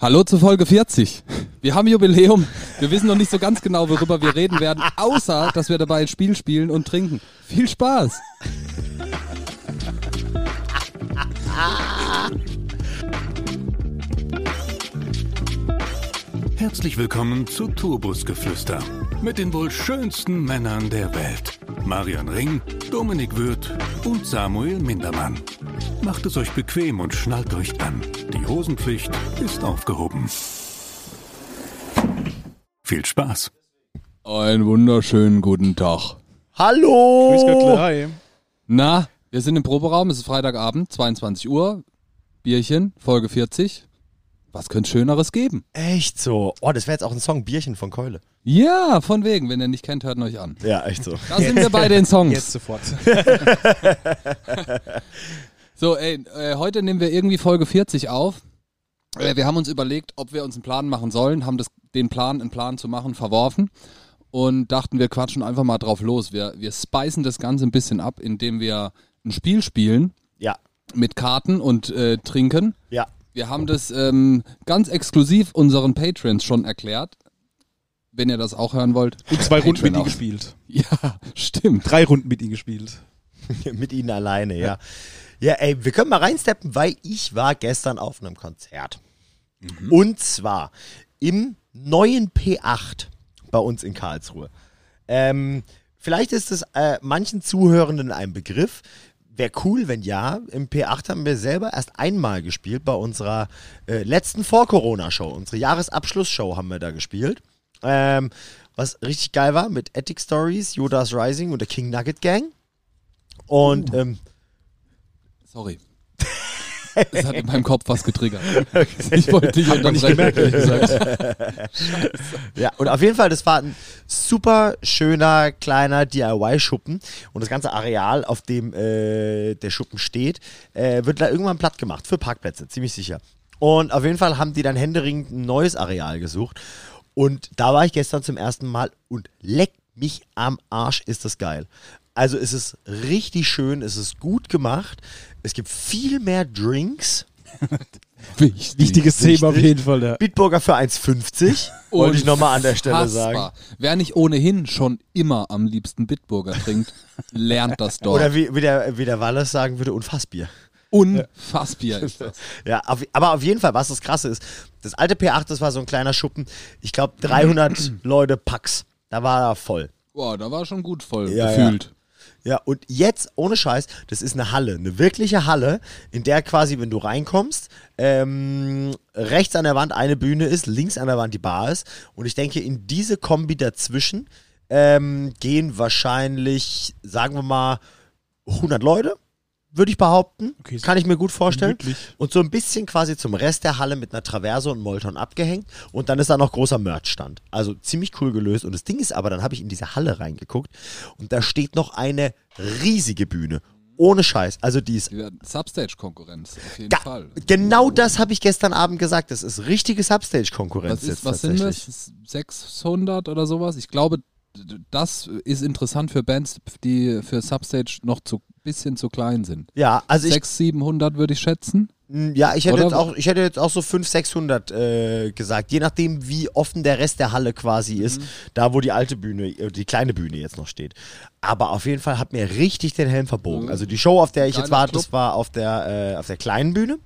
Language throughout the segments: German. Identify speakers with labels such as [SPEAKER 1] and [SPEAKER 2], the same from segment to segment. [SPEAKER 1] Hallo zu Folge 40. Wir haben Jubiläum. Wir wissen noch nicht so ganz genau, worüber wir reden werden, außer dass wir dabei ein Spiel spielen und trinken. Viel Spaß!
[SPEAKER 2] Herzlich willkommen zu Turbusgeflüster mit den wohl schönsten Männern der Welt. Marian Ring, Dominik Würth und Samuel Mindermann. Macht es euch bequem und schnallt euch an. Die Hosenpflicht ist aufgehoben. Viel Spaß.
[SPEAKER 1] Einen wunderschönen guten Tag.
[SPEAKER 3] Hallo!
[SPEAKER 4] Grüß Gott, hi.
[SPEAKER 1] Na, wir sind im Proberaum, es ist Freitagabend, 22 Uhr. Bierchen, Folge 40. Was könnte Schöneres geben?
[SPEAKER 3] Echt so. Oh, das wäre jetzt auch ein Song Bierchen von Keule.
[SPEAKER 1] Ja, von wegen. Wenn ihr nicht kennt, hört ihn euch an.
[SPEAKER 3] Ja, echt so.
[SPEAKER 1] Da sind wir bei den Songs.
[SPEAKER 4] Jetzt sofort.
[SPEAKER 1] So, ey, äh, heute nehmen wir irgendwie Folge 40 auf. Äh, wir haben uns überlegt, ob wir uns einen Plan machen sollen, haben das, den Plan, einen Plan zu machen, verworfen und dachten, wir quatschen einfach mal drauf los. Wir, wir speisen das Ganze ein bisschen ab, indem wir ein Spiel spielen
[SPEAKER 3] Ja,
[SPEAKER 1] mit Karten und äh, Trinken.
[SPEAKER 3] ja.
[SPEAKER 1] Wir haben das ähm, ganz exklusiv unseren Patrons schon erklärt. Wenn ihr das auch hören wollt.
[SPEAKER 4] Und zwei Runden
[SPEAKER 1] Patreon
[SPEAKER 4] mit ihm
[SPEAKER 1] auch.
[SPEAKER 4] gespielt.
[SPEAKER 1] Ja, stimmt.
[SPEAKER 4] Drei Runden mit ihm gespielt.
[SPEAKER 3] Mit Ihnen alleine, ja. Ja, ey, wir können mal reinsteppen, weil ich war gestern auf einem Konzert. Und zwar im neuen P8 bei uns in Karlsruhe. Ähm, vielleicht ist es äh, manchen Zuhörenden ein Begriff. Wäre cool, wenn ja. Im P8 haben wir selber erst einmal gespielt bei unserer äh, letzten Vor-Corona-Show. Unsere Jahresabschlussshow haben wir da gespielt. Ähm, was richtig geil war mit Attic Stories, Yoda's Rising und der King Nugget Gang. Und ähm,
[SPEAKER 1] Sorry. Das hat in meinem Kopf was getriggert. Ich wollte dich unterbrechen. ehrlich gesagt.
[SPEAKER 3] Ja, und auf jeden Fall, das war ein super schöner kleiner DIY-Schuppen. Und das ganze Areal, auf dem äh, der Schuppen steht, äh, wird da irgendwann platt gemacht für Parkplätze, ziemlich sicher. Und auf jeden Fall haben die dann händeringend ein neues Areal gesucht. Und da war ich gestern zum ersten Mal und leck mich am Arsch, ist das geil. Also es ist richtig schön, es ist gut gemacht. Es gibt viel mehr Drinks.
[SPEAKER 1] Wichtig.
[SPEAKER 4] Wichtiges Thema auf
[SPEAKER 3] Richtig.
[SPEAKER 4] jeden Fall. Ja.
[SPEAKER 3] Bitburger für 1,50. Wollte ich nochmal an der Stelle
[SPEAKER 1] Unfassbar.
[SPEAKER 3] sagen.
[SPEAKER 1] Wer nicht ohnehin schon immer am liebsten Bitburger trinkt, lernt das doch.
[SPEAKER 3] Oder wie, wie, der, wie der Wallace sagen würde, Unfassbier.
[SPEAKER 1] Unfassbar ist das.
[SPEAKER 3] Ja, auf, aber auf jeden Fall, was das Krasse ist, das alte P8, das war so ein kleiner Schuppen, ich glaube 300 Leute Packs, da war er voll.
[SPEAKER 1] Boah, da war schon gut voll
[SPEAKER 3] Ja,
[SPEAKER 1] gefühlt.
[SPEAKER 3] Ja, und jetzt, ohne Scheiß, das ist eine Halle, eine wirkliche Halle, in der quasi, wenn du reinkommst, ähm, rechts an der Wand eine Bühne ist, links an der Wand die Bar ist. Und ich denke, in diese Kombi dazwischen ähm, gehen wahrscheinlich, sagen wir mal, 100 Leute, würde ich behaupten.
[SPEAKER 4] Okay, so
[SPEAKER 3] Kann ich mir gut vorstellen.
[SPEAKER 4] gemütlich.
[SPEAKER 3] Und so ein bisschen quasi zum Rest der Halle mit einer Traverse und Molton abgehängt. Und dann ist da noch großer Merchstand. Also ziemlich cool gelöst. Und das Ding ist aber, dann habe ich in diese Halle reingeguckt und da steht noch eine riesige Bühne. Ohne Scheiß. Also die ist
[SPEAKER 1] Die werden Substage-Konkurrenz, auf jeden
[SPEAKER 3] Ga-
[SPEAKER 1] Fall.
[SPEAKER 3] Genau das habe ich gestern Abend gesagt. Das ist richtige Substage-Konkurrenz
[SPEAKER 1] Was, ist,
[SPEAKER 3] jetzt
[SPEAKER 1] was sind
[SPEAKER 3] tatsächlich.
[SPEAKER 1] das? 600 oder sowas? Ich glaube, d- das ist interessant für Bands, die für Substage noch ein bisschen zu klein sind.
[SPEAKER 3] Ja, also ich,
[SPEAKER 1] 600, 700 würde ich schätzen.
[SPEAKER 3] m, Hm, ja, ich hätte
[SPEAKER 1] Oder?
[SPEAKER 3] jetzt auch, ich hätte jetzt auch so 500, 600 äh, gesagt, je nachdem, wie offen der Rest der Halle quasi ist, da wo die alte Bühne, äh, die kleine Bühne jetzt noch steht. Aber auf jeden Fall hat mir richtig den Helm verbogen. Also die Show, auf der ich
[SPEAKER 1] Kleiner
[SPEAKER 3] jetzt war,
[SPEAKER 1] Club.
[SPEAKER 3] das war auf der, äh, auf der kleinen Bühne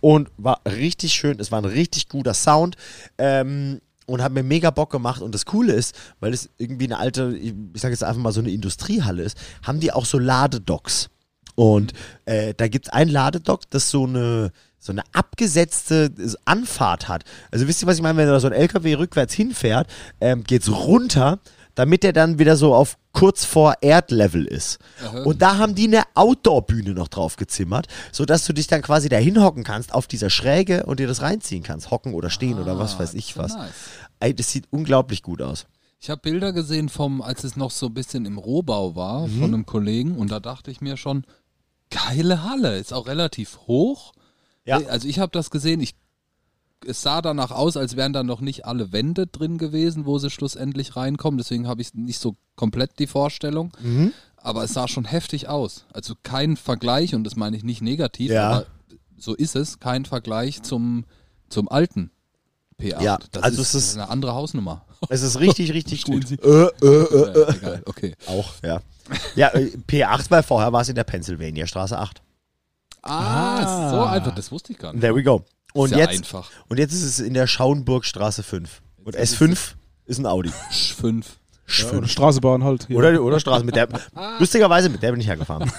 [SPEAKER 3] und war richtig schön. Es war ein richtig guter Sound. Ähm, und hat mir mega Bock gemacht. Und das Coole ist, weil es irgendwie eine alte, ich sage jetzt einfach mal so eine Industriehalle ist, haben die auch so Ladedocks. Und äh, da gibt es ein Ladedock, das so eine, so eine abgesetzte äh, Anfahrt hat. Also wisst ihr, was ich meine? Wenn da so ein LKW rückwärts hinfährt, ähm, geht's runter, damit der dann wieder so auf kurz vor Erdlevel ist. Und da haben die eine Outdoor-Bühne noch drauf gezimmert, sodass du dich dann quasi da hinhocken kannst auf dieser Schräge und dir das reinziehen kannst. Hocken oder stehen oder was weiß
[SPEAKER 1] Ah,
[SPEAKER 3] ich
[SPEAKER 1] das
[SPEAKER 3] was.
[SPEAKER 1] ist ja nice.
[SPEAKER 3] Ey, das sieht unglaublich gut aus.
[SPEAKER 1] Ich habe Bilder gesehen vom, als es noch so ein bisschen im Rohbau war,
[SPEAKER 3] Mhm.
[SPEAKER 1] von einem Kollegen und da dachte ich mir schon, geile Halle, ist auch relativ hoch.
[SPEAKER 3] Ja.
[SPEAKER 1] Äh, Also ich habe das gesehen, ich, es sah danach aus, als wären da noch nicht alle Wände drin gewesen, wo sie schlussendlich reinkommen, deswegen habe ich nicht so komplett die Vorstellung,
[SPEAKER 3] Mhm.
[SPEAKER 1] aber es sah schon heftig aus. Also kein Vergleich und das meine ich nicht negativ,
[SPEAKER 3] Ja.
[SPEAKER 1] aber so ist es, kein Vergleich zum, zum alten P8.
[SPEAKER 3] Ja,
[SPEAKER 1] das,
[SPEAKER 3] also
[SPEAKER 1] ist,
[SPEAKER 3] es ist-
[SPEAKER 1] eine andere Hausnummer.
[SPEAKER 3] Es ist richtig, richtig
[SPEAKER 1] Stehen
[SPEAKER 3] gut.
[SPEAKER 1] Sie-
[SPEAKER 3] Äh, äh, äh, äh.
[SPEAKER 1] Egal, okay.
[SPEAKER 3] Auch, ja. Ja, äh, P8, weil vorher war es in der Pennsylvania Straße 8.
[SPEAKER 1] Ah,
[SPEAKER 4] Ah.
[SPEAKER 1] so einfach, das wusste ich gar nicht.
[SPEAKER 3] There we go. Und
[SPEAKER 1] Sehr
[SPEAKER 3] jetzt,
[SPEAKER 1] einfach.
[SPEAKER 3] und jetzt ist es in der Schauenburgstraße 5. Und
[SPEAKER 1] Jetzt ist
[SPEAKER 3] S5 ist ein Audi.
[SPEAKER 1] Sch, Fünf.
[SPEAKER 4] Ja, und Straßenbahn halt. hier.
[SPEAKER 3] Oder, oder Straße. Mit der, lustigerweise, mit der bin ich ja gefahren.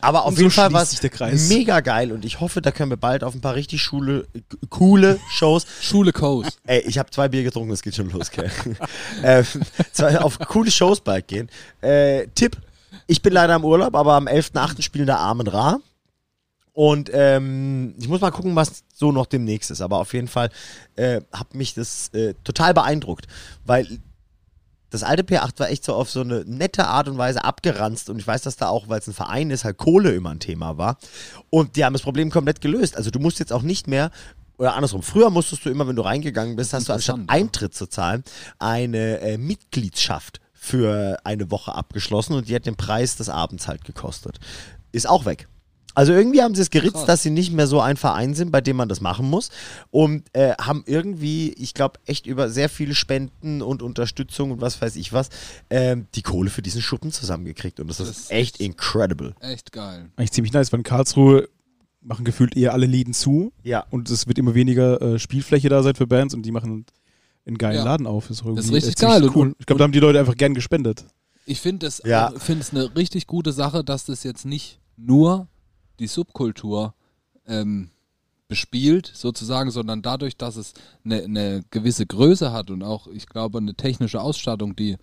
[SPEAKER 3] Aber auf
[SPEAKER 4] Und so
[SPEAKER 3] jeden Fall
[SPEAKER 4] schließt
[SPEAKER 3] war
[SPEAKER 4] sich der Kreis.
[SPEAKER 3] es mega geil und ich hoffe, da können wir bald auf ein paar richtig schule, coole Shows.
[SPEAKER 1] Schule Coast.
[SPEAKER 3] Ey, ich habe zwei Bier getrunken, es geht schon los, gell? äh, zwei, auf coole Shows bald gehen. Äh, Tipp, ich bin leider im Urlaub, aber am 11.8. spielen da Armen Ra. Und ähm, ich muss mal gucken, was so noch demnächst ist. Aber auf jeden Fall äh, hat mich das äh, total beeindruckt, weil das alte P8 war echt so auf so eine nette Art und Weise abgeranzt und ich weiß, dass da auch, weil es ein Verein ist, halt Kohle immer ein Thema war. Und die haben das Problem komplett gelöst. Also du musst jetzt auch nicht mehr, oder andersrum, früher musstest du immer, wenn du reingegangen bist, hast du anstatt
[SPEAKER 1] Interessant, ja.
[SPEAKER 3] Eintritt zu zahlen, eine äh, Mitgliedschaft für eine Woche abgeschlossen und die hat den Preis des Abends halt gekostet. Ist auch weg. Also irgendwie haben sie es geritzt,
[SPEAKER 1] Krass.
[SPEAKER 3] dass sie nicht mehr so ein Verein sind, bei dem man das machen muss. Und äh, haben irgendwie, ich glaube, echt über sehr viele Spenden und Unterstützung und was weiß ich was, ähm, die Kohle für diesen Schuppen zusammengekriegt. Und das,
[SPEAKER 1] Das-
[SPEAKER 3] ist echt incredible.
[SPEAKER 1] Echt geil.
[SPEAKER 4] Eigentlich ziemlich nice, weil in Karlsruhe machen gefühlt eher alle Läden zu
[SPEAKER 3] Ja.
[SPEAKER 4] und es wird immer weniger äh, Spielfläche da sein für Bands und die machen halt einen geilen
[SPEAKER 1] Ja.
[SPEAKER 4] Laden auf. Ist, irgendwie
[SPEAKER 1] Das ist richtig
[SPEAKER 4] äh, ziemlich
[SPEAKER 1] geil und-
[SPEAKER 4] Cool. Ich glaube, da haben die Leute einfach gern gespendet.
[SPEAKER 1] Ich finde es
[SPEAKER 3] Ja.
[SPEAKER 1] eine richtig gute Sache, dass das jetzt nicht nur die Subkultur ähm, bespielt, sozusagen, sondern dadurch, dass es eine ne gewisse Größe hat und auch, ich glaube, eine technische Ausstattung, die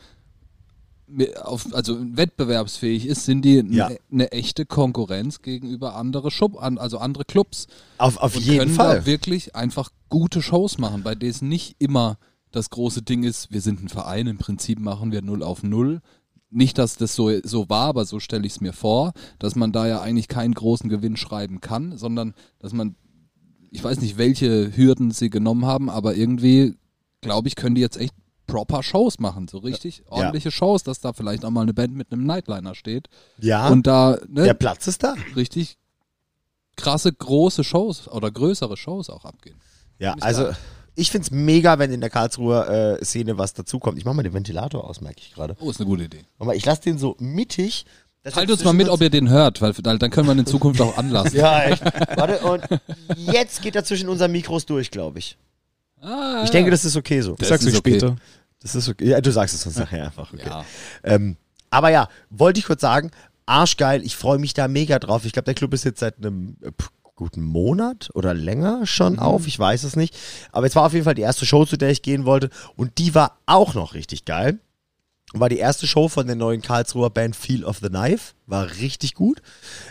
[SPEAKER 1] mi- auf, also wettbewerbsfähig ist, sind die eine
[SPEAKER 3] Ja.
[SPEAKER 1] ne echte Konkurrenz gegenüber andere Schub, an, also andere Clubs
[SPEAKER 3] Auf, auf
[SPEAKER 1] und
[SPEAKER 3] jeden
[SPEAKER 1] können
[SPEAKER 3] Fall.
[SPEAKER 1] da wirklich einfach gute Shows machen, bei denen es nicht immer das große Ding ist, wir sind ein Verein, im Prinzip machen wir null auf null. Nicht, dass das so, so war, aber so stelle ich es mir vor, dass man da ja eigentlich keinen großen Gewinn schreiben kann, sondern dass man, ich weiß nicht, welche Hürden sie genommen haben, aber irgendwie, glaube ich, können die jetzt echt proper Shows machen, so richtig ordentliche Shows, dass da vielleicht auch mal eine Band mit einem Nightliner steht
[SPEAKER 3] Ah. Ja,
[SPEAKER 1] und da ne,
[SPEAKER 3] der Platz ist da.
[SPEAKER 1] richtig krasse, große Shows oder größere Shows auch abgehen.
[SPEAKER 3] Ja,
[SPEAKER 1] Ist
[SPEAKER 3] also
[SPEAKER 1] klar.
[SPEAKER 3] ich finde es mega, wenn in der Karlsruher äh, Szene was dazukommt. Ich mache mal den Ventilator aus, merke ich gerade.
[SPEAKER 1] Oh, ist eine gute Idee.
[SPEAKER 3] Aber ich lasse den so mittig. dass
[SPEAKER 1] Teilt
[SPEAKER 3] er
[SPEAKER 1] Halt uns mal mit,
[SPEAKER 3] zwischendurch-
[SPEAKER 1] ob ihr den hört, weil weil dann können wir ihn in Zukunft auch anlassen.
[SPEAKER 3] Ja, echt. Warte, und jetzt geht er zwischen unseren Mikros durch, glaube ich.
[SPEAKER 1] Ah,
[SPEAKER 3] Ich denke, das ist okay so.
[SPEAKER 4] Ich
[SPEAKER 1] Das
[SPEAKER 4] sag's euch
[SPEAKER 1] ist okay.
[SPEAKER 4] später.
[SPEAKER 3] Das ist okay. Ja, du sagst es uns nachher einfach. Okay.
[SPEAKER 1] ja.
[SPEAKER 3] Ähm, aber ja, wollte ich kurz sagen, arschgeil, ich freue mich da mega drauf. Ich glaube, der Club ist jetzt seit einem äh, pf, guten Monat oder länger schon auf, ich weiß es nicht. Aber es war auf jeden Fall die erste Show, zu der ich gehen wollte und die war auch noch richtig geil. War die erste Show von der neuen Karlsruher Band Feel of the Knife, war richtig gut.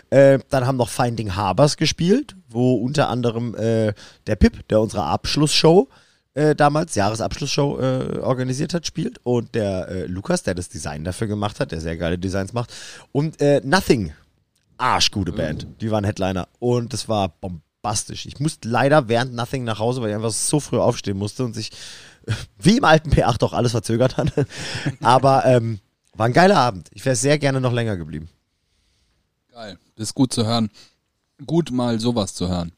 [SPEAKER 3] Äh, dann haben noch Finding Harbors gespielt, wo unter anderem äh, der Pip, der unsere Abschlussshow äh, damals, Jahresabschlussshow äh, organisiert hat, spielt. Und der äh, Lukas, der das Design dafür gemacht hat, der sehr geile Designs macht. Und äh, Nothing, arschgute Band. Die waren Headliner. Und das war bombastisch. Ich musste leider während Nothing nach Hause, weil ich einfach so früh aufstehen musste und sich äh, wie im alten P8 auch alles verzögert hat. Aber ähm, war ein geiler Abend. Ich wäre sehr gerne noch länger geblieben.
[SPEAKER 1] Geil. Das ist gut zu hören. Gut mal sowas zu hören.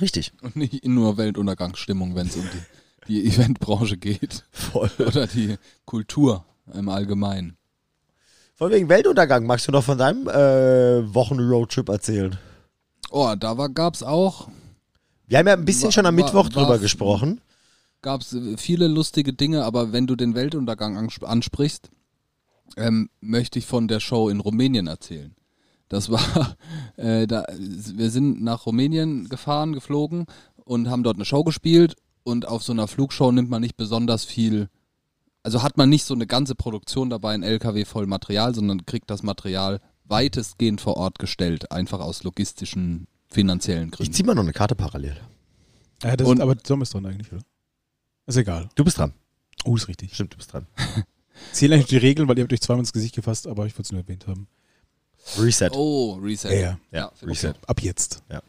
[SPEAKER 3] Richtig.
[SPEAKER 1] Und nicht nur Weltuntergangsstimmung, wenn es um die, die Eventbranche geht.
[SPEAKER 3] Voll.
[SPEAKER 1] Oder die Kultur im Allgemeinen.
[SPEAKER 3] Von wegen Weltuntergang, magst du noch von deinem äh, Wochen-Roadtrip erzählen?
[SPEAKER 1] Oh, da war, gab's auch
[SPEAKER 3] Wir haben ja ein bisschen
[SPEAKER 1] Wa-
[SPEAKER 3] schon am
[SPEAKER 1] wa-
[SPEAKER 3] Mittwoch drüber
[SPEAKER 1] war's-
[SPEAKER 3] gesprochen.
[SPEAKER 1] gab es äh, viele lustige Dinge, aber wenn du den Weltuntergang ans- ansprichst, ähm, möchte ich von der Show in Rumänien erzählen. Das war, äh, da, wir sind nach Rumänien gefahren, geflogen und haben dort eine Show gespielt und auf so einer Flugshow nimmt man nicht besonders viel, also hat man nicht so eine ganze Produktion dabei, ein LKW voll Material, sondern kriegt das Material weitestgehend vor Ort gestellt, einfach aus logistischen, finanziellen
[SPEAKER 3] Ich
[SPEAKER 1] Gründen.
[SPEAKER 3] zieh mal noch eine Karte parallel.
[SPEAKER 4] Ja, das
[SPEAKER 1] Und-
[SPEAKER 4] ist, aber Dom ist dran eigentlich, oder? Ist egal.
[SPEAKER 3] Du bist dran.
[SPEAKER 4] Oh, ist richtig.
[SPEAKER 3] Stimmt, du bist dran.
[SPEAKER 4] Zählen eigentlich die Regeln, weil ihr habt euch zweimal ins Gesicht gefasst, aber ich wollte es nur erwähnt haben.
[SPEAKER 3] Reset.
[SPEAKER 1] Oh, Reset.
[SPEAKER 4] Ja, ja.
[SPEAKER 1] Ja,
[SPEAKER 3] Reset.
[SPEAKER 4] Ab jetzt.
[SPEAKER 3] Ja.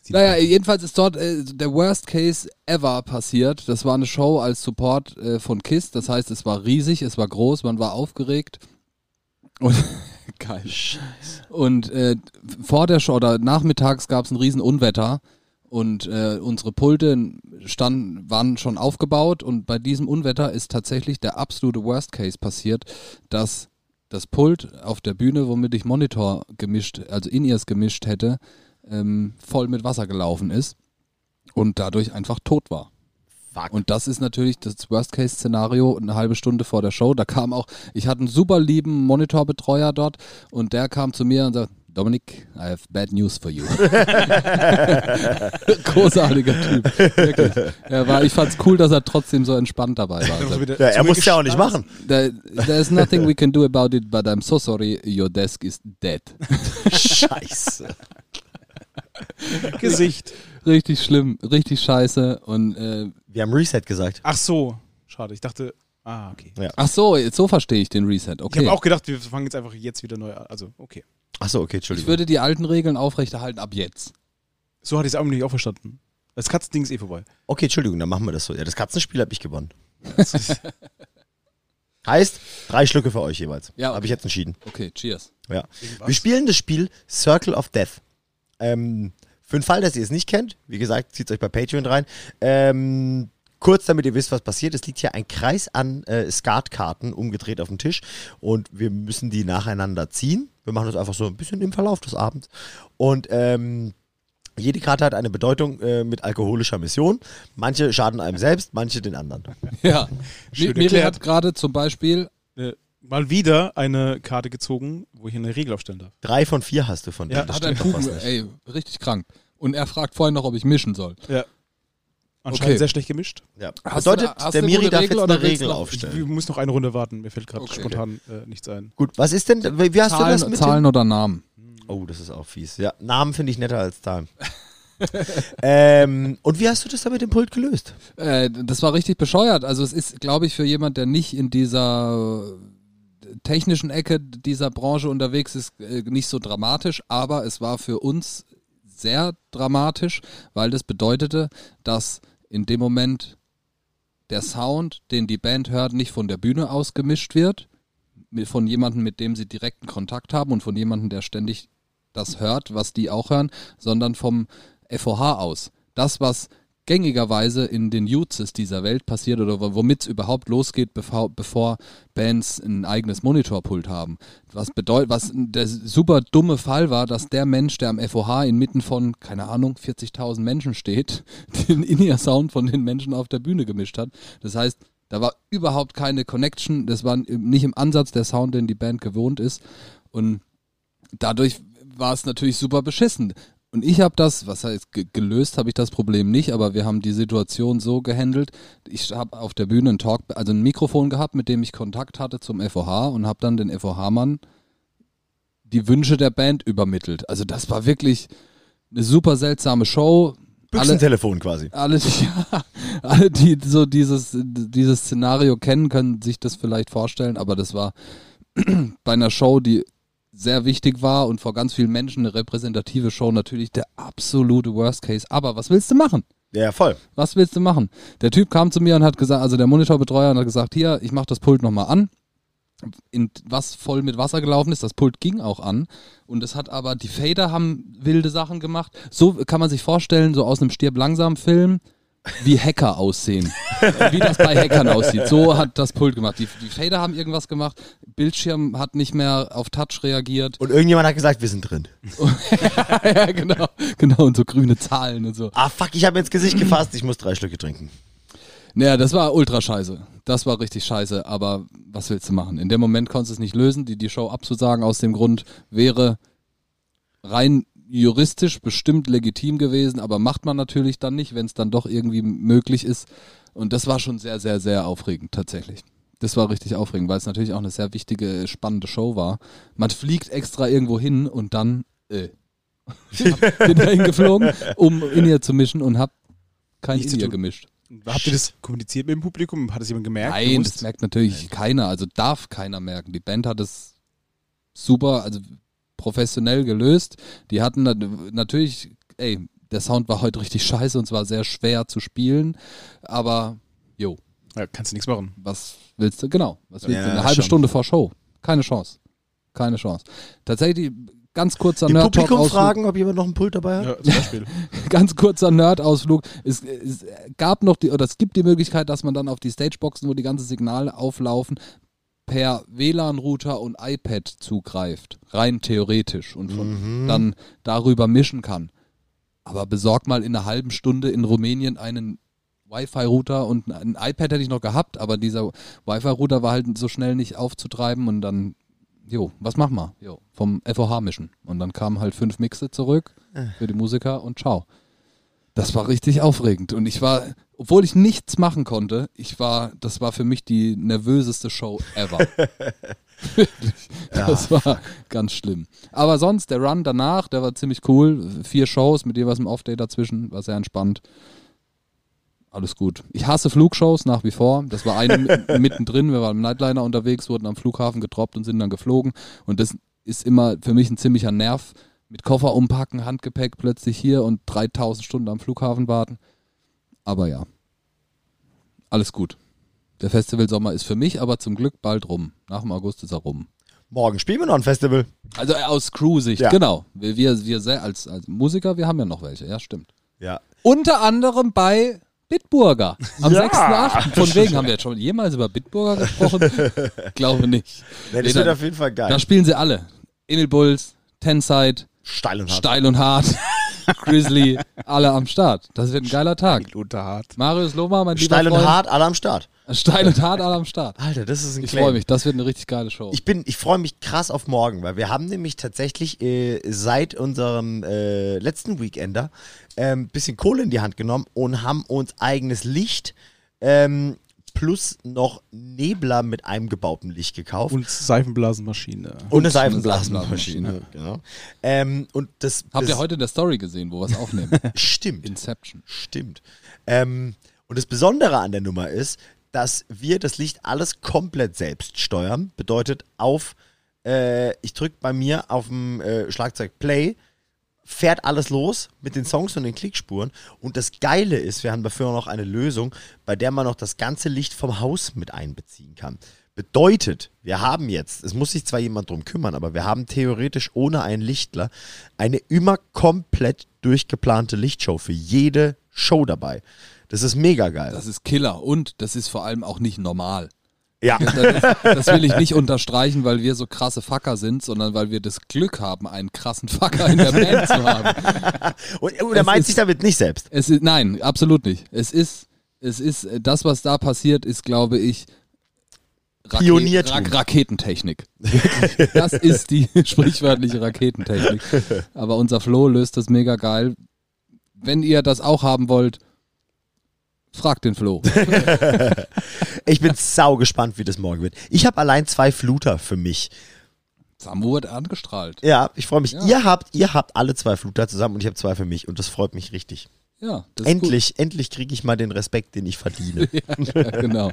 [SPEAKER 4] Zieht
[SPEAKER 1] Naja,
[SPEAKER 4] ab.
[SPEAKER 1] jedenfalls ist dort äh, der Worst Case ever passiert. Das war eine Show als Support äh, von KISS. Das heißt, es war riesig, es war groß, man war aufgeregt. Und geil. Und äh, vor der Show oder nachmittags gab es ein riesen Unwetter. Und äh, unsere Pulte stand, waren schon aufgebaut und bei diesem Unwetter ist tatsächlich der absolute Worst Case passiert, dass das Pult auf der Bühne, womit ich Monitor gemischt, also In-Ears gemischt hätte, ähm, voll mit Wasser gelaufen ist und dadurch einfach tot war.
[SPEAKER 3] Fuck.
[SPEAKER 1] Und das ist natürlich das Worst-Case-Szenario eine halbe Stunde vor der Show. Da kam auch, ich hatte einen super lieben Monitorbetreuer dort und der kam zu mir und sagt, Dominik, I have bad news for you. Großartiger Typ, wirklich. Er war, ich fand's cool, dass er trotzdem so entspannt dabei war. Also,
[SPEAKER 3] ja, er muss ja auch nicht machen.
[SPEAKER 1] there, there's nothing we can do about it, but I'm so sorry, your desk is dead.
[SPEAKER 3] Scheiße.
[SPEAKER 4] Gesicht.
[SPEAKER 1] Richtig schlimm, richtig scheiße und äh,
[SPEAKER 3] Wir haben Reset gesagt.
[SPEAKER 4] Ach so. Schade. Ich dachte, ah, okay.
[SPEAKER 1] ach so, jetzt so verstehe ich den Reset.
[SPEAKER 4] Ich
[SPEAKER 1] Okay.
[SPEAKER 4] habe auch gedacht, wir fangen jetzt einfach jetzt wieder neu an. Also, okay.
[SPEAKER 3] Achso,
[SPEAKER 1] ich
[SPEAKER 3] okay, Entschuldigung.
[SPEAKER 1] würde die alten Regeln aufrechterhalten ab jetzt.
[SPEAKER 4] So hatte ich es auch nicht auch verstanden. Das Katzending ist eh vorbei.
[SPEAKER 3] Okay, Entschuldigung, dann machen wir das so. Ja, das Katzenspiel habe ich gewonnen. heißt, drei Schlucke für euch jeweils.
[SPEAKER 1] Ja, okay.
[SPEAKER 3] Habe ich jetzt entschieden.
[SPEAKER 1] Okay, cheers.
[SPEAKER 3] Ja. Wir spielen das Spiel Circle of Death. Ähm, für den Fall, dass ihr es nicht kennt, wie gesagt, zieht euch bei Patreon rein. Ähm, kurz, damit ihr wisst, was passiert. Es liegt hier ein Kreis an äh, Skatkarten umgedreht auf dem Tisch und wir müssen die nacheinander ziehen. Wir machen das einfach so ein bisschen im Verlauf des Abends. Und ähm, jede Karte hat eine Bedeutung äh, mit alkoholischer Mission. Manche schaden einem selbst, manche den anderen.
[SPEAKER 1] Ja,
[SPEAKER 4] Schön
[SPEAKER 1] Mi- Miri
[SPEAKER 4] erklärt.
[SPEAKER 1] hat gerade zum Beispiel,
[SPEAKER 4] Äh, mal wieder eine Karte gezogen, wo ich eine Regel aufstellen darf.
[SPEAKER 3] Drei von vier hast du von denen.
[SPEAKER 4] Ja,
[SPEAKER 3] das
[SPEAKER 1] hat einen
[SPEAKER 3] stimmt doch was
[SPEAKER 1] Kuchen,
[SPEAKER 3] nicht.
[SPEAKER 1] ey, richtig krank. Und er fragt vorhin noch, ob ich mischen soll.
[SPEAKER 4] Ja. Anscheinend
[SPEAKER 1] Okay.
[SPEAKER 4] sehr schlecht gemischt.
[SPEAKER 3] Ja.
[SPEAKER 1] Hast du
[SPEAKER 3] Bedeutet,
[SPEAKER 1] da- hast
[SPEAKER 3] der
[SPEAKER 1] du
[SPEAKER 3] Miri
[SPEAKER 1] gute
[SPEAKER 3] darf
[SPEAKER 1] Regel
[SPEAKER 3] jetzt
[SPEAKER 1] oder willst
[SPEAKER 3] eine
[SPEAKER 1] du
[SPEAKER 3] Regel
[SPEAKER 1] noch-
[SPEAKER 4] Ich
[SPEAKER 3] aufstellen.
[SPEAKER 4] muss noch eine Runde warten. Mir fällt gerade
[SPEAKER 1] Okay.
[SPEAKER 4] spontan äh, nichts ein.
[SPEAKER 3] Gut, was ist denn, wie wie hast du das
[SPEAKER 1] Zahlen,
[SPEAKER 3] mit
[SPEAKER 1] Zahlen oder Namen.
[SPEAKER 3] Den? Oh, das ist auch fies. Ja, Namen finde ich netter als Zahlen. ähm, und wie hast du das da mit dem Pult gelöst?
[SPEAKER 1] Äh, das war richtig bescheuert. Also es ist, glaube ich, für jemand, der nicht in dieser äh, technischen Ecke dieser Branche unterwegs ist, äh, nicht so dramatisch, aber es war für uns sehr dramatisch, weil das bedeutete, dass in dem Moment der Sound, den die Band hört, nicht von der Bühne aus gemischt wird, mit- von jemandem, mit dem sie direkten Kontakt haben und von jemandem, der ständig das hört, was die auch hören, sondern vom FOH aus. Das, was gängigerweise in den Jutes dieser Welt passiert oder womit es überhaupt losgeht, bevor, bevor Bands ein eigenes Monitorpult haben. Was bedeutet, was der super dumme Fall war, dass der Mensch, der am FOH inmitten von, keine Ahnung, 40.000 Menschen steht, den In-Ear-Sound von den Menschen auf der Bühne gemischt hat. Das heißt, da war überhaupt keine Connection, das war nicht im Ansatz der Sound, den die Band gewohnt ist. Und dadurch war es natürlich super beschissen. Und ich habe das, was heißt, ge- gelöst habe ich das Problem nicht, aber wir haben die Situation so gehandelt. Ich habe auf der Bühne ein Talk, also ein Mikrofon gehabt, mit dem ich Kontakt hatte zum FOH und habe dann den FOH-Mann die Wünsche der Band übermittelt. Also das war wirklich eine super seltsame Show. Alle,
[SPEAKER 3] Büchsentelefon quasi.
[SPEAKER 1] alle, ja, alle, die so dieses, dieses Szenario kennen, können sich das vielleicht vorstellen, aber das war bei einer Show, die sehr wichtig war und vor ganz vielen Menschen eine repräsentative Show, natürlich der absolute Worst Case. Aber was willst du machen?
[SPEAKER 3] Ja, voll.
[SPEAKER 1] Was willst du machen? Der Typ kam zu mir und hat gesagt, also der Monitorbetreuer und hat gesagt, hier, ich mach das Pult nochmal an. In was voll mit Wasser gelaufen ist, das Pult ging auch an. Und es hat aber, die Fader haben wilde Sachen gemacht. So kann man sich vorstellen, so aus einem Stirb langsam Film, wie Hacker aussehen. wie das bei Hackern aussieht. So hat das Pult gemacht. Die, die Fader haben irgendwas gemacht. Bildschirm hat nicht mehr auf Touch reagiert.
[SPEAKER 3] Und irgendjemand hat gesagt, wir sind drin.
[SPEAKER 1] ja, genau. Genau, und so grüne Zahlen und so.
[SPEAKER 3] Ah, fuck, ich habe mir ins Gesicht gefasst, ich muss drei Schlücke trinken.
[SPEAKER 1] Naja, das war ultra scheiße. Das war richtig scheiße, aber was willst du machen? In dem Moment konntest du es nicht lösen. Die, die Show abzusagen aus dem Grund wäre rein juristisch bestimmt legitim gewesen, aber macht man natürlich dann nicht, wenn es dann doch irgendwie möglich ist. Und das war schon sehr, sehr, sehr aufregend tatsächlich. Das war richtig aufregend, weil es natürlich auch eine sehr wichtige, spannende Show war. Man fliegt extra irgendwo hin und dann äh, hab- bin da hingeflogen, um in ihr zu mischen und hab kein
[SPEAKER 4] Nichts zu
[SPEAKER 1] in ihr
[SPEAKER 4] tun.
[SPEAKER 1] gemischt.
[SPEAKER 4] Habt ihr das kommuniziert mit dem Publikum? Hat es jemand gemerkt?
[SPEAKER 1] Nein, das
[SPEAKER 4] Gewusst?
[SPEAKER 1] merkt natürlich keiner, also darf keiner merken. Die Band hat es super, also professionell gelöst. Die hatten nat- natürlich, ey, der Sound war heute richtig scheiße und zwar sehr schwer zu spielen, aber jo,
[SPEAKER 4] Ja, kannst du nichts machen.
[SPEAKER 1] was willst du, genau, was willst du?
[SPEAKER 3] Ja,
[SPEAKER 1] Eine halbe
[SPEAKER 3] schon.
[SPEAKER 1] Stunde vor Show. Keine Chance. Keine Chance. Tatsächlich, ganz kurzer
[SPEAKER 3] Im
[SPEAKER 1] Nerd-Talk
[SPEAKER 3] Publikum
[SPEAKER 1] aus.
[SPEAKER 3] fragen, ob jemand noch ein Pult dabei hat?
[SPEAKER 4] Ja, zum Beispiel.
[SPEAKER 1] ganz kurzer Nerd-Ausflug. Es, es gab noch die, oder es gibt die Möglichkeit, dass man dann auf die Stageboxen, wo die ganzen Signale auflaufen, per WLAN-Router und iPad zugreift. Rein theoretisch. Und
[SPEAKER 3] Mhm.
[SPEAKER 1] von, dann darüber mischen kann. Aber besorg mal in einer halben Stunde in Rumänien einen Wi-Fi-Router und ein iPad hätte ich noch gehabt, aber dieser Wi-Fi-Router war halt so schnell nicht aufzutreiben und dann, jo, was machen wir? Jo, vom FOH mischen. Und dann kamen halt fünf Mixe zurück für die Musiker und ciao. Das war richtig aufregend und ich war, obwohl ich nichts machen konnte, ich war, das war für mich die nervöseste Show ever. Wirklich. das war ganz schlimm. Aber sonst, der Run danach, der war ziemlich cool. Vier Shows mit jeweils einem Off-Day dazwischen, war sehr entspannt alles gut. Ich hasse Flugshows nach wie vor. Das war eine mi- mittendrin. Wir waren im Nightliner unterwegs, wurden am Flughafen getroppt und sind dann geflogen. Und das ist immer für mich ein ziemlicher Nerv. Mit Koffer umpacken, Handgepäck plötzlich hier und 3000 Stunden am Flughafen warten. Aber ja, alles gut. Der Festivalsommer ist für mich aber zum Glück bald rum. Nach dem August ist er rum.
[SPEAKER 3] Morgen spielen wir noch ein Festival.
[SPEAKER 1] Also äh, aus Crew-Sicht,
[SPEAKER 3] Ja.
[SPEAKER 1] genau. Wir, wir, wir sel- als, als Musiker, wir haben ja noch welche, ja, stimmt.
[SPEAKER 3] Ja.
[SPEAKER 1] Unter anderem bei Bitburger am 6.8. Von wegen haben wir jetzt schon jemals über Bitburger gesprochen? Glaube nicht.
[SPEAKER 3] Nee,
[SPEAKER 1] Nee,
[SPEAKER 3] das wird
[SPEAKER 1] da-
[SPEAKER 3] auf jeden Fall geil.
[SPEAKER 1] Da spielen sie alle. Emil Bulls, Tenside,
[SPEAKER 3] Steil und hart.
[SPEAKER 1] Steil und Hart, Grizzly, alle am Start. Das wird ein geiler Tag.
[SPEAKER 4] Unterhart.
[SPEAKER 1] Marius Loma, mein lieber
[SPEAKER 3] Steil und
[SPEAKER 1] Freund.
[SPEAKER 3] hart, alle am Start.
[SPEAKER 1] Steil und Hart, alle am Start.
[SPEAKER 3] Alter, das ist ein
[SPEAKER 1] Ich
[SPEAKER 3] Claim.
[SPEAKER 1] freue mich, das wird eine richtig geile Show.
[SPEAKER 3] Ich bin, ich freue mich krass auf morgen, weil wir haben nämlich tatsächlich äh, seit unserem äh, letzten Weekender ein ähm, bisschen Kohle in die Hand genommen und haben uns eigenes Licht ähm, plus noch Nebler mit eingebautem Licht gekauft. Und
[SPEAKER 4] Und Seifenblasenmaschine.
[SPEAKER 3] eine
[SPEAKER 1] Seifenblasenmaschine.
[SPEAKER 3] Seifenblasenmaschine, genau. Ähm, und das,
[SPEAKER 1] Habt ihr
[SPEAKER 3] das
[SPEAKER 1] heute in der Story gesehen, wo wir es aufnehmen?
[SPEAKER 3] stimmt.
[SPEAKER 1] Inception.
[SPEAKER 3] Stimmt. Ähm, und das Besondere an der Nummer ist, dass wir das Licht alles komplett selbst steuern. Bedeutet auf, äh, ich drücke bei mir auf dem äh, Schlagzeug Play, fährt alles los mit den Songs und den Klickspuren. Und das Geile ist, wir haben dafür noch eine Lösung, bei der man noch das ganze Licht vom Haus mit einbeziehen kann. Bedeutet, wir haben jetzt, es muss sich zwar jemand drum kümmern, aber wir haben theoretisch ohne einen Lichtler eine immer komplett durchgeplante Lichtshow für jede Show dabei. Das ist mega geil.
[SPEAKER 1] Das ist Killer und das ist vor allem auch nicht normal.
[SPEAKER 3] ja.
[SPEAKER 1] Das, das will ich nicht unterstreichen, weil wir so krasse Facker sind, sondern weil wir das Glück haben, einen krassen Facker in der Band zu haben.
[SPEAKER 3] Und, und er
[SPEAKER 1] Es
[SPEAKER 3] meint
[SPEAKER 1] ist-
[SPEAKER 3] sich damit nicht selbst.
[SPEAKER 1] Es ist, nein, absolut nicht. Es ist, es ist, äh, das, was da passiert, ist, glaube ich, Rake-
[SPEAKER 3] Pioniertum.
[SPEAKER 1] Ra Raketentechnik. Wirklich. Das ist die sprichwörtliche Raketentechnik. Aber unser Flo löst das mega geil. Wenn ihr das auch haben wollt, fragt den Flo.
[SPEAKER 3] Ich bin sau gespannt, wie das morgen wird. Ich habe allein zwei Fluter für mich.
[SPEAKER 1] Samu wird angestrahlt.
[SPEAKER 3] Ja, ich freue mich.
[SPEAKER 1] Ja.
[SPEAKER 3] Ihr habt, ihr habt alle zwei Fluter zusammen und ich habe zwei für mich und das freut mich richtig.
[SPEAKER 1] Ja, das ist
[SPEAKER 3] endlich, endlich kriege ich mal den Respekt, den ich verdiene.
[SPEAKER 1] Gut. Ja, genau.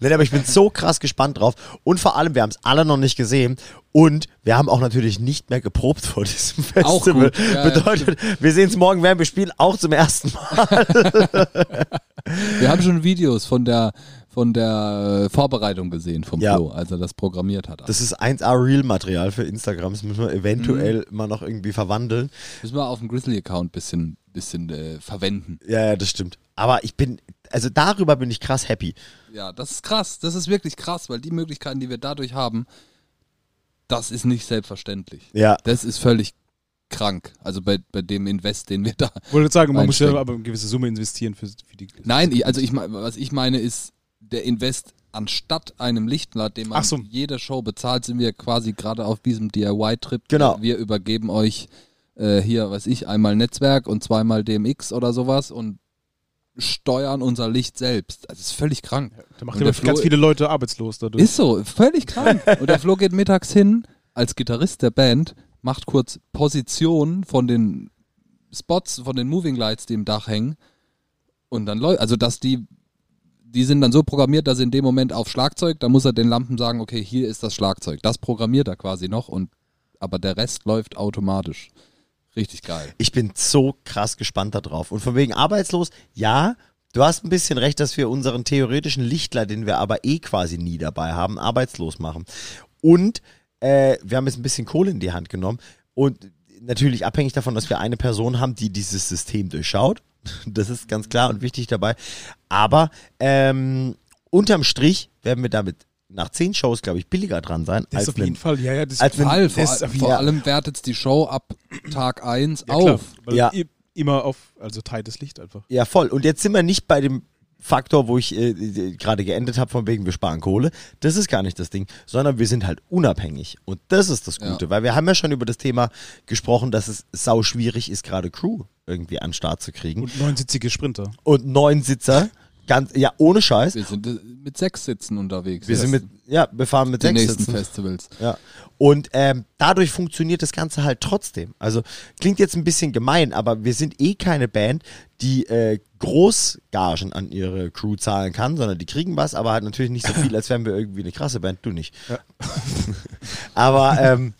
[SPEAKER 3] Nein, aber ich bin so krass gespannt drauf und vor allem, wir haben es alle noch nicht gesehen und wir haben auch natürlich nicht mehr geprobt vor diesem
[SPEAKER 1] Auch
[SPEAKER 3] Festival.
[SPEAKER 1] gut. Ja, ja,
[SPEAKER 3] Bedeutet, wir sehen es morgen, während wir spielen, auch zum ersten Mal.
[SPEAKER 1] Wir haben schon Videos von der von der äh, Vorbereitung gesehen vom
[SPEAKER 3] Ja.
[SPEAKER 1] Flo, als er das programmiert hat.
[SPEAKER 3] Das ist 1A Real-Material für Instagram. Das müssen wir eventuell
[SPEAKER 1] Mhm.
[SPEAKER 3] mal noch irgendwie verwandeln.
[SPEAKER 1] müssen wir auf dem Grizzly-Account bisschen bisschen äh, verwenden.
[SPEAKER 3] Ja, ja, das stimmt. Aber ich bin, also darüber bin ich krass happy.
[SPEAKER 1] Ja, das ist krass. Das ist wirklich krass, weil die Möglichkeiten, die wir dadurch haben, das ist nicht selbstverständlich.
[SPEAKER 3] Ja.
[SPEAKER 1] Das ist völlig krank. Also bei, bei dem Invest, den wir da.
[SPEAKER 4] Ich wollte sagen, man muss ja
[SPEAKER 1] Einstecken.
[SPEAKER 4] aber eine gewisse Summe investieren für, für die.
[SPEAKER 1] Nein, ich, also ich mein- was ich meine ist der Invest anstatt einem Lichtenlad, den man
[SPEAKER 4] Ach so.
[SPEAKER 1] jeder Show bezahlt, sind wir quasi gerade auf diesem DIY-Trip.
[SPEAKER 3] Genau.
[SPEAKER 1] Wir übergeben euch äh, hier, weiß ich, einmal Netzwerk und zweimal DMX oder sowas und steuern unser Licht selbst. Das ist völlig krank.
[SPEAKER 4] Da macht
[SPEAKER 1] Und
[SPEAKER 4] ja
[SPEAKER 1] der
[SPEAKER 4] ganz
[SPEAKER 1] Flo-
[SPEAKER 4] viele Leute arbeitslos dadurch.
[SPEAKER 1] Ist so, völlig krank. Und der Flo geht mittags hin als Gitarrist der Band, macht kurz Positionen von den Spots, von den Moving Lights, die im Dach hängen. Und dann läuft, also dass die, die sind dann so programmiert, dass in dem Moment auf Schlagzeug, da muss er den Lampen sagen, okay, hier ist das Schlagzeug. Das programmiert er quasi noch und aber der Rest läuft automatisch. Richtig geil.
[SPEAKER 3] Ich bin so krass gespannt darauf. Und von wegen arbeitslos, ja, du hast ein bisschen recht, dass wir unseren theoretischen Lichtler, den wir aber eh quasi nie dabei haben, arbeitslos machen. Und äh, wir haben jetzt ein bisschen Kohle in die Hand genommen. Und natürlich abhängig davon, dass wir eine Person haben, die dieses System durchschaut. Das ist ganz klar und wichtig dabei. Aber ähm, unterm Strich werden wir damit nach zehn Shows, glaube ich, billiger dran sein.
[SPEAKER 4] Das ist auf jeden
[SPEAKER 3] ein-
[SPEAKER 4] Fall, ja, ja, das
[SPEAKER 3] als wenn-
[SPEAKER 1] Fall. Vor,
[SPEAKER 4] das ist auf jeden
[SPEAKER 1] vor
[SPEAKER 3] ja.
[SPEAKER 1] allem wertet die Show ab Tag 1
[SPEAKER 4] Ja, klar,
[SPEAKER 1] auf.
[SPEAKER 4] weil
[SPEAKER 3] Ja.
[SPEAKER 4] i- Immer auf, also teiltes Licht einfach.
[SPEAKER 3] Ja, voll. Und jetzt sind wir nicht bei dem Faktor, wo ich äh, äh, gerade geendet habe, von wegen wir sparen Kohle. Das ist gar nicht das Ding, sondern wir sind halt unabhängig. Und das ist das
[SPEAKER 1] Ja.
[SPEAKER 3] Gute, weil wir haben ja schon über das Thema gesprochen, dass es sau schwierig ist, gerade Crew irgendwie an den Start zu kriegen. Und,
[SPEAKER 4] Und 79 Sprinter.
[SPEAKER 3] neun Sitzer, ganz, ja, ohne Scheiß.
[SPEAKER 1] Wir sind äh, mit sechs Sitzen unterwegs.
[SPEAKER 3] Wir sind mit, ja, wir fahren mit
[SPEAKER 1] den
[SPEAKER 3] sechs
[SPEAKER 1] nächsten
[SPEAKER 3] Sitzen.
[SPEAKER 1] Festivals.
[SPEAKER 3] Ja. Und ähm, dadurch funktioniert das Ganze halt trotzdem. Also klingt jetzt ein bisschen gemein, aber wir sind eh keine Band, die äh, Großgagen an ihre Crew zahlen kann, sondern die kriegen was, aber halt natürlich nicht so viel, als wären wir irgendwie eine krasse Band. Du nicht. aber ähm,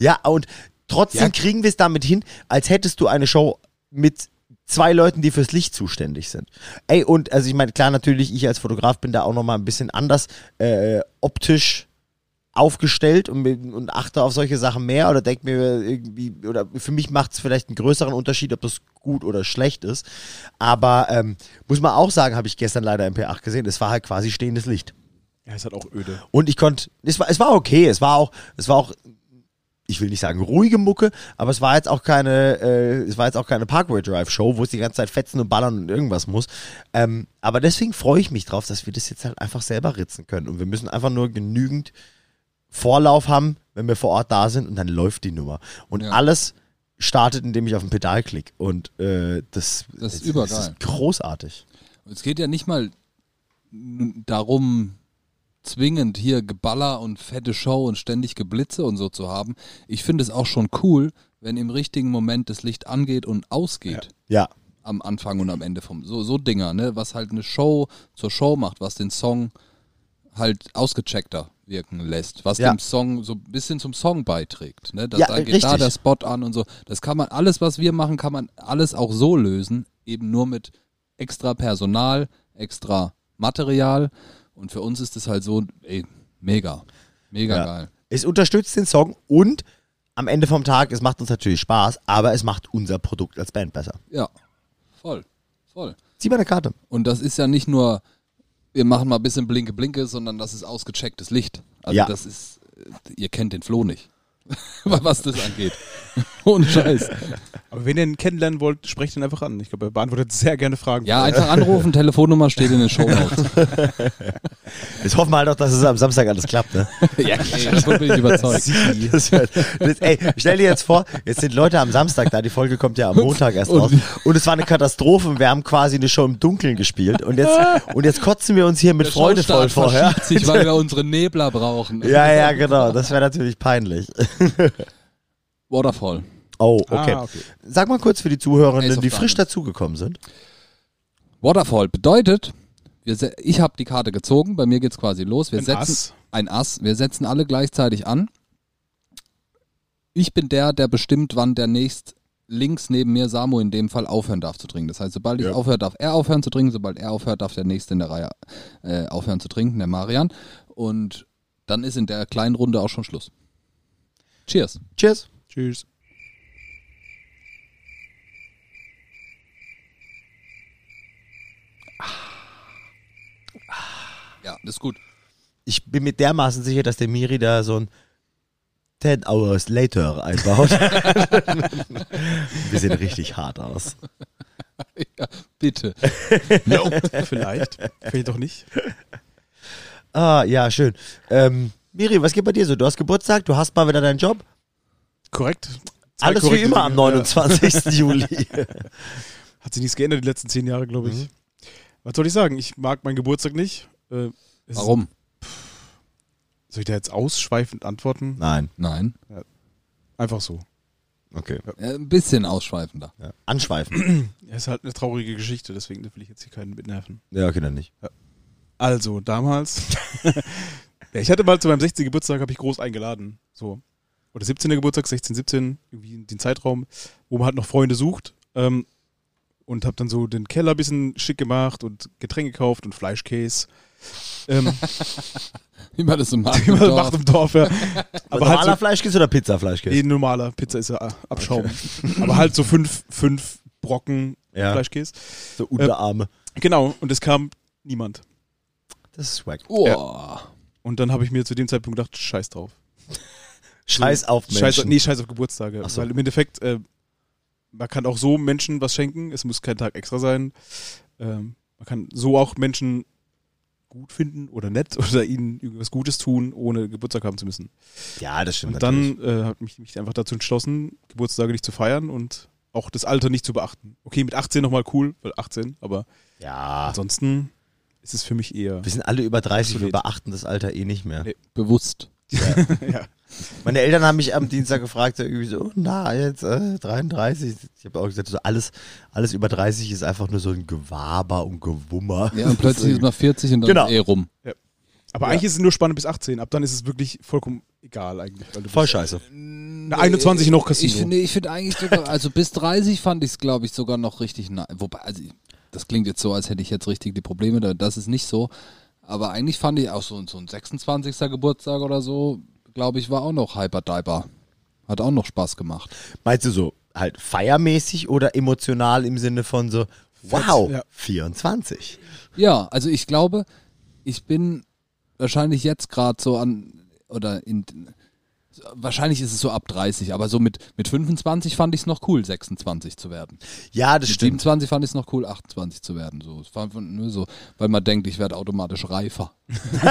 [SPEAKER 3] ja, und trotzdem
[SPEAKER 1] Ja.
[SPEAKER 3] kriegen wir es damit hin, als hättest du eine Show mit zwei Leuten, die fürs Licht zuständig sind. Ey, und also ich meine, klar, natürlich, ich als Fotograf bin da auch nochmal ein bisschen anders äh, optisch aufgestellt und, bin- und achte auf solche Sachen mehr oder denke mir irgendwie, oder für mich macht es vielleicht einen größeren Unterschied, ob das gut oder schlecht ist. Aber ähm, muss man auch sagen, habe ich gestern leider im P8 gesehen, es war halt quasi stehendes Licht.
[SPEAKER 4] Ja, ist halt auch öde.
[SPEAKER 3] Und ich konnte, es war, es war okay, es war auch, es war auch, ich will nicht sagen ruhige Mucke, aber es war jetzt auch keine, äh, es war jetzt auch keine Parkway Drive Show, wo es die ganze Zeit fetzen und ballern und irgendwas muss. Ähm, aber deswegen freue ich mich drauf, dass wir das jetzt halt einfach selber ritzen können und wir müssen einfach nur genügend Vorlauf haben, wenn wir vor Ort da sind und dann läuft die Nummer und
[SPEAKER 1] Ja.
[SPEAKER 3] alles startet, indem ich auf ein Pedal klicke und äh, das,
[SPEAKER 1] Das ist übergeil.
[SPEAKER 3] ist großartig.
[SPEAKER 1] Es geht ja nicht mal n- darum, zwingend hier Geballer und fette Show und ständig Geblitze und so zu haben. Ich finde es auch schon cool, wenn im richtigen Moment das Licht angeht und ausgeht.
[SPEAKER 3] Ja,
[SPEAKER 1] Am Anfang und am Ende vom. So, so Dinger, ne? Was halt eine Show zur Show macht, was den Song halt ausgecheckter wirken lässt, was
[SPEAKER 3] Ja.
[SPEAKER 1] dem Song so ein bisschen zum Song beiträgt. Ne? Da,
[SPEAKER 3] Ja,
[SPEAKER 1] da geht
[SPEAKER 3] richtig.
[SPEAKER 1] da der Spot an und so. Das kann man, alles, was wir machen, kann man alles auch so lösen, eben nur mit extra Personal, extra Material. Und für uns ist es halt so, ey, mega. Mega
[SPEAKER 3] Ja.
[SPEAKER 1] geil.
[SPEAKER 3] Es unterstützt den Song und am Ende vom Tag, es macht uns natürlich Spaß, aber es macht unser Produkt als Band besser.
[SPEAKER 1] Ja. Voll. Voll.
[SPEAKER 3] Zieh mal eine Karte.
[SPEAKER 1] Und das ist ja nicht nur, wir machen mal ein bisschen Blinke Blinke, sondern das ist ausgechecktes Licht. Also
[SPEAKER 3] Ja.
[SPEAKER 1] das ist, äh, ihr kennt den Flo nicht, was das angeht. Ohne Scheiß.
[SPEAKER 4] Aber wenn ihr ihn kennenlernen wollt, sprecht ihn einfach an. Ich glaube, er beantwortet sehr gerne Fragen.
[SPEAKER 1] Ja, einfach anrufen, Telefonnummer steht in den Show Notes.
[SPEAKER 3] Jetzt hoffen wir halt doch, dass es am Samstag alles klappt, ne?
[SPEAKER 1] ja, ey, davon bin ich überzeugt.
[SPEAKER 3] Das wird, das, ey, stell dir jetzt vor, jetzt sind Leute am Samstag da, die Folge kommt ja am Montag erst raus. Und es war eine Katastrophe und wir haben quasi eine Show im Dunkeln gespielt und jetzt, und jetzt kotzen wir uns hier mit
[SPEAKER 1] Der
[SPEAKER 3] Freude voll
[SPEAKER 1] Showstart
[SPEAKER 3] vorher.
[SPEAKER 1] verschiebt sich, weil wir unsere Nebler brauchen.
[SPEAKER 3] Ja, ja, genau. Das wäre natürlich peinlich.
[SPEAKER 1] Waterfall.
[SPEAKER 3] Oh, okay.
[SPEAKER 4] okay. Ah, okay.
[SPEAKER 3] Sag mal kurz für die
[SPEAKER 1] Ace
[SPEAKER 3] Zuhörenden,
[SPEAKER 1] of
[SPEAKER 3] die frisch
[SPEAKER 1] Diamonds.
[SPEAKER 3] dazugekommen sind.
[SPEAKER 1] Waterfall bedeutet, wir se- ich habe die Karte gezogen, bei mir geht's quasi los. Wir
[SPEAKER 4] Ein
[SPEAKER 1] setzen
[SPEAKER 4] Ass.
[SPEAKER 1] ein Ass, wir setzen alle gleichzeitig an. Ich bin der, der bestimmt, wann der nächst links neben mir Samu in dem Fall aufhören darf zu trinken. Das heißt, sobald ich aufhöre, darf er aufhören zu trinken, sobald er aufhört, darf der nächste in der Reihe äh, aufhören zu trinken, der Marian. Und dann ist in der kleinen Runde auch schon Schluss. Cheers.
[SPEAKER 3] Cheers.
[SPEAKER 4] Tschüss.
[SPEAKER 1] Ja, das ist gut.
[SPEAKER 3] ich bin mir dermaßen sicher, dass der Miri da so ein 10 hours later einbaut. Wir sehen richtig hart aus.
[SPEAKER 1] Ja, bitte.
[SPEAKER 4] Vielleicht. Vielleicht auch nicht.
[SPEAKER 3] Ah, ja, schön. Ähm, Miri, was geht bei dir so? Du hast Geburtstag, du hast mal wieder deinen Job.
[SPEAKER 4] Korrekt. Zwei
[SPEAKER 3] Alles wie
[SPEAKER 4] korrekte
[SPEAKER 3] immer am
[SPEAKER 4] Dinge. Ja.
[SPEAKER 3] 29. Juli.
[SPEAKER 4] Hat sich nichts geändert die letzten zehn Jahre, glaube
[SPEAKER 1] Mhm.
[SPEAKER 4] ich. Was soll ich sagen? Ich mag meinen Geburtstag nicht. Äh, es-
[SPEAKER 1] Warum?
[SPEAKER 4] Soll ich da jetzt ausschweifend antworten?
[SPEAKER 3] Nein,
[SPEAKER 1] Nein.
[SPEAKER 4] Einfach so.
[SPEAKER 3] okay.
[SPEAKER 1] Äh, ein bisschen ausschweifender.
[SPEAKER 3] Ja. Anschweifen.
[SPEAKER 4] Ja, ist halt eine traurige Geschichte, deswegen will ich jetzt hier keinen mitnerven.
[SPEAKER 3] Ja, okay, dann nicht.
[SPEAKER 4] Also, damals. ja, ich hatte mal zu meinem 16. Geburtstag, habe ich groß eingeladen. So. Oder 17. Geburtstag, 16, 17, irgendwie in den Zeitraum, wo man halt noch Freunde sucht. Ähm, und habe dann so den Keller ein bisschen schick gemacht und Getränke gekauft und Fleischkäse Ähm,
[SPEAKER 1] Wie man das so macht.
[SPEAKER 4] die
[SPEAKER 1] im
[SPEAKER 4] man
[SPEAKER 1] Dorf.
[SPEAKER 4] macht im Dorf, ja. Aber halt
[SPEAKER 3] normaler
[SPEAKER 4] so,
[SPEAKER 3] Fleischkäse oder Pizzafleischkäse?
[SPEAKER 4] nee, normaler Pizza ist ja äh, Abschaum. Aber halt so fünf, fleischkäse Brocken
[SPEAKER 3] Ja. Ähm,
[SPEAKER 4] Fleischkäse.
[SPEAKER 3] So Unterarme.
[SPEAKER 4] Genau, und es kam niemand.
[SPEAKER 3] Das ist swag.
[SPEAKER 1] Oh.
[SPEAKER 4] Und dann habe ich mir zu dem Zeitpunkt gedacht, scheiß drauf.
[SPEAKER 3] Scheiß auf Menschen.
[SPEAKER 4] Scheiß, nee, scheiß auf Geburtstage.
[SPEAKER 3] Ach so.
[SPEAKER 4] Weil im Endeffekt, äh, man kann auch so Menschen was schenken. Es muss kein Tag extra sein. Ähm, man kann so auch Menschen gut finden oder nett oder ihnen irgendwas Gutes tun, ohne Geburtstag haben zu müssen.
[SPEAKER 3] Ja, das stimmt
[SPEAKER 4] Und
[SPEAKER 3] natürlich.
[SPEAKER 4] dann äh, hat mich, mich einfach dazu entschlossen, Geburtstage nicht zu feiern und auch das Alter nicht zu beachten. Okay, mit 18 nochmal cool, weil 18, aber
[SPEAKER 3] Ja.
[SPEAKER 4] ansonsten ist es für mich eher.
[SPEAKER 3] Wir sind alle über 30 und
[SPEAKER 4] Absolut.
[SPEAKER 3] überachten das Alter eh nicht mehr.
[SPEAKER 4] Nee.
[SPEAKER 1] Bewusst.
[SPEAKER 4] ja.
[SPEAKER 3] Meine Eltern haben mich am Dienstag gefragt, so irgendwie so, na, jetzt äh, 33. Ich habe auch gesagt, so alles, alles über 30 ist einfach nur so ein Gewaber und Gewummer.
[SPEAKER 1] Ja, und plötzlich ist man 40 und dann
[SPEAKER 3] Genau.
[SPEAKER 1] ist eh rum.
[SPEAKER 4] Aber eigentlich ist es nur spannend bis 18. Ab dann ist es wirklich vollkommen egal eigentlich. Weil du
[SPEAKER 3] Voll
[SPEAKER 4] bist-
[SPEAKER 3] scheiße.
[SPEAKER 4] Na, 21 noch Casino.
[SPEAKER 1] Ich finde, ich finde eigentlich sogar, also bis 30 fand ich es, glaube ich, sogar noch richtig nice. Wobei, also, das klingt jetzt so, als hätte ich jetzt richtig die Probleme, da- das ist nicht so. Aber eigentlich fand ich auch so, ein- so ein 26. Geburtstag oder so, glaube ich, war auch noch hyper-diaper. Hat auch noch Spaß gemacht.
[SPEAKER 3] Meinst du so halt feiermäßig oder emotional im Sinne von so, wow,
[SPEAKER 4] Ja.
[SPEAKER 3] 24?
[SPEAKER 1] Ja, also ich glaube, ich bin wahrscheinlich jetzt gerade so an, oder in, wahrscheinlich ist es so ab 30, aber so mit, mit 25 fand ich es noch cool, 26 zu werden.
[SPEAKER 3] Ja, das
[SPEAKER 1] Mit
[SPEAKER 3] stimmt.
[SPEAKER 1] 27 fand ich es noch cool, 28 zu werden. So. Es war einfach nur so, weil man denkt, ich werde automatisch reifer.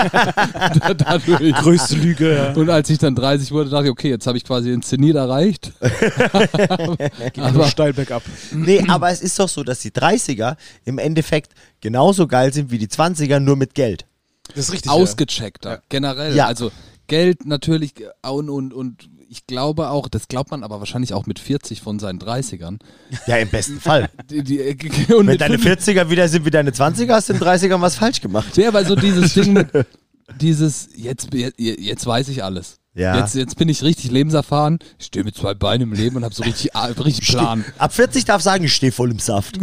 [SPEAKER 1] Dadurch.
[SPEAKER 4] Größte Lüge. Ja.
[SPEAKER 1] Und als ich dann 30 wurde, dachte ich, okay, jetzt habe ich quasi den Zenit erreicht.
[SPEAKER 4] Nur
[SPEAKER 1] aber,
[SPEAKER 4] steil bergab.
[SPEAKER 3] Nee, aber es ist doch so, dass die 30er im Endeffekt genauso geil sind wie die 20er, nur mit Geld.
[SPEAKER 4] Das ist richtig.
[SPEAKER 1] ausgecheckter, generell.
[SPEAKER 3] Ja.
[SPEAKER 1] Also Geld natürlich äh, und, und, und ich glaube auch, das glaubt man aber wahrscheinlich auch mit 40 von seinen 30ern.
[SPEAKER 3] Ja, im besten Fall.
[SPEAKER 1] Die, die, und
[SPEAKER 3] Wenn
[SPEAKER 1] mit
[SPEAKER 3] deine
[SPEAKER 1] 45
[SPEAKER 3] 40er wieder sind wie deine 20er, hast du in 30ern was falsch gemacht.
[SPEAKER 1] Ja, weil so dieses Ding mit dieses, jetzt, jetzt, jetzt weiß ich alles.
[SPEAKER 3] Ja.
[SPEAKER 1] Jetzt, jetzt bin ich richtig lebenserfahren. Ich stehe mit zwei Beinen im Leben und habe so richtig, ah, richtig Plan.
[SPEAKER 3] Ab 40 darf sagen, ich stehe voll im Saft.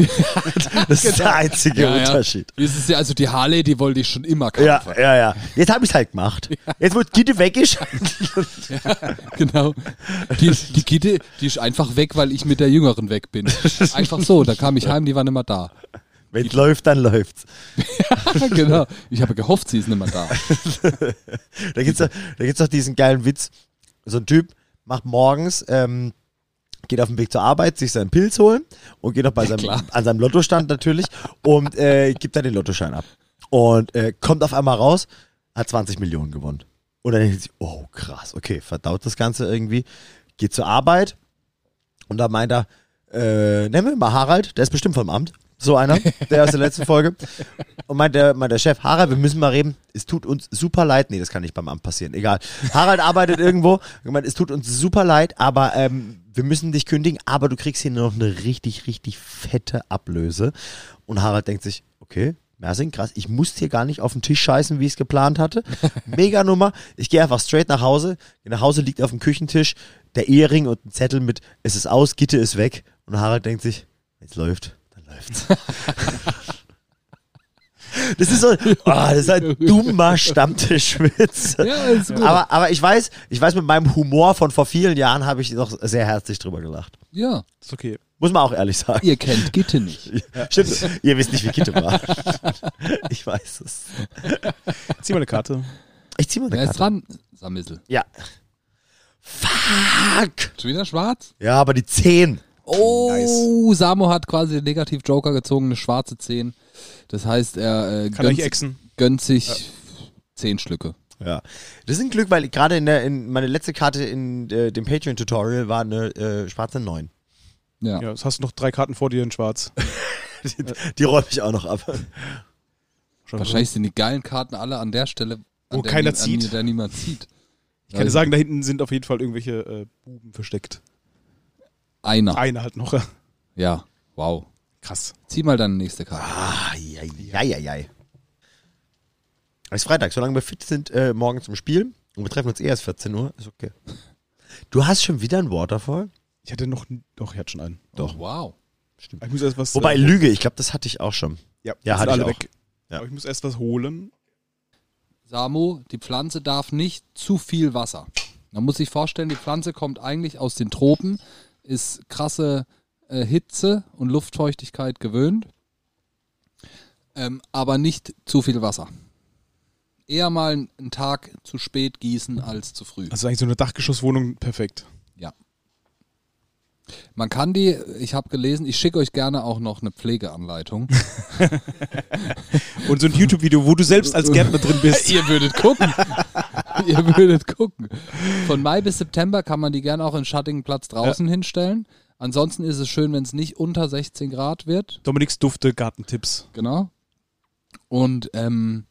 [SPEAKER 3] Das ist der einzige Unterschied.
[SPEAKER 1] Genau. Ja. Das ist ja also die Harley, die wollte ich schon immer kaufen.
[SPEAKER 3] Ja, ja, ja. Jetzt habe ich es halt gemacht. Jetzt, wo Gitte weg ist,
[SPEAKER 1] Genau. Die, die Gitte, die ist einfach weg, weil ich mit der Jüngeren weg bin. Einfach so. Da kam ich heim, die war nicht mehr da.
[SPEAKER 3] wenn's läuft, dann läuft's.
[SPEAKER 1] genau. Ich habe gehofft, sie ist nicht mehr da.
[SPEAKER 3] Da gibt's doch, da gibt's doch diesen geilen Witz. So ein Typ macht morgens, ähm, geht auf den Weg zur Arbeit, sich seinen Pilz holen und geht noch bei seinem,
[SPEAKER 1] klar.
[SPEAKER 3] an seinem Lottostand natürlich und äh, gibt dann den Lottoschein ab. Und äh, kommt auf einmal raus, hat 20 Millionen gewonnen. Und dann denkt er sich, oh krass, okay, verdaut das Ganze irgendwie. Geht zur Arbeit und da meint er, äh, nehmen wir mal Harald, der ist bestimmt vom Amt. So einer, der aus der letzten Folge. Und meint der, meint der Chef, Harald, wir müssen mal reden. Es tut uns super leid. Nee, das kann nicht beim Amt passieren. Egal. Harald arbeitet irgendwo. Ich meine, es tut uns super leid, aber ähm, wir müssen dich kündigen. Aber du kriegst hier noch eine richtig, richtig fette Ablöse. Und Harald denkt sich, okay, Mersing, krass. Ich musste hier gar nicht auf den Tisch scheißen, wie ich es geplant hatte. Mega Nummer. Ich gehe einfach straight nach Hause. Nach Hause liegt auf dem Küchentisch der Ehering und ein Zettel mit, es ist aus, Gitte ist weg. Und Harald denkt sich, jetzt läuft, dann läuft's. Das ist so, oh, das ist ein dummer Stammtischwitz.
[SPEAKER 1] Ja, ist gut.
[SPEAKER 3] Aber, aber ich weiß, ich weiß, mit meinem Humor von vor vielen Jahren habe ich noch sehr herzlich drüber gelacht.
[SPEAKER 1] Ja,
[SPEAKER 4] Ist okay.
[SPEAKER 3] Muss man auch ehrlich sagen.
[SPEAKER 1] ihr kennt Gitte nicht.
[SPEAKER 3] Stimmt, ihr wisst nicht, wie Gitte war. Ich weiß es.
[SPEAKER 4] Zieh mal eine Karte.
[SPEAKER 3] Ich zieh mal eine
[SPEAKER 1] Wer ist
[SPEAKER 3] Karte.
[SPEAKER 1] dran? Samissel.
[SPEAKER 3] Ja. Fuck!
[SPEAKER 1] Schon wieder schwarz?
[SPEAKER 3] Ja, aber die 10.
[SPEAKER 1] Oh, Samo hat quasi den Negativ-Joker gezogen, eine schwarze 10. Das heißt, er äh,
[SPEAKER 4] Kann euch
[SPEAKER 1] gönnt,
[SPEAKER 4] exen.
[SPEAKER 1] gönnt sich 10 Schlücke.
[SPEAKER 3] Ja. Das ist ein Glück, weil gerade in der, in meine letzte Karte in äh, dem Patreon-Tutorial war eine äh, schwarze 9.
[SPEAKER 1] Ja.
[SPEAKER 4] Ja, jetzt hast du noch drei Karten vor dir in schwarz.
[SPEAKER 3] Die, die räume ich auch noch ab.
[SPEAKER 4] Schon
[SPEAKER 1] Wahrscheinlich sind die geilen Karten alle an der Stelle, an
[SPEAKER 4] Wo
[SPEAKER 1] der,
[SPEAKER 4] keiner
[SPEAKER 1] nie- an
[SPEAKER 4] zieht.
[SPEAKER 1] die- der niemand zieht. Also
[SPEAKER 4] Ich kann dir sagen, da hinten sind auf jeden Fall irgendwelche äh, Buben versteckt.
[SPEAKER 1] Einer.
[SPEAKER 4] Eine halt noch.
[SPEAKER 1] Ja, wow.
[SPEAKER 4] Krass.
[SPEAKER 1] Zieh mal deine nächste
[SPEAKER 4] Ah,
[SPEAKER 1] Karte.
[SPEAKER 3] Eieieiei. Es ist Freitag, solange wir fit sind, äh, morgen zum Spiel. Und wir treffen uns eh erst 14 Uhr. Ist okay. Du hast schon wieder ein Waterfall?
[SPEAKER 4] Ich hatte noch. n- Doch, ich hatte schon einen.
[SPEAKER 1] Doch. wow.
[SPEAKER 4] Ich muss erst was.
[SPEAKER 3] Wobei,
[SPEAKER 4] äh,
[SPEAKER 3] Lüge, ich glaube, das hatte ich auch schon.
[SPEAKER 4] ja,
[SPEAKER 3] ja,
[SPEAKER 4] sind
[SPEAKER 3] hatte ich
[SPEAKER 4] alle
[SPEAKER 3] auch.
[SPEAKER 4] weg.
[SPEAKER 3] Ja.
[SPEAKER 4] Aber ich muss erst was holen.
[SPEAKER 1] Samu, die Pflanze darf nicht zu viel Wasser. Man muss sich vorstellen, die Pflanze kommt eigentlich aus den Tropen, ist krasse äh, Hitze und Luftfeuchtigkeit gewöhnt, ähm, aber nicht zu viel Wasser. Eher mal einen Tag zu spät gießen als zu früh.
[SPEAKER 4] Also eigentlich so eine Dachgeschosswohnung perfekt.
[SPEAKER 1] Man kann die, ich habe gelesen, ich schicke euch gerne auch noch eine Pflegeanleitung.
[SPEAKER 4] Und so ein YouTube-Video, wo du selbst als Gärtner drin bist.
[SPEAKER 1] Ihr würdet gucken. Ihr würdet gucken. Von Mai bis September kann man die gerne auch in schattigen Platz draußen hinstellen. Ansonsten ist es schön, wenn es nicht unter 16 Grad wird.
[SPEAKER 4] Dominiks Dufte, Gartentipps.
[SPEAKER 1] Genau. Und ähm,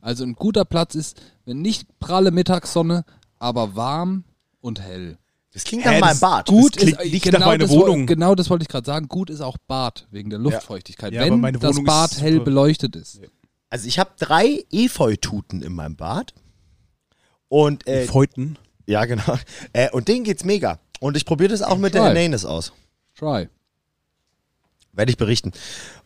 [SPEAKER 1] also ein guter Platz ist, wenn nicht pralle Mittagssonne, aber warm und hell.
[SPEAKER 3] Das klingt
[SPEAKER 4] Hä,
[SPEAKER 3] nach
[SPEAKER 4] das
[SPEAKER 3] meinem
[SPEAKER 4] ist
[SPEAKER 3] Bad.
[SPEAKER 4] gut. klingt
[SPEAKER 1] äh,
[SPEAKER 4] nicht nach meiner
[SPEAKER 1] das woll-
[SPEAKER 4] Wohnung.
[SPEAKER 1] Genau das wollte ich gerade sagen. Gut ist auch Bad wegen der Luftfeuchtigkeit,
[SPEAKER 4] Ja, aber
[SPEAKER 1] wenn
[SPEAKER 4] meine
[SPEAKER 1] das
[SPEAKER 4] Wohnung
[SPEAKER 1] Bad
[SPEAKER 4] ist
[SPEAKER 1] hell
[SPEAKER 4] super.
[SPEAKER 1] beleuchtet ist.
[SPEAKER 3] Also ich habe drei Efeututen in meinem Bad. Und äh,
[SPEAKER 4] Feuten.
[SPEAKER 3] ja, genau. Äh, und denen geht's mega. Und ich probiere das auch mit der
[SPEAKER 1] Geil.
[SPEAKER 3] Ananis aus.
[SPEAKER 1] Try.
[SPEAKER 3] Werde ich berichten.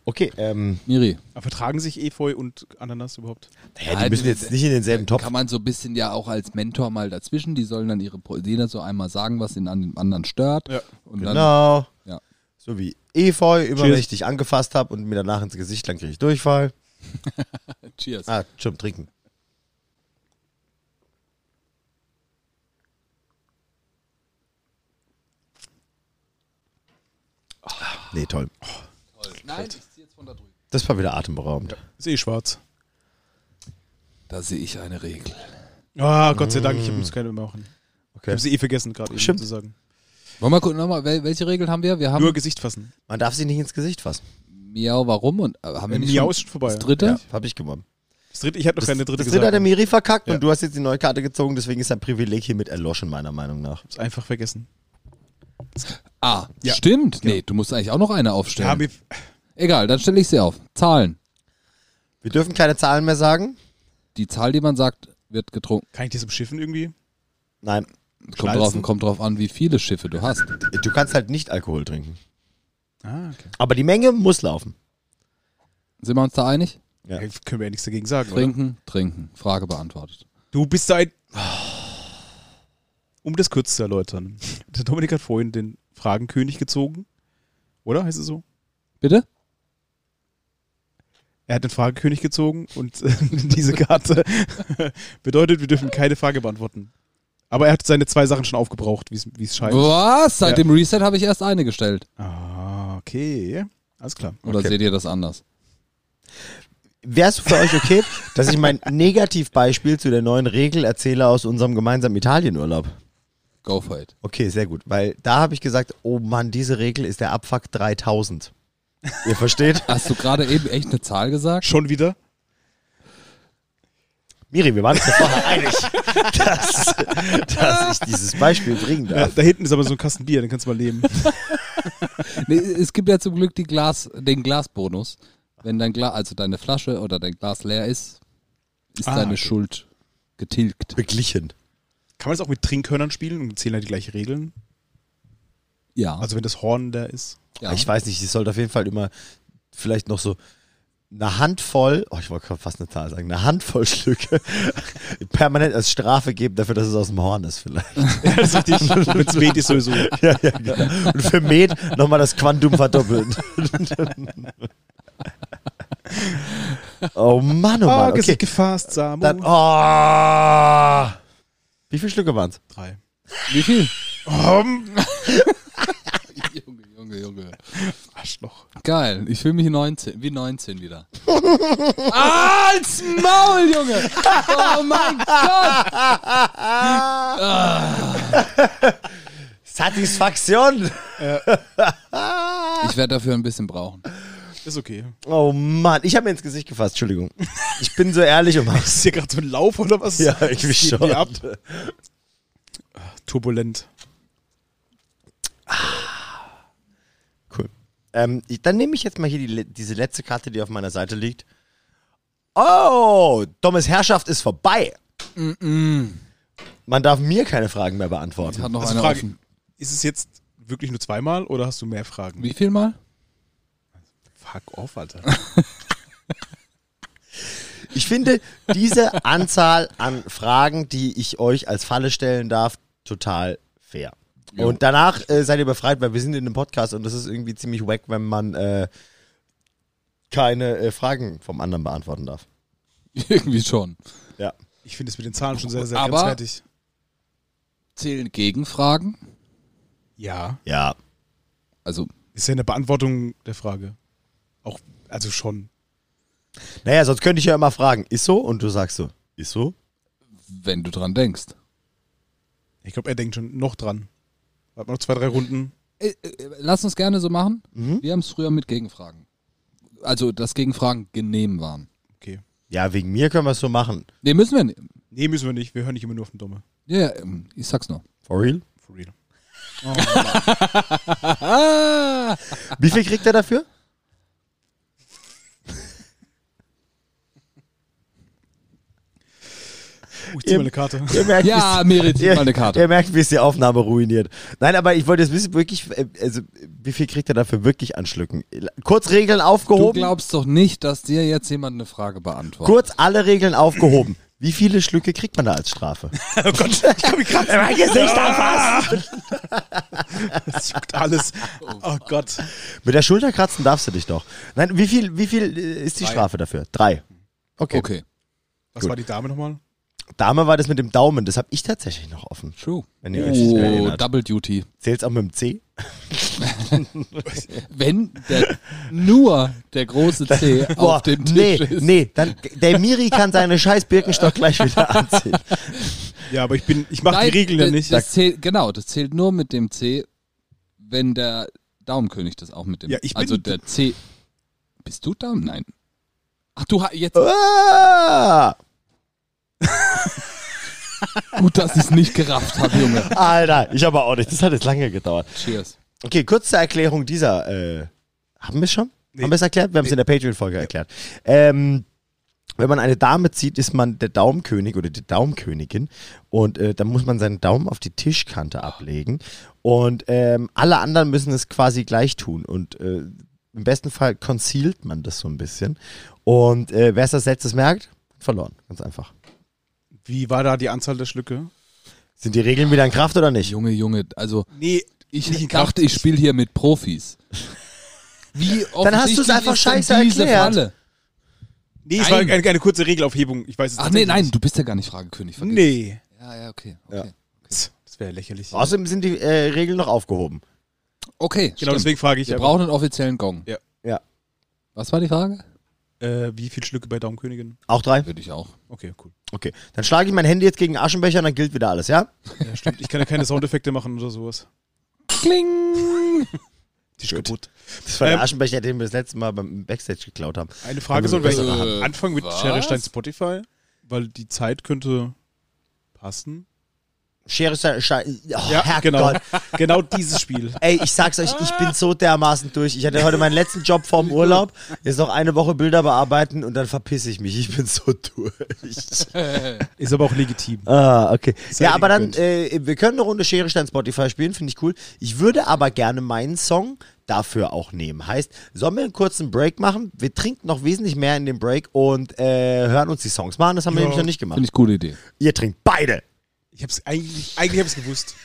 [SPEAKER 3] Okay, ähm,
[SPEAKER 1] Miri.
[SPEAKER 4] Aber vertragen sich Efeu und Ananas überhaupt?
[SPEAKER 3] naja,
[SPEAKER 1] Ja,
[SPEAKER 3] die müssen
[SPEAKER 1] die-
[SPEAKER 3] jetzt nicht in denselben Topf.
[SPEAKER 1] Kann man so ein bisschen ja auch als Mentor mal dazwischen, die sollen dann ihre Pro- jeder so einmal sagen, was ihn an dem anderen stört.
[SPEAKER 4] Ja.
[SPEAKER 1] Und dann
[SPEAKER 3] Genau.
[SPEAKER 1] Ja.
[SPEAKER 3] So wie Efeu, immer
[SPEAKER 4] Cheers.
[SPEAKER 3] wenn ich dich angefasst habe und mir danach ins Gesicht, dann kriege ich Durchfall.
[SPEAKER 1] Cheers.
[SPEAKER 3] Ah, schon trinken. Nee, toll.
[SPEAKER 1] Nein, ich zieh jetzt von da drüben.
[SPEAKER 3] Das war wieder atemberaubend.
[SPEAKER 4] Ist eh schwarz.
[SPEAKER 1] Da sehe ich eine Regel.
[SPEAKER 4] Ah, Gott sei Dank, ich muss keine mehr machen. Ich
[SPEAKER 3] Okay.
[SPEAKER 4] habe sie eh vergessen gerade eben
[SPEAKER 3] Stimmt.
[SPEAKER 4] zu sagen.
[SPEAKER 1] Wollen wir gucken nochmal, wel- welche Regeln haben wir? Wir haben
[SPEAKER 4] Nur Gesicht fassen.
[SPEAKER 3] Man darf sie nicht ins Gesicht fassen.
[SPEAKER 1] Miau, warum und äh, haben wir
[SPEAKER 4] Äh,
[SPEAKER 1] nicht
[SPEAKER 4] Miau
[SPEAKER 1] schon
[SPEAKER 4] ist schon vorbei.
[SPEAKER 1] das dritte?
[SPEAKER 3] Ja, hab ich gewonnen.
[SPEAKER 4] Das dritte, ich hatte noch keine dritte
[SPEAKER 3] das
[SPEAKER 4] gesagt.
[SPEAKER 3] dritte hat der Miri verkackt
[SPEAKER 4] Ja.
[SPEAKER 3] und du hast jetzt die neue Karte gezogen, deswegen ist dein Privileg hiermit erloschen, meiner Meinung nach.
[SPEAKER 4] Hab's einfach vergessen.
[SPEAKER 1] Ah,
[SPEAKER 4] Ja. Genau.
[SPEAKER 1] stimmt. Nee, du musst eigentlich auch noch eine aufstellen.
[SPEAKER 4] Ja, wir-
[SPEAKER 1] Egal, dann stelle ich sie auf. Zahlen.
[SPEAKER 3] Wir dürfen keine Zahlen mehr sagen.
[SPEAKER 1] Die Zahl, die man sagt, wird getrunken.
[SPEAKER 4] kann ich das beschiffen irgendwie?
[SPEAKER 3] Nein,
[SPEAKER 1] Kommt
[SPEAKER 4] Schnalzen.
[SPEAKER 1] drauf, kommt drauf an, wie viele Schiffe du hast.
[SPEAKER 3] du kannst halt nicht Alkohol trinken.
[SPEAKER 4] Ah, okay.
[SPEAKER 3] Aber die Menge muss laufen.
[SPEAKER 1] Sind wir uns da einig?
[SPEAKER 3] Ja.
[SPEAKER 4] Ja, können wir ja nichts dagegen sagen, oder?
[SPEAKER 1] Trinken, trinken. Frage beantwortet.
[SPEAKER 4] Du bist ein. Um das kurz zu erläutern. Der Dominik hat vorhin den Fragenkönig gezogen. Oder heißt es so?
[SPEAKER 1] Bitte?
[SPEAKER 4] Er hat den Fragekönig gezogen und äh, diese Karte bedeutet, wir dürfen keine Frage beantworten. Aber er hat seine zwei Sachen schon aufgebraucht, wie es- wie es scheint.
[SPEAKER 1] Was? Seit
[SPEAKER 4] Ja.
[SPEAKER 1] dem Reset habe ich erst eine gestellt.
[SPEAKER 4] Ah, okay. Alles klar.
[SPEAKER 1] Oder
[SPEAKER 3] Okay.
[SPEAKER 1] seht ihr das anders?
[SPEAKER 3] Wäre es für euch okay, dass ich mein Negativbeispiel zu der neuen Regel erzähle aus unserem gemeinsamen Italienurlaub?
[SPEAKER 1] Go for it.
[SPEAKER 3] Okay, sehr gut, weil da habe ich gesagt, oh Mann, diese Regel ist der Abfuck 3000. Ihr versteht?
[SPEAKER 1] Hast du gerade eben echt eine Zahl gesagt?
[SPEAKER 4] Schon wieder?
[SPEAKER 3] Miri, wir waren uns ja vorher einig, dass, dass ich dieses Beispiel bringen
[SPEAKER 4] Ja,
[SPEAKER 3] darf.
[SPEAKER 4] da hinten ist aber so ein Kasten Bier, den kannst du mal leben.
[SPEAKER 1] Nee, es gibt ja zum Glück die Glas, den Glasbonus. Wenn dein Glas, also deine Flasche oder dein Glas leer ist, ist
[SPEAKER 4] Ah,
[SPEAKER 1] deine
[SPEAKER 4] okay.
[SPEAKER 1] Schuld getilgt.
[SPEAKER 3] Beglichen.
[SPEAKER 4] Kann man das auch mit Trinkhörnern spielen und zählen halt die gleichen Regeln?
[SPEAKER 1] Ja.
[SPEAKER 4] Also wenn das Horn da ist.
[SPEAKER 1] ja.
[SPEAKER 3] Ich weiß nicht, ich sollte auf jeden Fall immer vielleicht noch so eine Handvoll, oh, ich wollte gerade fast eine Zahl sagen, eine Handvoll Schlücke permanent als Strafe geben dafür, dass es aus dem Horn ist vielleicht.
[SPEAKER 4] Ja, das ist richtig. Wenn's weht, ist sowieso.
[SPEAKER 3] Ja, ja, genau. Und für Med nochmal das Quantum verdoppeln. oh Mann, oh
[SPEAKER 4] Ah,
[SPEAKER 3] Mann. Okay.
[SPEAKER 4] gefasst, Samu.
[SPEAKER 3] Dann, oh. Wie viele Schlücke waren es?
[SPEAKER 4] Drei.
[SPEAKER 1] Wie viel?
[SPEAKER 4] Um,
[SPEAKER 1] Junge, Junge, Junge.
[SPEAKER 4] Arschloch.
[SPEAKER 1] Geil. Ich fühle mich 19, wie 19 wieder. Als Maul, Junge! Oh mein Gott!
[SPEAKER 3] Satisfaktion.
[SPEAKER 1] Ich werde dafür ein bisschen brauchen.
[SPEAKER 4] Ist okay.
[SPEAKER 3] Oh Mann, ich habe mir ins Gesicht gefasst, Entschuldigung. Ich bin so ehrlich und mach's.
[SPEAKER 4] Ist hier gerade so ein Lauf oder was?
[SPEAKER 3] Ja, ich
[SPEAKER 4] Das
[SPEAKER 3] mich
[SPEAKER 4] geht
[SPEAKER 3] schon.
[SPEAKER 4] mir ab. Turbulent.
[SPEAKER 3] Cool. Ähm, ich, dann nehme ich jetzt mal hier die, le- diese letzte Karte, die auf meiner Seite liegt. Oh, Dommes Herrschaft ist vorbei. Man darf mir keine Fragen mehr
[SPEAKER 1] Ich
[SPEAKER 3] beantworten.
[SPEAKER 1] habe noch
[SPEAKER 4] Also
[SPEAKER 1] eine
[SPEAKER 4] Frage,
[SPEAKER 1] offen.
[SPEAKER 4] ist es jetzt wirklich nur zweimal oder hast du mehr Fragen?
[SPEAKER 1] Wie viel mal?
[SPEAKER 4] Fuck off, Alter.
[SPEAKER 3] Ich finde diese Anzahl an Fragen, die ich euch als Falle stellen darf, total fair.
[SPEAKER 1] Jo.
[SPEAKER 3] Und danach äh, seid ihr befreit, weil wir sind in einem Podcast und das ist irgendwie ziemlich wack, wenn man äh, keine äh, Fragen vom anderen beantworten darf.
[SPEAKER 1] Irgendwie schon.
[SPEAKER 3] Ja.
[SPEAKER 4] Ich finde es mit den Zahlen schon sehr, sehr
[SPEAKER 1] Aber-
[SPEAKER 4] grenzwertig.
[SPEAKER 1] Zählen Gegenfragen?
[SPEAKER 4] Ja.
[SPEAKER 3] Ja.
[SPEAKER 1] Also,
[SPEAKER 4] Ist ja eine Beantwortung der Frage. Auch, also schon.
[SPEAKER 3] Naja, sonst könnte ich ja immer fragen, ist so? Und du sagst so, ist so?
[SPEAKER 1] wenn du dran denkst.
[SPEAKER 4] Ich glaube, er denkt schon noch dran. Hat man noch zwei, drei Runden.
[SPEAKER 1] Äh, äh, Lass uns gerne so machen.
[SPEAKER 4] Mhm.
[SPEAKER 1] Wir haben es früher mit Gegenfragen. Also, dass Gegenfragen genehm waren.
[SPEAKER 4] Okay.
[SPEAKER 3] Ja, wegen mir können wir es so machen.
[SPEAKER 1] Nee, müssen wir nicht.
[SPEAKER 4] Nee, müssen wir nicht. Wir hören nicht immer nur auf den Dumme.
[SPEAKER 1] Ja, ja, ähm, ich sag's noch.
[SPEAKER 3] For real?
[SPEAKER 4] For real.
[SPEAKER 1] Ah!
[SPEAKER 3] Wie viel kriegt er dafür?
[SPEAKER 4] Uh, ich zieh mal eine Karte.
[SPEAKER 3] Ihr merkt,
[SPEAKER 1] Ja,
[SPEAKER 3] wie's-
[SPEAKER 1] Merit, zieht
[SPEAKER 3] ihr,
[SPEAKER 1] mal eine Karte.
[SPEAKER 3] Ihr merkt, wie es die Aufnahme ruiniert. Nein, aber ich wollte jetzt wissen, wirklich, äh, also, wie viel kriegt er dafür wirklich an Schlücken? Kurz Regeln
[SPEAKER 1] Du
[SPEAKER 3] aufgehoben.
[SPEAKER 1] glaubst doch nicht, dass dir jetzt jemand eine Frage beantwortet.
[SPEAKER 3] Kurz alle Regeln aufgehoben. Wie viele Schlücke kriegt man da als Strafe?
[SPEAKER 4] Oh Gott, ich kann mich gerade.
[SPEAKER 3] mein Gesicht anfasst!
[SPEAKER 4] Das juckt alles. Oh Gott.
[SPEAKER 3] Mit der Schulter kratzen darfst du dich doch. Nein, wie viel, wie viel äh, ist die
[SPEAKER 4] Drei.
[SPEAKER 3] Strafe dafür? Drei. Okay.
[SPEAKER 1] Okay,
[SPEAKER 4] Was war die Dame nochmal?
[SPEAKER 3] Dame war das mit dem Daumen, das habe ich tatsächlich noch offen.
[SPEAKER 1] true.
[SPEAKER 3] Wenn ihr euch
[SPEAKER 1] Oh,
[SPEAKER 3] erinnert.
[SPEAKER 1] Double Duty.
[SPEAKER 3] Zählt's auch mit dem C?
[SPEAKER 1] Wenn der, nur der große C
[SPEAKER 3] Boah,
[SPEAKER 1] auf dem Tisch
[SPEAKER 3] nee,
[SPEAKER 1] ist.
[SPEAKER 3] nee, dann, der Miri kann seine scheiß Birkenstock gleich wieder anziehen.
[SPEAKER 4] Ja, aber ich bin, ich mache die
[SPEAKER 1] Nein,
[SPEAKER 4] Regeln ja
[SPEAKER 1] das-
[SPEAKER 4] nicht.
[SPEAKER 1] Das zählt, genau, das zählt nur mit dem C, wenn der Daumenkönig das auch mit dem.
[SPEAKER 4] Ja, ich bin-
[SPEAKER 1] also der C. Bist du Daumen? Nein. Ach du, ha- jetzt
[SPEAKER 3] Ah,
[SPEAKER 1] gut, dass ich es nicht gerafft habe, Junge.
[SPEAKER 3] Alter, ich aber auch nicht. Das hat jetzt lange gedauert.
[SPEAKER 1] Cheers.
[SPEAKER 3] Okay, kurz zur Erklärung dieser. Äh, haben wir schon?
[SPEAKER 4] Nee.
[SPEAKER 3] Haben wir es erklärt? Wir haben es in der Patreon-Folge erklärt. Ähm, wenn man eine Dame zieht, ist man der Daumenkönig oder die Daumenkönigin. Und äh, dann muss man seinen Daumen auf die Tischkante ablegen. Und ähm, alle anderen müssen es quasi gleich tun. Und äh, im besten Fall concealt man das so ein bisschen. Und äh, wer es als letztes merkt, hat verloren. Ganz einfach.
[SPEAKER 4] Wie war da die Anzahl der Schlücke?
[SPEAKER 3] Sind die Regeln wieder in Kraft oder nicht?
[SPEAKER 1] Junge, Junge, also
[SPEAKER 4] Nee,
[SPEAKER 1] ich
[SPEAKER 4] Nicht in Kraft.
[SPEAKER 1] dachte, ich spiele hier mit Profis. Wie
[SPEAKER 3] Dann hast
[SPEAKER 1] offensichtlich
[SPEAKER 3] du's einfach
[SPEAKER 1] ist denn
[SPEAKER 3] scheiße
[SPEAKER 1] diese
[SPEAKER 3] erklärt.
[SPEAKER 1] Falle?
[SPEAKER 4] nee, es
[SPEAKER 1] Nein.
[SPEAKER 4] war eine, eine kurze Regelaufhebung. Ich weiß es
[SPEAKER 1] Ach nee,
[SPEAKER 4] tatsächlich
[SPEAKER 1] nein,
[SPEAKER 4] nicht.
[SPEAKER 1] du bist ja gar nicht Fragekönig. vergiss.
[SPEAKER 4] Nee.
[SPEAKER 1] Ja, ja, okay. Okay, Ah,
[SPEAKER 4] Das wäre lächerlich.
[SPEAKER 3] Außerdem sind die äh, Regeln noch aufgehoben.
[SPEAKER 1] okay
[SPEAKER 4] Genau,
[SPEAKER 1] stimmt.
[SPEAKER 4] deswegen frage ich.
[SPEAKER 1] Wir
[SPEAKER 4] aber,
[SPEAKER 1] brauchen einen offiziellen Gong.
[SPEAKER 4] Ja.
[SPEAKER 3] Ja.
[SPEAKER 1] Was war die Frage?
[SPEAKER 4] äh, wie viel Schlücke bei Daumenkönigin?
[SPEAKER 3] Auch drei?
[SPEAKER 1] Würde ich auch.
[SPEAKER 4] Okay, cool.
[SPEAKER 3] Okay, dann schlage ich mein Handy jetzt gegen Aschenbecher und dann gilt wieder alles, ja?
[SPEAKER 4] Ja, stimmt. Ich kann ja keine Soundeffekte machen oder sowas.
[SPEAKER 1] Kling!
[SPEAKER 4] Tisch kaputt.
[SPEAKER 3] Das war der
[SPEAKER 4] Ähm,
[SPEAKER 3] Aschenbecher, den wir das letzte Mal beim Backstage geklaut haben.
[SPEAKER 4] Eine Frage
[SPEAKER 3] Also,
[SPEAKER 4] sollen wir
[SPEAKER 1] äh,
[SPEAKER 4] jetzt anfangen mit
[SPEAKER 1] was?
[SPEAKER 4] Schere Stein Spotify, weil die Zeit könnte passen.
[SPEAKER 3] Schere, Stein, Stein, oh, Herrgott.
[SPEAKER 4] genau. Genau dieses Spiel.
[SPEAKER 3] Ey, ich sag's euch, ich bin so dermaßen durch. Ich hatte heute meinen letzten Job vorm Urlaub. Jetzt noch eine Woche Bilder bearbeiten und dann verpisse ich mich. Ich bin so durch.
[SPEAKER 4] Ist aber auch legitim.
[SPEAKER 3] Ah, okay.
[SPEAKER 4] Sei
[SPEAKER 3] ja, aber dann,
[SPEAKER 4] gegönnt.
[SPEAKER 3] äh, wir können eine Runde Schere Stein Spotify spielen, finde ich cool. Ich würde aber gerne meinen Song dafür auch nehmen. Heißt, sollen wir einen kurzen Break machen? Wir trinken noch wesentlich mehr in dem Break und äh, hören uns die Songs mal an. Das haben wir
[SPEAKER 4] Ja.
[SPEAKER 3] nämlich noch nicht gemacht.
[SPEAKER 1] Finde ich gute Idee.
[SPEAKER 3] Ihr trinkt beide.
[SPEAKER 4] Ich hab's eigentlich, eigentlich hab's gewusst.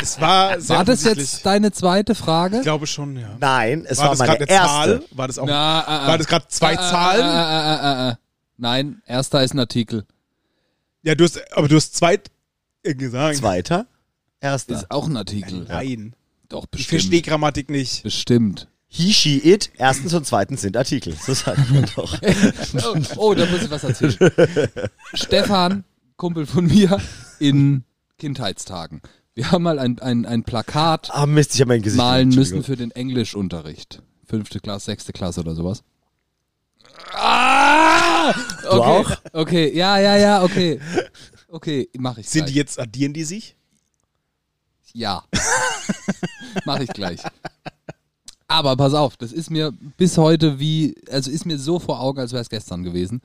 [SPEAKER 4] es war sehr
[SPEAKER 1] War das
[SPEAKER 4] offensichtlich.
[SPEAKER 1] jetzt deine zweite
[SPEAKER 4] Ich
[SPEAKER 1] Frage?
[SPEAKER 4] glaube schon, ja.
[SPEAKER 3] Nein, es
[SPEAKER 4] War
[SPEAKER 3] war,
[SPEAKER 4] das
[SPEAKER 3] meine
[SPEAKER 4] gerade eine
[SPEAKER 3] erste.
[SPEAKER 4] Zahl? War das auch
[SPEAKER 1] Na, ah, ah.
[SPEAKER 4] War das gerade zwei
[SPEAKER 1] Ah, ah,
[SPEAKER 4] Zahlen?
[SPEAKER 1] ah, ah, ah, ah, ah. Nein, erster ist ein Artikel.
[SPEAKER 4] Ja, du hast, aber du hast zweit äh, gesagt.
[SPEAKER 3] Zweiter, erster.
[SPEAKER 1] Ist auch ein Artikel.
[SPEAKER 4] Nein.
[SPEAKER 1] Doch,
[SPEAKER 4] Ich
[SPEAKER 1] bestimmt.
[SPEAKER 4] verstehe Grammatik nicht.
[SPEAKER 1] Bestimmt.
[SPEAKER 3] He, she, it. Erstens und zweitens sind Artikel. So sagt man doch.
[SPEAKER 1] Oh, oh, da muss ich was erzählen. Stefan, Kumpel von mir, in Kindheitstagen. Wir haben mal ein, ein, ein Plakat
[SPEAKER 3] Ah, Mist, ich habe mein Gesicht.
[SPEAKER 1] malen
[SPEAKER 3] Entschuldigung.
[SPEAKER 1] müssen für den Englischunterricht. Fünfte Klasse, sechste Klasse oder sowas. Ah! Okay.
[SPEAKER 3] auch?
[SPEAKER 1] Okay, ja, ja, ja, okay. Okay, mach ich
[SPEAKER 4] Sind
[SPEAKER 1] gleich.
[SPEAKER 4] die jetzt, addieren die sich?
[SPEAKER 1] Ja. Mach ich gleich. Aber pass auf, das ist mir bis heute wie, also ist mir so vor Augen, als wäre es gestern gewesen.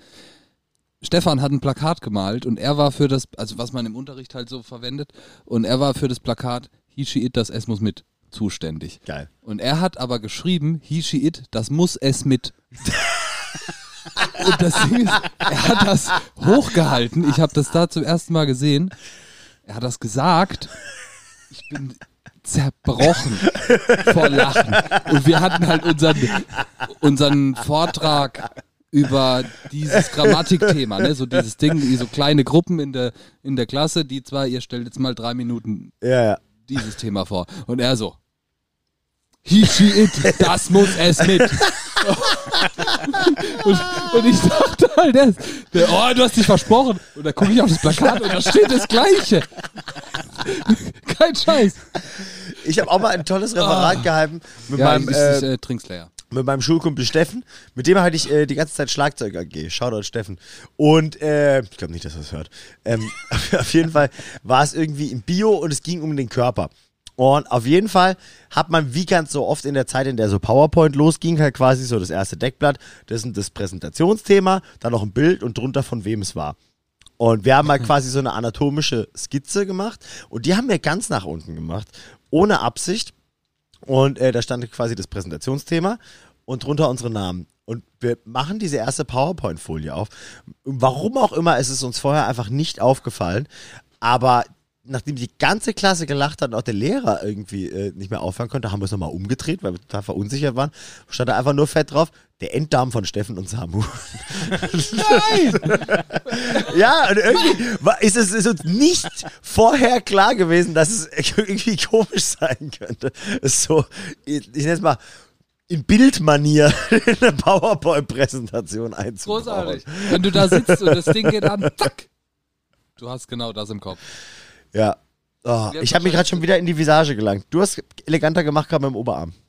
[SPEAKER 1] Stefan hat ein Plakat gemalt und er war für das, also was man im Unterricht halt so verwendet, und er war für das Plakat Hishi It, das S muss mit zuständig.
[SPEAKER 3] Geil.
[SPEAKER 1] Und er hat aber geschrieben, Hishi It, das muss es mit. Und das Ding ist, er hat das hochgehalten. Ich habe das da zum ersten Mal gesehen. Er hat das gesagt. Ich bin zerbrochen vor Lachen. Und wir hatten halt unseren, unseren Vortrag über dieses Grammatikthema, ne? so dieses Ding, so kleine Gruppen in der, in der Klasse, die zwar, ihr stellt jetzt mal drei Minuten
[SPEAKER 3] Ja, ja.
[SPEAKER 1] dieses Thema vor. Und er so, he, she, it, das muss es mit. Und, und ich dachte halt, der, der, oh, du hast dich versprochen. Und da gucke ich auf das Plakat und da steht das Gleiche. Kein Scheiß.
[SPEAKER 3] Ich habe auch mal ein tolles
[SPEAKER 4] Ah.
[SPEAKER 3] Referat gehalten mit,
[SPEAKER 1] Ja,
[SPEAKER 3] meinem,
[SPEAKER 1] ich, ich,
[SPEAKER 3] äh,
[SPEAKER 1] äh, trink's leer.
[SPEAKER 3] mit meinem Schulkumpel Steffen. Mit dem hatte ich äh, die ganze Zeit Schlagzeug AG. Shoutout Steffen. Und äh, ich glaube nicht, dass er es hört. Ähm, auf jeden Fall war es irgendwie im Bio und es ging um den Körper. Und auf jeden Fall hat man, wie ganz so oft in der Zeit, in der so PowerPoint losging, halt quasi so das erste Deckblatt, das ist das Präsentationsthema, dann noch ein Bild und drunter von wem es war. Und wir haben mal quasi so eine anatomische Skizze gemacht und die haben wir ganz nach unten gemacht, ohne Absicht. Und äh, da stand quasi das Präsentationsthema und drunter unsere Namen. Und wir machen diese erste PowerPoint-Folie auf. Warum auch immer, ist es uns vorher einfach nicht aufgefallen. Aber nachdem die ganze Klasse gelacht hat und auch der Lehrer irgendwie äh, nicht mehr aufhören konnte, haben wir es nochmal umgedreht, weil wir total verunsichert waren. Stand da einfach nur fett drauf, der Enddarm von Steffen und Samu. Ja, und irgendwie war, ist es ist uns nicht vorher klar gewesen, dass es irgendwie komisch sein könnte. So, ich, ich nenne es mal in Bildmanier in eine PowerPoint-Präsentation einzubauen.
[SPEAKER 1] Großartig. Wenn du da sitzt und das Ding geht an, zack. Du hast genau das im Kopf.
[SPEAKER 3] Ja. Oh, ich habe mich gerade schon wieder in die Visage gelangt. Du hast eleganter gemacht gerade mit dem Oberarm.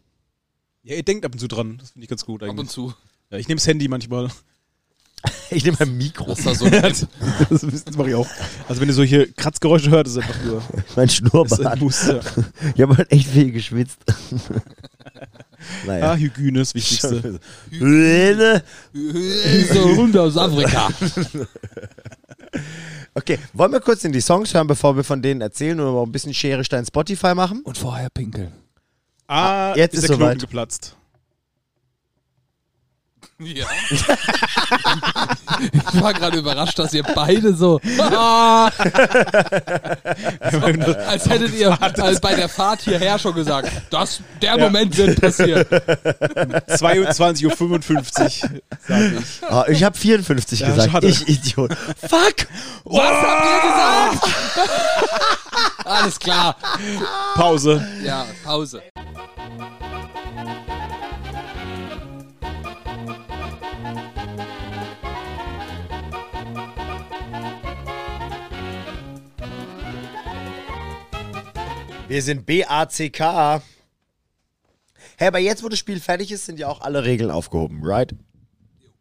[SPEAKER 4] Ja, ihr denkt ab und zu dran. Das finde ich ganz gut
[SPEAKER 1] Ab und
[SPEAKER 4] eigentlich.
[SPEAKER 1] zu.
[SPEAKER 4] Ja, ich nehme das Handy manchmal.
[SPEAKER 3] Ich nehme mein Mikro.
[SPEAKER 1] Das war so ein Tipp.
[SPEAKER 4] Das, das mache ich auch. Also wenn ihr solche Kratzgeräusche hört, ist es einfach nur
[SPEAKER 3] Mein
[SPEAKER 4] das ist ein
[SPEAKER 3] Schnurrbart.
[SPEAKER 4] Muss. Ja.
[SPEAKER 3] Ich habe halt echt viel geschwitzt.
[SPEAKER 4] Ah,
[SPEAKER 3] naja.
[SPEAKER 4] Hygiene Ah, ist das Wichtigste.
[SPEAKER 3] Hygiene.
[SPEAKER 1] Diese Hunde aus Afrika.
[SPEAKER 3] Okay, wollen wir kurz in die Songs hören, bevor wir von denen erzählen oder mal ein bisschen Schere Stein Spotify machen?
[SPEAKER 1] Und vorher pinkeln.
[SPEAKER 4] Ah,
[SPEAKER 3] jetzt ist
[SPEAKER 4] der Knoten
[SPEAKER 3] soweit.
[SPEAKER 4] geplatzt.
[SPEAKER 1] Ja. ich war gerade überrascht, dass ihr beide so. Ah, als hättet ihr als bei der Fahrt hierher schon gesagt, dass der Moment wird passieren.
[SPEAKER 4] 22.55 Uhr, sage ich.
[SPEAKER 3] Ah, ich habe 54
[SPEAKER 4] Ja,
[SPEAKER 3] gesagt.
[SPEAKER 4] schade.
[SPEAKER 3] Ich Idiot. Fuck!
[SPEAKER 1] Was habt ihr gesagt? Alles klar.
[SPEAKER 4] Pause.
[SPEAKER 1] Ja, Pause.
[SPEAKER 3] Wir sind BACK. Hey, aber jetzt, wo das Spiel fertig ist, sind ja auch alle Regeln aufgehoben, right?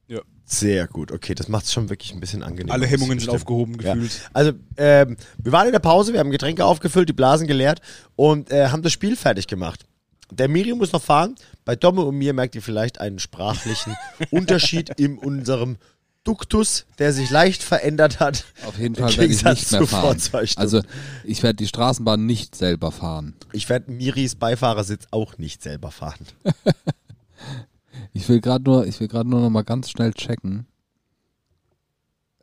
[SPEAKER 4] Ja.
[SPEAKER 3] Sehr gut. Okay, das macht es schon wirklich ein bisschen angenehmer.
[SPEAKER 4] Alle Hemmungen
[SPEAKER 3] Das
[SPEAKER 4] sind
[SPEAKER 3] stimmt.
[SPEAKER 4] aufgehoben
[SPEAKER 3] Ja.
[SPEAKER 4] gefühlt.
[SPEAKER 3] Also, ähm, wir waren in der Pause, wir haben Getränke aufgefüllt, die Blasen geleert und äh, haben das Spiel fertig gemacht. Der Miriam muss noch fahren. Bei Domme und mir merkt ihr vielleicht einen sprachlichen Unterschied in unserem Duktus, der sich leicht verändert hat.
[SPEAKER 1] Auf jeden
[SPEAKER 3] Im
[SPEAKER 1] Fall werde ich
[SPEAKER 3] Gegensatz
[SPEAKER 1] nicht
[SPEAKER 3] zu
[SPEAKER 1] mehr
[SPEAKER 3] vor
[SPEAKER 1] fahren.
[SPEAKER 3] zwei Stunden.
[SPEAKER 1] Also, ich werde die Straßenbahn nicht selber fahren.
[SPEAKER 3] Ich werde Miris Beifahrersitz auch nicht selber fahren.
[SPEAKER 1] Ich will gerade nur, ich will gerade nur noch mal ganz schnell checken.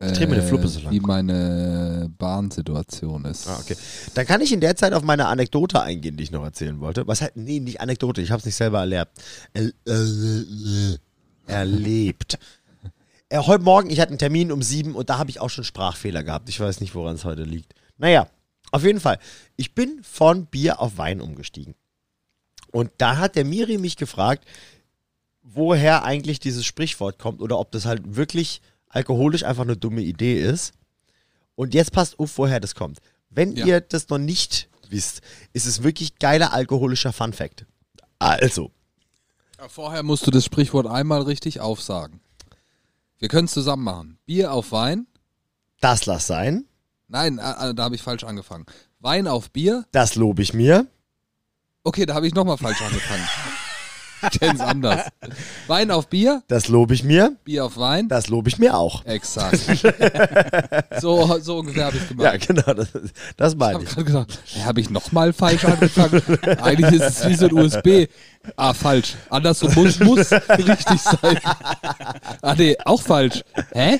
[SPEAKER 1] Ich
[SPEAKER 3] dreh mir die Fluppe so lang.
[SPEAKER 1] Wie meine Bahnsituation ist.
[SPEAKER 3] Ah, okay. Dann kann ich in der Zeit auf meine Anekdote eingehen, die ich noch erzählen wollte. Was halt, nee, nicht Anekdote, ich habe es nicht selber erlebt. Er, äh, erlebt. Äh, heute Morgen, ich hatte einen Termin um sieben und da habe ich auch schon Sprachfehler gehabt. Ich weiß nicht, woran es heute liegt. Naja, auf jeden Fall. Ich bin von Bier auf Wein umgestiegen. Und da hat der Miri mich gefragt, woher eigentlich dieses Sprichwort kommt oder ob das halt wirklich alkoholisch einfach eine dumme Idee ist. Und jetzt passt auf, woher das kommt. Wenn
[SPEAKER 1] Ja.
[SPEAKER 3] ihr das noch nicht wisst, ist es wirklich geiler alkoholischer Fun Fact. Also,
[SPEAKER 1] Vorher musst du das Sprichwort einmal richtig aufsagen. Wir können es zusammen machen. Bier auf Wein.
[SPEAKER 3] das lass sein,
[SPEAKER 1] Nein, äh, äh, da habe ich falsch angefangen. Wein auf Bier.
[SPEAKER 3] das lobe ich mir.
[SPEAKER 1] Okay, da habe ich nochmal falsch angefangen. kenn's anders. Wein auf Bier,
[SPEAKER 3] Das lobe ich mir,
[SPEAKER 1] Bier auf Wein.
[SPEAKER 3] das lobe ich mir auch.
[SPEAKER 1] Exakt. so, so ungefähr habe ich gemacht.
[SPEAKER 3] Ja, genau, das, das
[SPEAKER 1] Ich
[SPEAKER 3] meine
[SPEAKER 1] habe
[SPEAKER 3] ich.
[SPEAKER 1] gerade gedacht, habe ich nochmal falsch angefangen? Eigentlich ist es wie so ein USB. Ah, falsch. Andersrum muss, muss richtig sein. Ah, nee, auch falsch. Hä?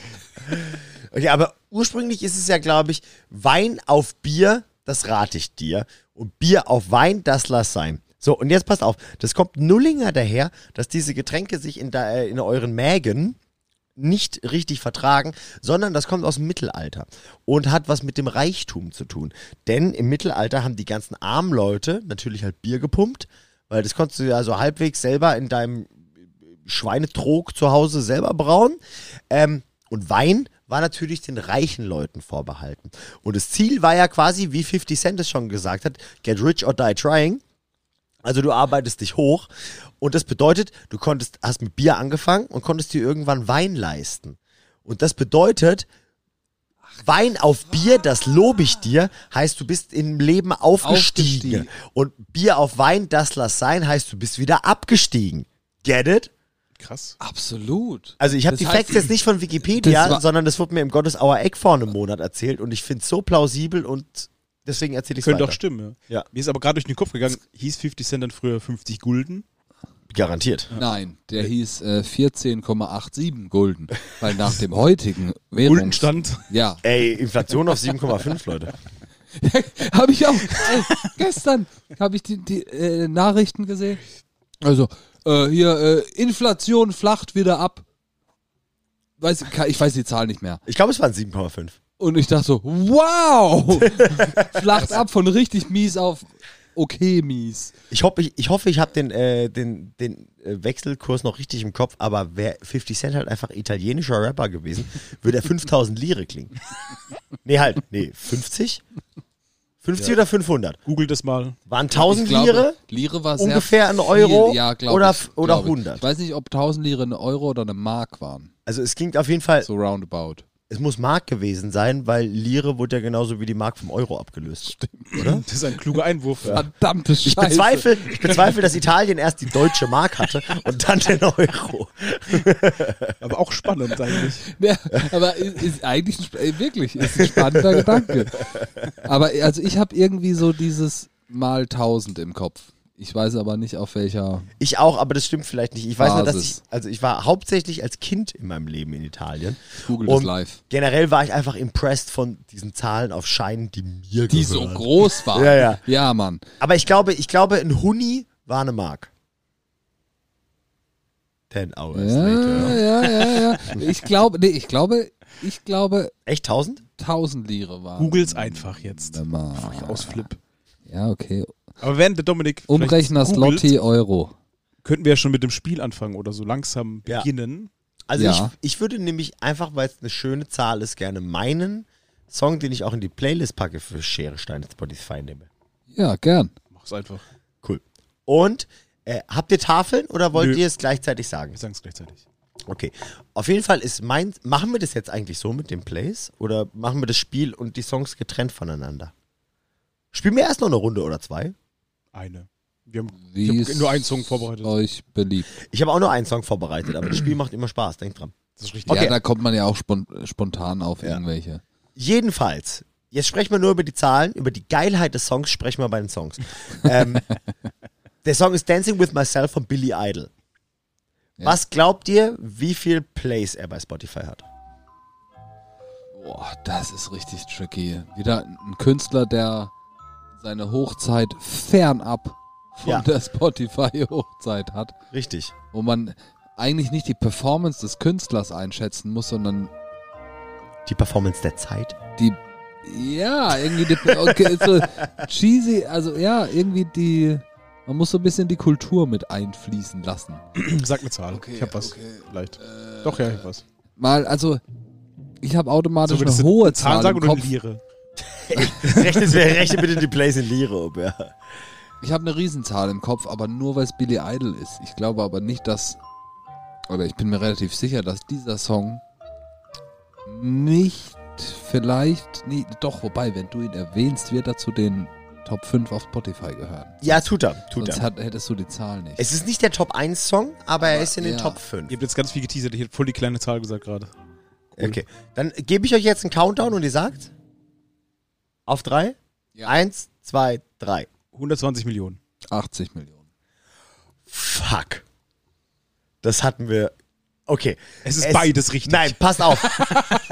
[SPEAKER 3] Okay, aber ursprünglich ist es ja, glaube ich, Wein auf Bier, das rate ich dir. Und Bier auf Wein, das lass sein. So, und jetzt passt auf, das kommt Nullinger daher, dass diese Getränke sich in, da, äh, in euren Mägen nicht richtig vertragen, sondern das kommt aus dem Mittelalter und hat was mit dem Reichtum zu tun. Denn im Mittelalter haben die ganzen armen Leute natürlich halt Bier gepumpt, weil das konntest du ja so halbwegs selber in deinem Schweinetrog zu Hause selber brauen. Ähm, und Wein war natürlich den reichen Leuten vorbehalten. Und das Ziel war ja quasi, wie 50 Cent es schon gesagt hat, get rich or die trying. Also du arbeitest dich hoch und das bedeutet, du konntest, hast mit Bier angefangen und konntest dir irgendwann Wein leisten. Und das bedeutet, Wein auf Bier, das lobe ich dir, heißt, du bist im Leben aufgestiegen.
[SPEAKER 1] Aufgestiegen.
[SPEAKER 3] Und Bier auf Wein, das lass sein, heißt, du bist wieder abgestiegen. Get it?
[SPEAKER 4] Krass.
[SPEAKER 1] Absolut.
[SPEAKER 3] Also ich habe
[SPEAKER 1] Das
[SPEAKER 3] die
[SPEAKER 1] heißt,
[SPEAKER 3] Facts jetzt nicht von Wikipedia,
[SPEAKER 1] das war-
[SPEAKER 3] sondern das wurde mir im Gottesauer Eck vor einem Monat erzählt und ich finde es so plausibel und deswegen erzähle ich es
[SPEAKER 4] Könnte
[SPEAKER 3] weiter.
[SPEAKER 4] doch stimmen, ja.
[SPEAKER 3] Ja.
[SPEAKER 4] Mir ist aber gerade durch den Kopf gegangen, hieß 50 Cent dann früher 50 Gulden?
[SPEAKER 3] Garantiert.
[SPEAKER 1] Nein, der hieß äh, 14,87 Gulden. Weil nach dem heutigen Währungs...
[SPEAKER 4] Guldenstand.
[SPEAKER 1] Ja.
[SPEAKER 3] Ey, Inflation auf 7,5, Leute.
[SPEAKER 1] habe ich auch. Ey, gestern habe ich die, die äh, Nachrichten gesehen. Also, äh, hier, äh, Inflation flacht wieder ab. Weiß, ich weiß die Zahl nicht mehr.
[SPEAKER 3] Ich glaube, es waren 7,5.
[SPEAKER 1] Und ich dachte so, wow! flacht ab von richtig mies auf okay mies.
[SPEAKER 3] Ich hoffe, ich, ich, hoffe, ich habe den, äh, den, den äh, Wechselkurs noch richtig im Kopf, aber wäre 50 Cent halt einfach italienischer Rapper gewesen, würde er 5000 Lire klingen. Nee, halt, nee, 50? 50 oder 500?
[SPEAKER 4] Google das mal.
[SPEAKER 3] Waren 1000
[SPEAKER 1] Ich glaube,
[SPEAKER 3] Lire?
[SPEAKER 1] Lire war sehr
[SPEAKER 3] Ungefähr ein
[SPEAKER 1] viel.
[SPEAKER 3] Euro
[SPEAKER 1] ja, glaub
[SPEAKER 3] oder,
[SPEAKER 1] ich,
[SPEAKER 3] oder
[SPEAKER 1] glaub ich.
[SPEAKER 3] 100.
[SPEAKER 1] Ich weiß nicht, ob 1000 Lire eine Euro oder eine Mark waren.
[SPEAKER 3] Also es klingt auf jeden Fall,
[SPEAKER 1] So roundabout.
[SPEAKER 3] es muss Mark gewesen sein, weil Lire wurde ja genauso wie die Mark vom Euro abgelöst.
[SPEAKER 4] Das ist ein kluger Einwurf.
[SPEAKER 1] Verdammte Scheiße.
[SPEAKER 3] Ich bezweifle, ich bezweifle, dass Italien erst die deutsche Mark hatte und dann den Euro.
[SPEAKER 4] Aber auch spannend eigentlich.
[SPEAKER 1] Ja, aber ist, ist eigentlich ein, sp- äh, wirklich ist ein spannender Gedanke. Aber äh, also ich habe irgendwie so dieses mal 1000 im Kopf. Ich weiß aber nicht auf welcher.
[SPEAKER 3] Ich auch, aber das stimmt vielleicht nicht. Ich weiß nur, dass ich,
[SPEAKER 1] Basis.
[SPEAKER 3] also ich war hauptsächlich als Kind in meinem Leben in Italien.
[SPEAKER 1] Google das
[SPEAKER 3] und
[SPEAKER 1] live.
[SPEAKER 3] generell war ich einfach impressed von diesen Zahlen auf Scheinen, die mir
[SPEAKER 1] Die so
[SPEAKER 3] gehören.
[SPEAKER 1] groß waren.
[SPEAKER 3] Ja, ja.
[SPEAKER 1] ja Mann.
[SPEAKER 3] Aber ich glaube, ich glaube, ein Huni war eine Mark. Ten hours
[SPEAKER 1] Ja,
[SPEAKER 3] later.
[SPEAKER 1] ja, ja, ja. Ich glaube, nee, ich glaube, ich glaube,
[SPEAKER 3] Echt 1000?
[SPEAKER 1] 1000 Lire waren.
[SPEAKER 4] Google's einfach jetzt.
[SPEAKER 1] eine Mark.
[SPEAKER 4] Ausflip.
[SPEAKER 1] Ja, okay.
[SPEAKER 4] Aber während der Dominik vielleicht
[SPEAKER 1] Umrechner
[SPEAKER 4] googelt,
[SPEAKER 1] Slotty Euro.
[SPEAKER 4] könnten wir ja schon mit dem Spiel anfangen oder so langsam
[SPEAKER 3] Ja.
[SPEAKER 4] beginnen.
[SPEAKER 3] Also
[SPEAKER 1] Ja.
[SPEAKER 3] ich, ich würde nämlich einfach, weil es eine schöne Zahl ist, gerne meinen Song, den ich auch in die Playlist packe für Schere Stein Spotify nehme.
[SPEAKER 1] Ja, gern.
[SPEAKER 4] Mach's einfach.
[SPEAKER 3] Cool. Und äh, habt ihr Tafeln oder wollt
[SPEAKER 4] Nö.
[SPEAKER 3] ihr es gleichzeitig sagen?
[SPEAKER 4] Wir sagen es gleichzeitig.
[SPEAKER 3] Okay. Auf jeden Fall ist mein. Machen wir das jetzt eigentlich so mit den Plays? Oder machen wir das Spiel und die Songs getrennt voneinander? Spielen wir erst noch eine Runde oder zwei?
[SPEAKER 4] Eine. Wir haben
[SPEAKER 1] Wie
[SPEAKER 4] hab
[SPEAKER 1] ist
[SPEAKER 4] nur einen Song vorbereitet.
[SPEAKER 1] Euch beliebt.
[SPEAKER 3] Ich habe auch nur einen Song vorbereitet, aber das Spiel macht immer Spaß, denkt dran.
[SPEAKER 4] das ist richtig.
[SPEAKER 3] Okay.
[SPEAKER 1] Ja, da kommt man ja auch spon spontan auf irgendwelche.
[SPEAKER 3] Jedenfalls, jetzt sprechen wir nur über die Zahlen, über die Geilheit des Songs sprechen wir bei den Songs. ähm, der Song ist Dancing with Myself von Billy Idol.
[SPEAKER 1] Ja.
[SPEAKER 3] Was glaubt ihr, wie viel Plays er bei Spotify hat?
[SPEAKER 1] Boah, das ist richtig tricky. Wieder ein Künstler, der seine Hochzeit fernab von
[SPEAKER 3] Ja.
[SPEAKER 1] der Spotify-Hochzeit hat,
[SPEAKER 3] Richtig.
[SPEAKER 1] wo man eigentlich nicht die Performance des Künstlers einschätzen muss, sondern
[SPEAKER 3] Die Performance der Zeit.
[SPEAKER 1] die ja, irgendwie die, okay, ist so cheesy, also ja, irgendwie die man muss so ein bisschen die Kultur mit einfließen lassen.
[SPEAKER 4] Sag eine Zahl.
[SPEAKER 1] Okay,
[SPEAKER 4] ich hab was.
[SPEAKER 1] okay.
[SPEAKER 4] Leicht. Doch, ja, ich hab was. Also
[SPEAKER 1] Mal, also ich habe automatisch
[SPEAKER 4] würdest
[SPEAKER 1] eine
[SPEAKER 4] du
[SPEAKER 1] hohe
[SPEAKER 4] eine Zahl
[SPEAKER 1] Zahl
[SPEAKER 4] sagen
[SPEAKER 1] im
[SPEAKER 4] oder eine
[SPEAKER 1] Kopf.
[SPEAKER 4] Lire?
[SPEAKER 3] Rechnet, rechnet bitte die Plays in Lire, ob ja.
[SPEAKER 1] Ich habe eine Riesenzahl im Kopf, aber nur weil es Billy Idol ist. Ich glaube aber nicht, dass. Oder ich bin mir relativ sicher, dass dieser Song nicht vielleicht. Nie, doch, wobei, wenn du ihn erwähnst, wird er zu den Top 5 auf Spotify gehören.
[SPEAKER 3] Ja, tut er, tut
[SPEAKER 1] Sonst
[SPEAKER 3] er.
[SPEAKER 1] hat, hättest du die Zahl nicht.
[SPEAKER 3] Es ist nicht der Top 1 Song, aber er ist in den
[SPEAKER 1] ja.
[SPEAKER 3] Top 5.
[SPEAKER 4] Ihr habt jetzt ganz viel geteasert. Ich hätte voll die kleine Zahl gesagt gerade.
[SPEAKER 3] Okay. Dann gebe ich euch jetzt einen Countdown und ihr sagt. Auf drei?
[SPEAKER 1] Ja.
[SPEAKER 3] Eins, zwei, drei.
[SPEAKER 4] 120 Millionen.
[SPEAKER 1] 80 Millionen.
[SPEAKER 3] Fuck. Das hatten wir. Okay.
[SPEAKER 4] Es ist beides richtig.
[SPEAKER 3] Nein, passt auf.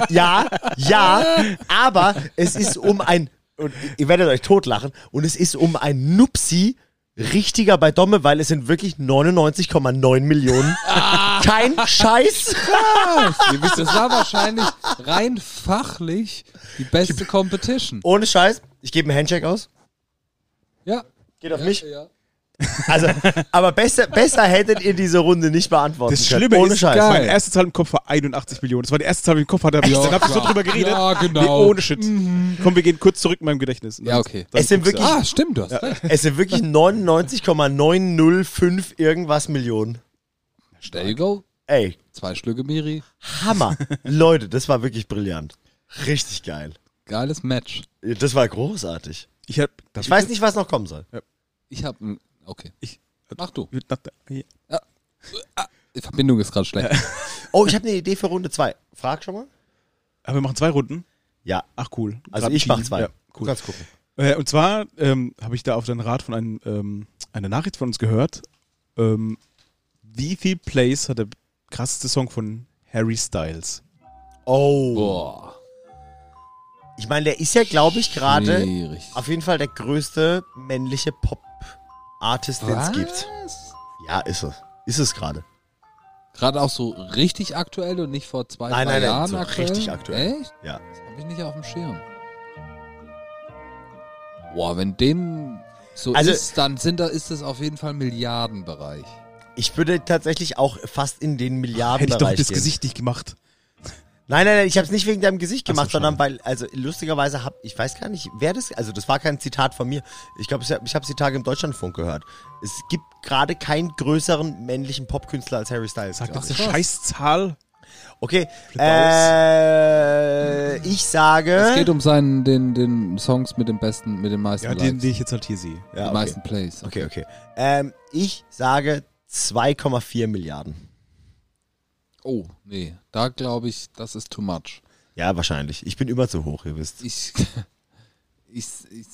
[SPEAKER 3] ja, ja, aber es ist um ein. Und ihr werdet euch totlachen. Und es ist um ein Nupsi richtiger bei Domme, weil es sind wirklich 99,9 Millionen. Kein Scheiß.
[SPEAKER 1] Ihr wisst, das war wahrscheinlich rein fachlich die beste Competition.
[SPEAKER 3] Ohne Scheiß. Ich gebe einen Handshake aus.
[SPEAKER 1] Ja.
[SPEAKER 3] Geht auf
[SPEAKER 1] ja,
[SPEAKER 3] mich.
[SPEAKER 1] Ja.
[SPEAKER 3] Also, aber besser, besser hättet ihr diese Runde nicht beantworten
[SPEAKER 4] Das
[SPEAKER 3] können.
[SPEAKER 4] Schlimme
[SPEAKER 3] Ohne
[SPEAKER 4] ist,
[SPEAKER 3] Scheiß.
[SPEAKER 1] geil.
[SPEAKER 4] meine erste Zahl im Kopf war 81 Millionen. Das war die erste Zahl, die ich im Kopf hatte. Hab ich,
[SPEAKER 1] Ja,
[SPEAKER 4] dann hab ich so
[SPEAKER 1] klar.
[SPEAKER 4] drüber geredet.
[SPEAKER 1] Ja, genau.
[SPEAKER 4] Nee, ohne Shit. Komm, wir gehen kurz zurück in meinem Gedächtnis. Und
[SPEAKER 1] Ja,
[SPEAKER 4] dann-
[SPEAKER 1] okay.
[SPEAKER 4] dann
[SPEAKER 3] Es sind
[SPEAKER 4] guckst du.
[SPEAKER 1] Ah, stimmt, du hast recht.
[SPEAKER 3] Es sind wirklich 99,905 irgendwas Millionen.
[SPEAKER 1] There you go.
[SPEAKER 3] Ey,
[SPEAKER 1] Zwei Schlücke Miri.
[SPEAKER 3] Hammer. Leute, das war wirklich brillant. Richtig geil.
[SPEAKER 1] Geiles Match.
[SPEAKER 3] Das war großartig.
[SPEAKER 4] Ich hab,
[SPEAKER 3] Ich weiß nicht, was noch kommen soll.
[SPEAKER 1] Ich hab ein. Okay.
[SPEAKER 4] Ich-
[SPEAKER 1] Mach du.
[SPEAKER 4] Wird nach der- ja.
[SPEAKER 1] Die Verbindung ist gerade schlecht.
[SPEAKER 3] Oh, ich habe eine Idee für Runde 2. Frag schon mal.
[SPEAKER 4] Aber wir machen zwei Runden.
[SPEAKER 3] Ja,
[SPEAKER 4] Ach cool.
[SPEAKER 3] also
[SPEAKER 4] Grad
[SPEAKER 3] ich mache
[SPEAKER 4] teasen.
[SPEAKER 3] zwei.
[SPEAKER 4] Ja,
[SPEAKER 3] Du
[SPEAKER 4] cool.
[SPEAKER 3] kannst gucken.
[SPEAKER 4] Äh, und zwar ähm, habe ich da auf den Rat von einem ähm, eine Nachricht von uns gehört. Ähm, wie viel Plays hat der krasseste Song von Harry Styles?
[SPEAKER 3] Oh.
[SPEAKER 1] Boah.
[SPEAKER 3] Ich meine, der ist ja, glaube ich, gerade
[SPEAKER 1] Schwierig.
[SPEAKER 3] auf jeden Fall der größte männliche Pop-Artist, den es gibt. Ja, ist es. Ist es gerade.
[SPEAKER 1] Gerade auch so richtig aktuell und nicht vor zwei,
[SPEAKER 3] Nein,
[SPEAKER 1] drei
[SPEAKER 3] nein, nein,
[SPEAKER 1] Jahren
[SPEAKER 3] so
[SPEAKER 1] aktuell?
[SPEAKER 3] richtig aktuell.
[SPEAKER 1] Echt?
[SPEAKER 3] Ja.
[SPEAKER 1] Das hab ich nicht auf dem Schirm. Boah, wenn dem so
[SPEAKER 3] Also-
[SPEAKER 1] ist, dann sind da, ist das auf jeden Fall Milliardenbereich.
[SPEAKER 3] Ich würde tatsächlich auch fast in den
[SPEAKER 4] Hätte ich doch
[SPEAKER 3] Milliardenbereich
[SPEAKER 4] das
[SPEAKER 3] gehen.
[SPEAKER 4] Gesicht nicht gemacht.
[SPEAKER 3] Nein, nein, nein, ich habe es nicht wegen deinem Gesicht
[SPEAKER 4] Ach so,
[SPEAKER 3] gemacht, sondern
[SPEAKER 4] schade.
[SPEAKER 3] weil, also lustigerweise habe ich weiß gar nicht, wer das, also das war kein Zitat von mir. Ich glaube, ich habe ich hab die Tage im Deutschlandfunk gehört. Es gibt gerade keinen größeren männlichen Popkünstler als Harry Styles.
[SPEAKER 4] Sag
[SPEAKER 3] glaub
[SPEAKER 4] doch
[SPEAKER 3] ich.
[SPEAKER 4] eine Scheißzahl.
[SPEAKER 3] Okay,
[SPEAKER 4] Flip
[SPEAKER 3] äh,
[SPEAKER 1] Es
[SPEAKER 3] ich
[SPEAKER 1] geht
[SPEAKER 3] sage,
[SPEAKER 1] um seinen, den, den Songs mit dem besten, mit den meisten
[SPEAKER 4] Ja, den,
[SPEAKER 1] Likes.
[SPEAKER 4] den ich jetzt halt hier sehe.
[SPEAKER 1] die
[SPEAKER 3] ja, okay,
[SPEAKER 1] meisten Plays.
[SPEAKER 3] okay, okay. Ähm, ich sage 2,4 Milliarden.
[SPEAKER 1] Oh, nee. Da glaube ich, das ist too much.
[SPEAKER 3] Ja, wahrscheinlich. Ich bin immer zu hoch, ihr wisst.
[SPEAKER 1] Ich, ich, ich,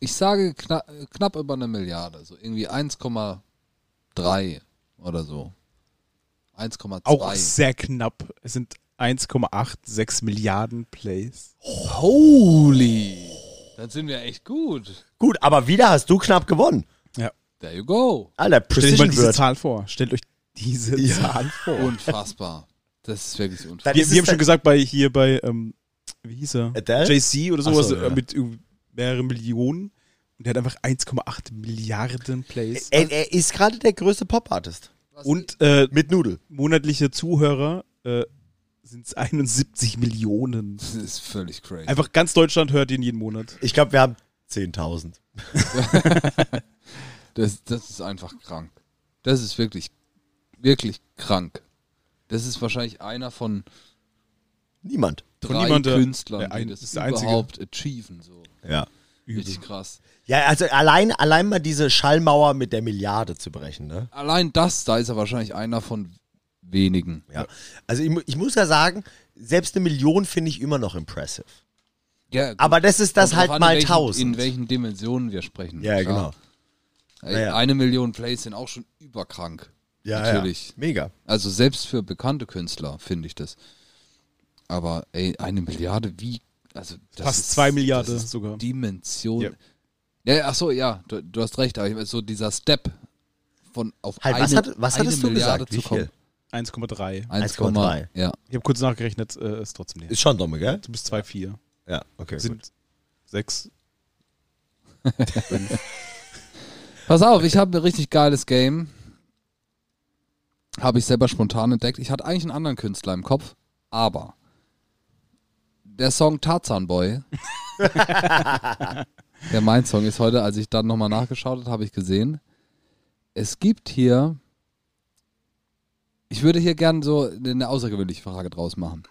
[SPEAKER 1] ich sage knapp, knapp über eine Milliarde, so irgendwie 1,3 oder so. 1,2.
[SPEAKER 4] Auch sehr knapp. Es sind 1,86 Milliarden Plays.
[SPEAKER 1] Holy! Dann sind wir echt gut.
[SPEAKER 3] Gut, aber wieder hast du knapp gewonnen.
[SPEAKER 1] There you go.
[SPEAKER 3] Alter,
[SPEAKER 4] Stellt euch mal
[SPEAKER 3] Precision
[SPEAKER 4] diese
[SPEAKER 3] wird.
[SPEAKER 4] Zahl vor. Stellt euch diese Zahl vor.
[SPEAKER 1] Unfassbar. Das ist wirklich unfassbar.
[SPEAKER 3] Dann
[SPEAKER 4] Wir,
[SPEAKER 3] ist
[SPEAKER 4] wir
[SPEAKER 3] es
[SPEAKER 4] haben schon gesagt, bei hier bei, ähm, wie hieß er?
[SPEAKER 3] Adele?
[SPEAKER 4] JC oder
[SPEAKER 3] Ach
[SPEAKER 4] sowas
[SPEAKER 3] so, ja.
[SPEAKER 4] äh, mit irgendwie mehreren Millionen. Und der hat einfach 1,8 Milliarden Plays.
[SPEAKER 3] Er, er ist gerade der größte Pop-Artist.
[SPEAKER 4] Und äh,
[SPEAKER 3] Mit Nudel.
[SPEAKER 4] monatliche Zuhörer äh, sind es 71 Millionen.
[SPEAKER 1] Das ist völlig crazy.
[SPEAKER 4] Einfach ganz Deutschland hört ihn jeden Monat.
[SPEAKER 3] Ich glaube, wir haben 10.000.
[SPEAKER 1] Das, das ist einfach krank. Das ist wirklich, wirklich krank. Das ist wahrscheinlich einer von
[SPEAKER 3] Niemand.
[SPEAKER 4] Von
[SPEAKER 1] drei
[SPEAKER 4] niemandem.
[SPEAKER 1] Künstlern,
[SPEAKER 4] Der ein-
[SPEAKER 1] die das,
[SPEAKER 4] ist der einzige.
[SPEAKER 1] überhaupt achieven. So.
[SPEAKER 3] Ja.
[SPEAKER 1] Richtig krass.
[SPEAKER 3] Ja, also allein, allein mal diese Schallmauer mit der Milliarde zu brechen, ne?
[SPEAKER 1] Allein das, da ist er wahrscheinlich einer von wenigen.
[SPEAKER 3] Ja. Also ich, mu- ich muss ja sagen, selbst eine Million finde ich immer noch impressive.
[SPEAKER 1] Ja, gut.
[SPEAKER 3] Aber das ist das
[SPEAKER 1] Kommt
[SPEAKER 3] halt
[SPEAKER 1] drauf an,
[SPEAKER 3] mal
[SPEAKER 1] in welchen,
[SPEAKER 3] 1000.
[SPEAKER 1] In welchen Dimensionen wir sprechen.
[SPEAKER 3] ja,
[SPEAKER 1] Klar.
[SPEAKER 3] genau.
[SPEAKER 1] Ey,
[SPEAKER 3] Naja.
[SPEAKER 1] Eine Million Plays sind auch schon überkrank.
[SPEAKER 3] Ja,
[SPEAKER 1] Natürlich.
[SPEAKER 3] Ja. Mega.
[SPEAKER 1] Also selbst für bekannte Künstler finde ich das. Aber ey, eine Milliarde, wie? Also das
[SPEAKER 4] Fast
[SPEAKER 1] ist-
[SPEAKER 4] zwei Milliarden
[SPEAKER 1] das ist
[SPEAKER 4] sogar.
[SPEAKER 1] Dimension.
[SPEAKER 4] Ja.
[SPEAKER 1] Ja, ach so, ja, du, du hast recht. Aber ich, weiß, so dieser Step von auf
[SPEAKER 3] Halt,
[SPEAKER 1] eine,
[SPEAKER 3] was, hat, was
[SPEAKER 1] eine
[SPEAKER 3] hattest du
[SPEAKER 1] Milliarde
[SPEAKER 3] gesagt? Wie
[SPEAKER 1] zu kommen.
[SPEAKER 3] viel?
[SPEAKER 4] 1,3.
[SPEAKER 1] 1,3.
[SPEAKER 3] 1,3.
[SPEAKER 1] Ja.
[SPEAKER 4] Ich habe kurz nachgerechnet, äh, ist trotzdem leer.
[SPEAKER 3] Ist schon dumm, gell?
[SPEAKER 4] Du bist 2,4.
[SPEAKER 3] Ja, okay. gut.
[SPEAKER 4] Sind 6.
[SPEAKER 1] Pass auf, ich habe ein richtig geiles Game. Habe ich selber spontan entdeckt. Ich hatte eigentlich einen anderen Künstler im Kopf, aber der Song Tarzan Boy, der mein Song ist heute, als ich dann nochmal nachgeschaut habe, habe ich gesehen, es gibt hier, ich würde hier gern so eine außergewöhnliche Frage draus machen.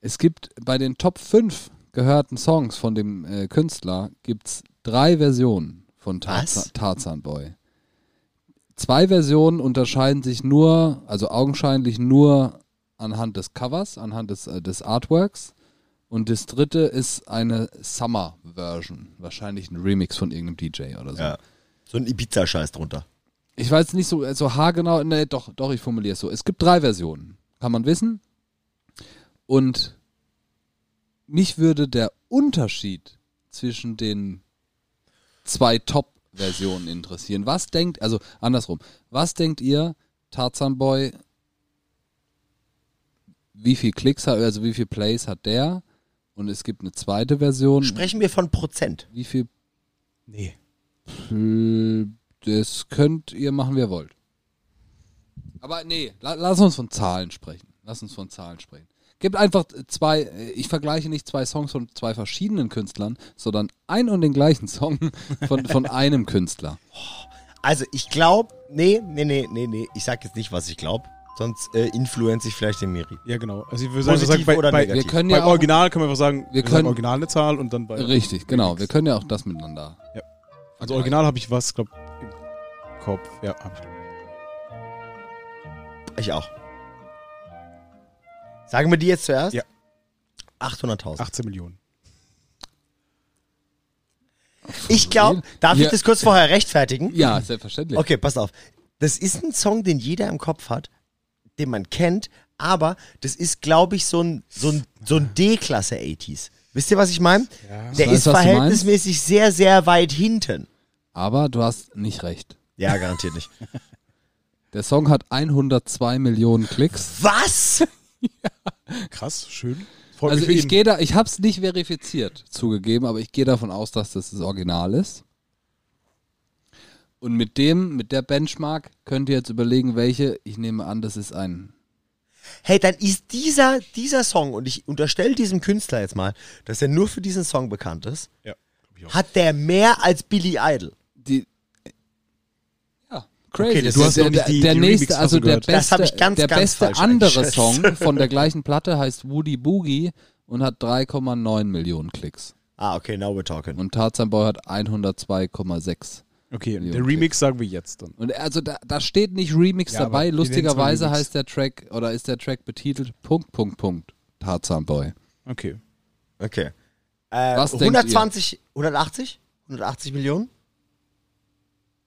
[SPEAKER 1] Es gibt bei den Top 5 gehörten Songs von dem äh, Künstler gibt's drei Versionen von Tarza
[SPEAKER 3] Was?
[SPEAKER 1] Tarzan Boy. Zwei Versionen unterscheiden sich nur, also augenscheinlich nur anhand des Covers, anhand des, äh, des Artworks. Und das dritte ist eine Summer-Version. Wahrscheinlich ein Remix von irgendeinem DJ oder so.
[SPEAKER 3] Ja. So ein Ibiza-Scheiß drunter.
[SPEAKER 1] Ich weiß nicht so, äh, so haargenau, nee, doch, doch, ich formuliere es so. Es gibt drei Versionen, kann man wissen. Und mich würde der Unterschied zwischen den zwei Top-Versionen interessieren. Was denkt, also andersrum, was denkt ihr, Tarzan Boy, wie viel Klicks hat, also wie viel Plays hat der? Und es gibt eine zweite Version.
[SPEAKER 3] Sprechen wir von Prozent.
[SPEAKER 1] Wie viel,
[SPEAKER 4] Nee.
[SPEAKER 1] äh, das könnt ihr machen, wie ihr wollt. Aber nee, la lass uns von Zahlen sprechen. Lass uns von Zahlen sprechen. Gebt einfach zwei, äh, ich vergleiche nicht zwei Songs von zwei verschiedenen Künstlern, sondern ein und den gleichen Song von, von einem Künstler.
[SPEAKER 3] Also ich glaube, nee, nee, nee, nee, nee. Ich sag jetzt nicht, was ich glaube. Sonst äh, influence ich vielleicht den Miri.
[SPEAKER 4] Ja, genau. Also ich würde
[SPEAKER 3] Positiv
[SPEAKER 4] sagen, bei,
[SPEAKER 3] oder
[SPEAKER 4] bei,
[SPEAKER 3] negativ?
[SPEAKER 1] Wir können
[SPEAKER 4] beim
[SPEAKER 1] ja auch,
[SPEAKER 4] Original kann man einfach sagen,
[SPEAKER 1] Wir
[SPEAKER 4] wir
[SPEAKER 1] können-
[SPEAKER 4] können Original eine Zahl und dann bei.
[SPEAKER 1] richtig, genau, wir können ja auch das miteinander.
[SPEAKER 4] Ja. Also Original habe ich was, glaube im Kopf. Ja, hab ich.
[SPEAKER 3] Ich auch. Sagen wir die jetzt zuerst?
[SPEAKER 4] Ja.
[SPEAKER 3] 800.000.
[SPEAKER 4] 18 Millionen.
[SPEAKER 3] Ich glaube, darf
[SPEAKER 1] Ja.
[SPEAKER 3] ich das kurz vorher rechtfertigen?
[SPEAKER 1] Ja, selbstverständlich.
[SPEAKER 3] Okay, pass auf. Das ist ein Song, den jeder im Kopf hat, den man kennt, aber das ist, glaube ich, so ein, so ein, so ein D-Klasse 80s. Wisst ihr, was ich meine? Der
[SPEAKER 1] Ich weiß,
[SPEAKER 3] ist
[SPEAKER 1] was du meinst.
[SPEAKER 3] verhältnismäßig sehr, sehr weit hinten.
[SPEAKER 1] Aber du hast nicht recht.
[SPEAKER 3] Ja, garantiert nicht.
[SPEAKER 1] Der Song hat 102 Millionen Klicks.
[SPEAKER 3] Was?
[SPEAKER 4] Krass, schön. Freut
[SPEAKER 1] Also
[SPEAKER 4] mich für
[SPEAKER 1] ich
[SPEAKER 4] ihn.
[SPEAKER 1] gehe da, ich habe es nicht verifiziert, zugegeben, aber ich gehe davon aus, dass das das Original ist. Und mit dem, mit der Benchmark könnt ihr jetzt überlegen, welche. Ich nehme an, das ist ein.
[SPEAKER 3] Hey, dann ist dieser, dieser Song, und ich unterstelle diesem Künstler jetzt mal, dass er nur für diesen Song bekannt ist,
[SPEAKER 4] Ja, glaub ich auch.
[SPEAKER 3] hat der mehr als Billy Idol.
[SPEAKER 1] Die, ja, crazy.
[SPEAKER 3] das
[SPEAKER 1] Der-
[SPEAKER 3] hast
[SPEAKER 1] der,
[SPEAKER 4] doch nicht die-
[SPEAKER 1] der
[SPEAKER 4] die
[SPEAKER 1] nächste,
[SPEAKER 4] Remix
[SPEAKER 1] also der
[SPEAKER 4] gehört.
[SPEAKER 1] beste,
[SPEAKER 3] Das hab ich ganz,
[SPEAKER 1] der
[SPEAKER 3] ganz
[SPEAKER 1] beste
[SPEAKER 3] falsch
[SPEAKER 1] andere
[SPEAKER 3] eingeschätzt.
[SPEAKER 1] Song von der gleichen Platte heißt Woody Boogie und hat 3,9 Millionen Klicks.
[SPEAKER 3] Ah, okay, now we're talking.
[SPEAKER 1] Und Tarzan Boy hat 102,6.
[SPEAKER 4] Okay, der
[SPEAKER 1] Millionen
[SPEAKER 4] Remix sagen wir jetzt dann.
[SPEAKER 1] Und also da, da steht nicht Remix
[SPEAKER 4] Ja, aber
[SPEAKER 1] dabei.
[SPEAKER 4] die
[SPEAKER 1] Lustigerweise
[SPEAKER 4] nennen es
[SPEAKER 1] heißt der Track oder ist der Track betitelt Punkt, Punkt, Punkt. Tarzan Boy.
[SPEAKER 4] Okay.
[SPEAKER 3] Okay. Äh,
[SPEAKER 1] Was denkt
[SPEAKER 3] 120, 180? 180 Millionen?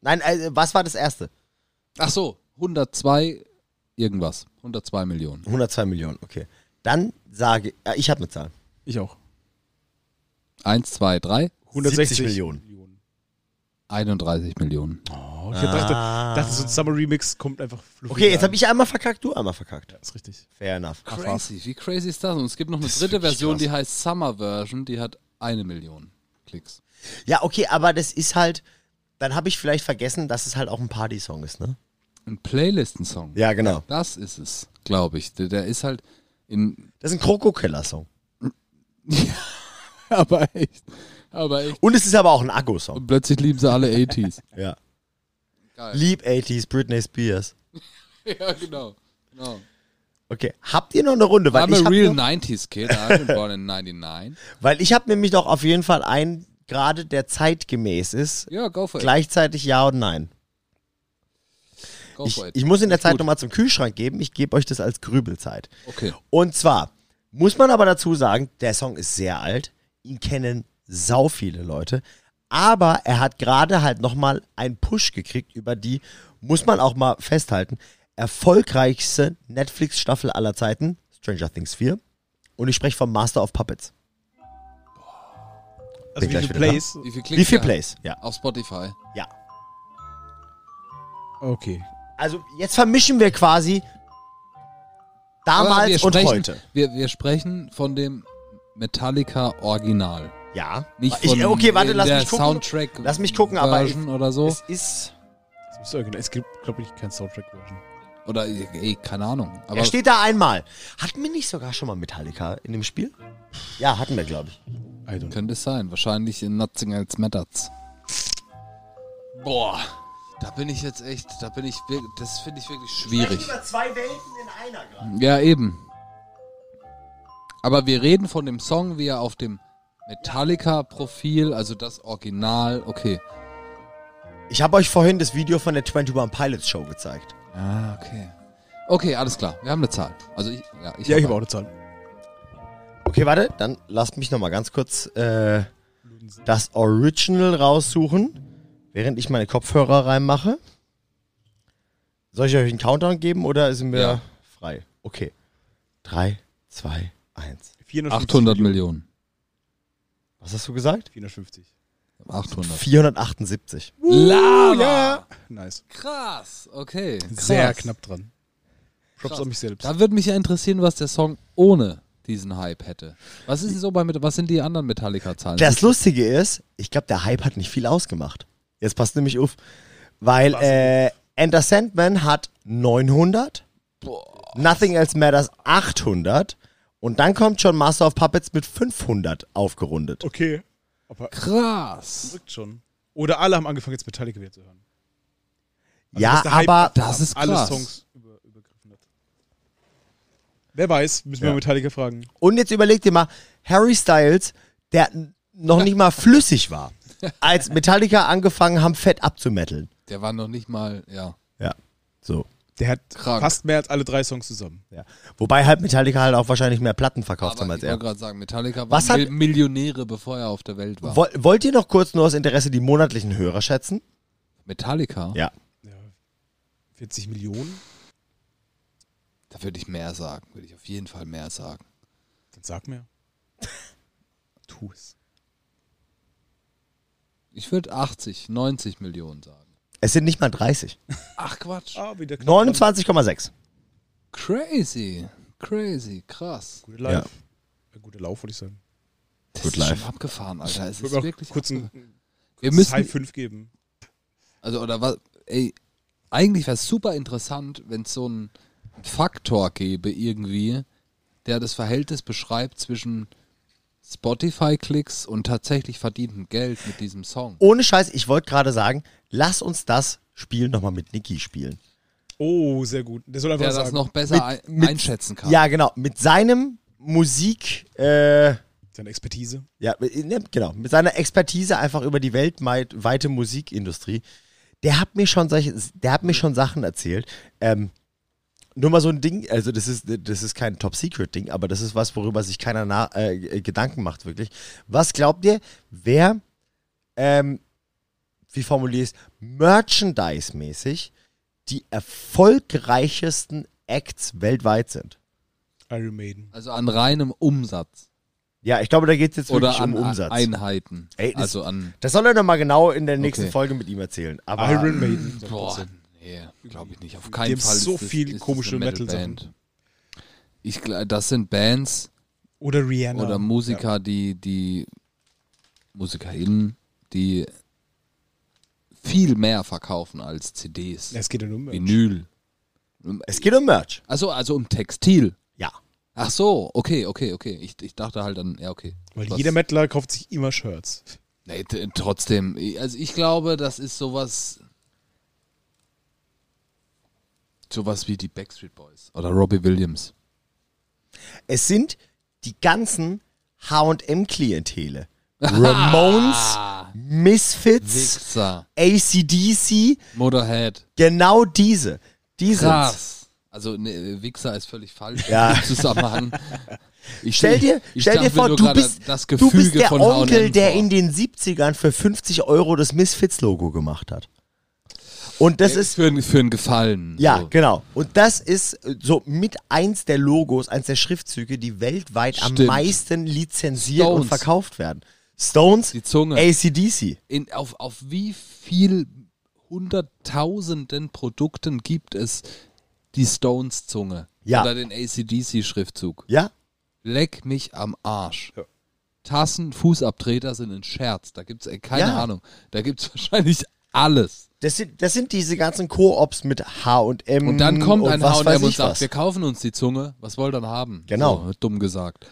[SPEAKER 3] Nein, äh, was war das erste?
[SPEAKER 1] Ach so, 102 irgendwas. 102 Millionen.
[SPEAKER 3] 102 Millionen, okay. Dann sage äh, ich habe eine Zahl.
[SPEAKER 4] Ich auch.
[SPEAKER 1] 1, 2, 3,
[SPEAKER 4] 160
[SPEAKER 3] 70 Millionen.
[SPEAKER 1] 31 Millionen.
[SPEAKER 4] Oh, ich dachte, dachte, so ein Summer Remix kommt einfach fluffig
[SPEAKER 3] Ah. Okay, jetzt
[SPEAKER 4] an.
[SPEAKER 3] habe ich einmal verkackt, du einmal verkackt.
[SPEAKER 4] Ja, ist richtig.
[SPEAKER 3] Fair enough.
[SPEAKER 1] Crazy. Wie crazy ist das? Und es gibt noch eine
[SPEAKER 3] ist
[SPEAKER 1] dritte
[SPEAKER 3] wirklich
[SPEAKER 1] Version,
[SPEAKER 3] krass.
[SPEAKER 1] die heißt Summer Version, die hat eine Million Klicks.
[SPEAKER 3] Ja, okay, aber das ist halt, dann habe ich vielleicht vergessen, dass es halt auch ein Party-Song ist, ne?
[SPEAKER 1] Ein Playlistensong.
[SPEAKER 3] Ja, genau.
[SPEAKER 1] Das ist es, glaube ich. Der, der ist halt in.
[SPEAKER 3] Das ist ein Kroko-Keller-Song.
[SPEAKER 1] Aber echt. Aber echt.
[SPEAKER 3] Und es ist aber auch ein Akku-Song.
[SPEAKER 1] Und plötzlich lieben sie alle 80s.
[SPEAKER 3] Ja.
[SPEAKER 1] Geil.
[SPEAKER 3] Lieb 80s, Britney Spears.
[SPEAKER 1] ja, genau. genau.
[SPEAKER 3] Okay, habt ihr noch eine Runde? Weil
[SPEAKER 1] I'm
[SPEAKER 3] ich
[SPEAKER 1] a
[SPEAKER 3] habe
[SPEAKER 1] real
[SPEAKER 3] mir,
[SPEAKER 1] 90s kid. I was born in 99.
[SPEAKER 3] weil ich hab nämlich doch auf jeden Fall einen, gerade der zeitgemäß ist.
[SPEAKER 1] Ja, go for it.
[SPEAKER 3] Gleichzeitig ja und nein.
[SPEAKER 1] Go
[SPEAKER 3] Ich,
[SPEAKER 1] for it.
[SPEAKER 3] ich muss in der Zeit
[SPEAKER 1] gut.
[SPEAKER 3] nochmal zum Kühlschrank geben. Ich gebe euch das als Grübelzeit.
[SPEAKER 1] Okay.
[SPEAKER 3] Und zwar muss man aber dazu sagen, der Song ist sehr alt, ihn kennen sau viele Leute, aber er hat gerade halt nochmal einen Push gekriegt über die, muss man auch mal festhalten, erfolgreichste Netflix-Staffel aller Zeiten, Stranger Things 4. Und ich spreche vom Master of Puppets.
[SPEAKER 4] Also wie
[SPEAKER 3] gleich wieder
[SPEAKER 4] viele
[SPEAKER 3] da.
[SPEAKER 4] Plays?
[SPEAKER 1] Wie viel Klicks?
[SPEAKER 3] Wie viel
[SPEAKER 1] der hat?
[SPEAKER 3] Plays? Ja.
[SPEAKER 1] Auf Spotify.
[SPEAKER 3] ja.
[SPEAKER 4] Okay.
[SPEAKER 3] Also jetzt vermischen wir quasi
[SPEAKER 1] Aber wir
[SPEAKER 3] damals und
[SPEAKER 1] sprechen-
[SPEAKER 3] heute.
[SPEAKER 1] Wir, wir sprechen von dem Metallica Original.
[SPEAKER 3] Ja.
[SPEAKER 1] Nicht
[SPEAKER 3] ich,
[SPEAKER 1] von
[SPEAKER 3] okay, warte, lass
[SPEAKER 1] der
[SPEAKER 3] mich gucken.
[SPEAKER 1] Soundtrack
[SPEAKER 3] Lass mich gucken, aber
[SPEAKER 1] Version oder so.
[SPEAKER 3] Es ist.
[SPEAKER 4] Das müsste irgendwie- Es gibt, glaube ich, kein Soundtrack-Version.
[SPEAKER 1] Oder ey, keine Ahnung. Aber
[SPEAKER 3] er steht da einmal. Hatten wir nicht sogar schon mal Metallica in dem Spiel? Ja, hatten wir, glaube ich.
[SPEAKER 4] I don't
[SPEAKER 1] könnte es sein. Wahrscheinlich in Nothing Else Matters. Boah. Da bin ich jetzt echt, da bin ich wirklich, das finde ich wirklich schwierig.
[SPEAKER 3] zwei Welten in einer gerade.
[SPEAKER 1] Ja, eben. Aber wir reden von dem Song, wie er auf dem Metallica-Profil, also das Original, okay.
[SPEAKER 3] Ich habe euch vorhin das Video von der 21 Pilots Show gezeigt.
[SPEAKER 1] Ah, okay. Okay, alles klar. Wir haben eine Zahl. Also ich, ja, ich
[SPEAKER 4] Ja, ich
[SPEAKER 1] hab-
[SPEAKER 4] habe auch eine Zahl.
[SPEAKER 3] Okay, warte, dann lasst mich nochmal ganz kurz äh, das Original raussuchen, während ich meine Kopfhörer reinmache. Soll ich euch einen Countdown geben oder ist mir
[SPEAKER 1] Ja.
[SPEAKER 3] frei? Okay. 3, 2, 1.
[SPEAKER 4] 450
[SPEAKER 1] 800 Millionen.
[SPEAKER 3] Was hast du gesagt?
[SPEAKER 4] 450.
[SPEAKER 1] 800.
[SPEAKER 3] 478.
[SPEAKER 1] Lava!
[SPEAKER 4] Nice.
[SPEAKER 1] Krass, okay. Krass.
[SPEAKER 4] Sehr knapp dran. Props
[SPEAKER 1] Krass.
[SPEAKER 4] an mich selbst.
[SPEAKER 1] Da würde mich ja interessieren, was der Song ohne diesen Hype hätte. Was ist denn so bei, Met- was sind die anderen Metallica-Zahlen?
[SPEAKER 3] Das Lustige ist, ich glaube, der Hype hat nicht viel ausgemacht. Jetzt passt nämlich auf, weil äh, Enter Sandman hat 900, Nothing Else Matters 800 und dann kommt schon Master of Puppets mit 500 aufgerundet.
[SPEAKER 4] Okay. Aber
[SPEAKER 1] Krass.
[SPEAKER 4] drückt schon. Oder alle haben angefangen, jetzt Metallica wieder zu hören.
[SPEAKER 3] ja,
[SPEAKER 4] dass der Hype-
[SPEAKER 3] aber
[SPEAKER 1] Das ist
[SPEAKER 4] alle
[SPEAKER 1] krass.
[SPEAKER 4] Songs über, übergriffen hat. Wer weiß, müssen wir Metallica fragen.
[SPEAKER 3] und jetzt überlegt ihr mal, Harry Styles, der n- noch nicht mal flüssig war, als Metallica angefangen haben, Fett abzumetteln.
[SPEAKER 1] Der war noch nicht mal, ja.
[SPEAKER 3] Ja, so.
[SPEAKER 4] Der hat
[SPEAKER 1] Krank.
[SPEAKER 4] fast mehr als alle drei Songs zusammen.
[SPEAKER 3] Ja. Wobei halt Metallica halt auch wahrscheinlich mehr Platten verkauft haben
[SPEAKER 1] Aber
[SPEAKER 3] als
[SPEAKER 1] ich
[SPEAKER 3] er.
[SPEAKER 1] wollte gerade sagen, Metallica
[SPEAKER 3] Was
[SPEAKER 1] waren
[SPEAKER 3] hat-
[SPEAKER 1] Mil- Millionäre, bevor er auf der Welt war.
[SPEAKER 3] Woll- Wollt ihr noch kurz nur aus Interesse die monatlichen Hörer schätzen?
[SPEAKER 1] Metallica?
[SPEAKER 3] Ja.
[SPEAKER 4] Ja. 40 Millionen?
[SPEAKER 1] Da würde ich mehr sagen. Würde ich auf jeden Fall mehr sagen.
[SPEAKER 4] Dann sag mir. tu es.
[SPEAKER 1] Ich würde 80, 90 Millionen sagen.
[SPEAKER 3] Es sind nicht mal 30.
[SPEAKER 1] Ach Quatsch.
[SPEAKER 4] Ah, wieder knapp
[SPEAKER 3] 29,6.
[SPEAKER 1] Crazy. Crazy. Krass.
[SPEAKER 4] Gute Live. Ja. Gute Lauf, würde ich sagen.
[SPEAKER 1] Das
[SPEAKER 3] Good
[SPEAKER 1] ist
[SPEAKER 3] life.
[SPEAKER 1] schon abgefahren, Alter. Es
[SPEAKER 4] Ich
[SPEAKER 1] ist
[SPEAKER 4] würde
[SPEAKER 1] wirklich
[SPEAKER 4] kurz
[SPEAKER 1] abgefahren.
[SPEAKER 4] ein
[SPEAKER 1] Wir
[SPEAKER 4] kurzes High
[SPEAKER 1] müssen,
[SPEAKER 4] 5 geben.
[SPEAKER 1] also oder was, ey, eigentlich wäre es super interessant, wenn es so einen Faktor gäbe irgendwie, der das Verhältnis beschreibt zwischen Spotify-Klicks und tatsächlich verdientem Geld mit diesem Song.
[SPEAKER 3] Ohne Scheiß, ich wollte gerade sagen, lass uns das Spiel nochmal mit Niki spielen.
[SPEAKER 4] Oh, sehr gut. Der soll einfach
[SPEAKER 1] Der
[SPEAKER 4] sagen.
[SPEAKER 1] das noch besser
[SPEAKER 3] Mit-
[SPEAKER 1] ein,
[SPEAKER 3] mit-
[SPEAKER 1] einschätzen kann.
[SPEAKER 3] Ja, genau. Mit seinem Musik, äh,
[SPEAKER 4] Seine Expertise.
[SPEAKER 3] ja, ne, genau. Mit seiner Expertise einfach über die weltweite Musikindustrie. Der hat mir schon solche, der hat mir schon Sachen erzählt. Ähm, nur mal so ein Ding, also das ist, das ist kein Top-Secret-Ding, aber das ist was, worüber sich keiner na, äh, Gedanken macht, wirklich. Was glaubt ihr, wer, ähm, wie formuliere ich es, merchandise-mäßig die erfolgreichsten Acts weltweit sind?
[SPEAKER 4] Iron Maiden.
[SPEAKER 1] Also an reinem Umsatz
[SPEAKER 3] Ja, ich glaube, da geht es jetzt
[SPEAKER 1] oder
[SPEAKER 3] wirklich
[SPEAKER 1] an
[SPEAKER 3] um Umsatz.
[SPEAKER 1] Einheiten.
[SPEAKER 3] Ey, das-
[SPEAKER 1] also an
[SPEAKER 3] das soll er nochmal genau in der nächsten
[SPEAKER 1] Okay.
[SPEAKER 3] Folge mit ihm erzählen. Aber ähm,
[SPEAKER 4] Iron Maiden. sagt
[SPEAKER 1] Boah,
[SPEAKER 4] man so.
[SPEAKER 1] nee, glaube ich nicht. Auf
[SPEAKER 4] Die
[SPEAKER 1] keinen
[SPEAKER 4] haben
[SPEAKER 1] Fall.
[SPEAKER 4] so
[SPEAKER 1] ist das-
[SPEAKER 4] viel
[SPEAKER 1] ist das
[SPEAKER 4] komische
[SPEAKER 1] eine
[SPEAKER 4] Metal-Sachen.
[SPEAKER 1] Metal-Band. Ich gl- das sind Bands,
[SPEAKER 4] Oder Rihanna.
[SPEAKER 1] oder Musiker, die, die MusikerInnen, die viel mehr verkaufen als CDs,
[SPEAKER 4] Ja. Es geht ja nur um Merch.
[SPEAKER 1] Vinyl.
[SPEAKER 3] es geht um Merch.
[SPEAKER 1] Achso, also um Textil.
[SPEAKER 3] Ja.
[SPEAKER 1] Ach so, okay, okay, okay. Ich, ich dachte halt an, ja, okay.
[SPEAKER 4] Weil
[SPEAKER 1] Was-
[SPEAKER 4] jeder Mettler kauft sich immer Shirts.
[SPEAKER 1] Nee, t- trotzdem, ich- also ich glaube, das ist sowas. Sowas wie die Backstreet Boys oder Robbie Williams.
[SPEAKER 3] Es sind die ganzen HM-Klientele. Ramones, Misfits,
[SPEAKER 1] Wichser,
[SPEAKER 3] ACDC,
[SPEAKER 1] Motorhead.
[SPEAKER 3] genau diese. Die sind's.
[SPEAKER 1] Krass. Also ne, Wichser ist völlig falsch
[SPEAKER 3] Ja.
[SPEAKER 1] im Zusammenhang. Ich,
[SPEAKER 3] Stell dir,
[SPEAKER 1] ich
[SPEAKER 3] stell dir
[SPEAKER 1] dachte
[SPEAKER 3] vor,
[SPEAKER 1] nur
[SPEAKER 3] du
[SPEAKER 1] gerade
[SPEAKER 3] bist,
[SPEAKER 1] das
[SPEAKER 3] du
[SPEAKER 1] Gefüge
[SPEAKER 3] bist der
[SPEAKER 1] von
[SPEAKER 3] Onkel,
[SPEAKER 1] H&M
[SPEAKER 3] der
[SPEAKER 1] vor.
[SPEAKER 3] in den 70ern für 50 Euro das Misfits-Logo gemacht hat. Und das
[SPEAKER 1] Der
[SPEAKER 3] ist,
[SPEAKER 1] für, einen- für einen Gefallen.
[SPEAKER 3] ja,
[SPEAKER 1] so.
[SPEAKER 3] genau. Und das ist äh, so mit eins der Logos, eins der Schriftzüge, die weltweit am
[SPEAKER 1] Stimmt.
[SPEAKER 3] meisten lizenziert und
[SPEAKER 1] Stones.
[SPEAKER 3] verkauft werden. Stones,
[SPEAKER 1] Die Zunge.
[SPEAKER 3] ACDC.
[SPEAKER 1] In, auf, auf wie viel hunderttausenden Produkten gibt es die Stones-Zunge?
[SPEAKER 3] Ja.
[SPEAKER 1] Oder den ACDC-Schriftzug?
[SPEAKER 3] Ja,
[SPEAKER 1] Leck mich am Arsch.
[SPEAKER 4] Ja.
[SPEAKER 1] Tassen, Fußabtreter sind ein Scherz. Da gibt es keine
[SPEAKER 3] Ja.
[SPEAKER 1] Ahnung. Da gibt es wahrscheinlich alles.
[SPEAKER 3] Das sind, das sind diese ganzen Koops mit H&M
[SPEAKER 1] Und dann kommt ein
[SPEAKER 3] was weiß
[SPEAKER 1] H&M und
[SPEAKER 3] ich
[SPEAKER 1] sagt,
[SPEAKER 3] was.
[SPEAKER 1] wir kaufen uns die Zunge. Was wollt ihr denn haben?
[SPEAKER 3] Genau.
[SPEAKER 1] So, dumm gesagt.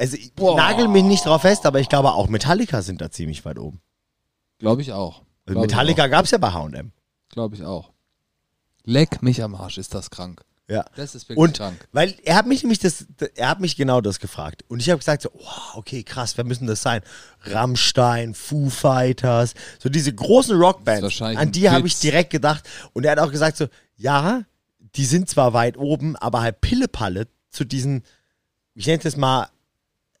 [SPEAKER 3] Also ich nagel mich nicht drauf fest, aber ich glaube auch Metallica sind da ziemlich weit oben.
[SPEAKER 1] Glaube ich auch.
[SPEAKER 3] Metallica gab's ja bei H&M.
[SPEAKER 1] Glaube ich auch. Leck mich am Arsch, ist das krank.
[SPEAKER 3] Ja.
[SPEAKER 1] Das ist wirklich
[SPEAKER 3] Und
[SPEAKER 1] krank.
[SPEAKER 3] weil er hat mich nämlich das, er hat mich genau das gefragt. Und ich habe gesagt so, wow, okay, krass, wer müssen das sein? Rammstein, Foo Fighters, so diese großen Rockbands.
[SPEAKER 1] wahrscheinlich
[SPEAKER 3] An
[SPEAKER 1] ein
[SPEAKER 3] die habe ich
[SPEAKER 1] Witz.
[SPEAKER 3] direkt gedacht. Und er hat auch gesagt so, ja, die sind zwar weit oben, aber halt Pillepalle zu diesen, ich nenne es jetzt mal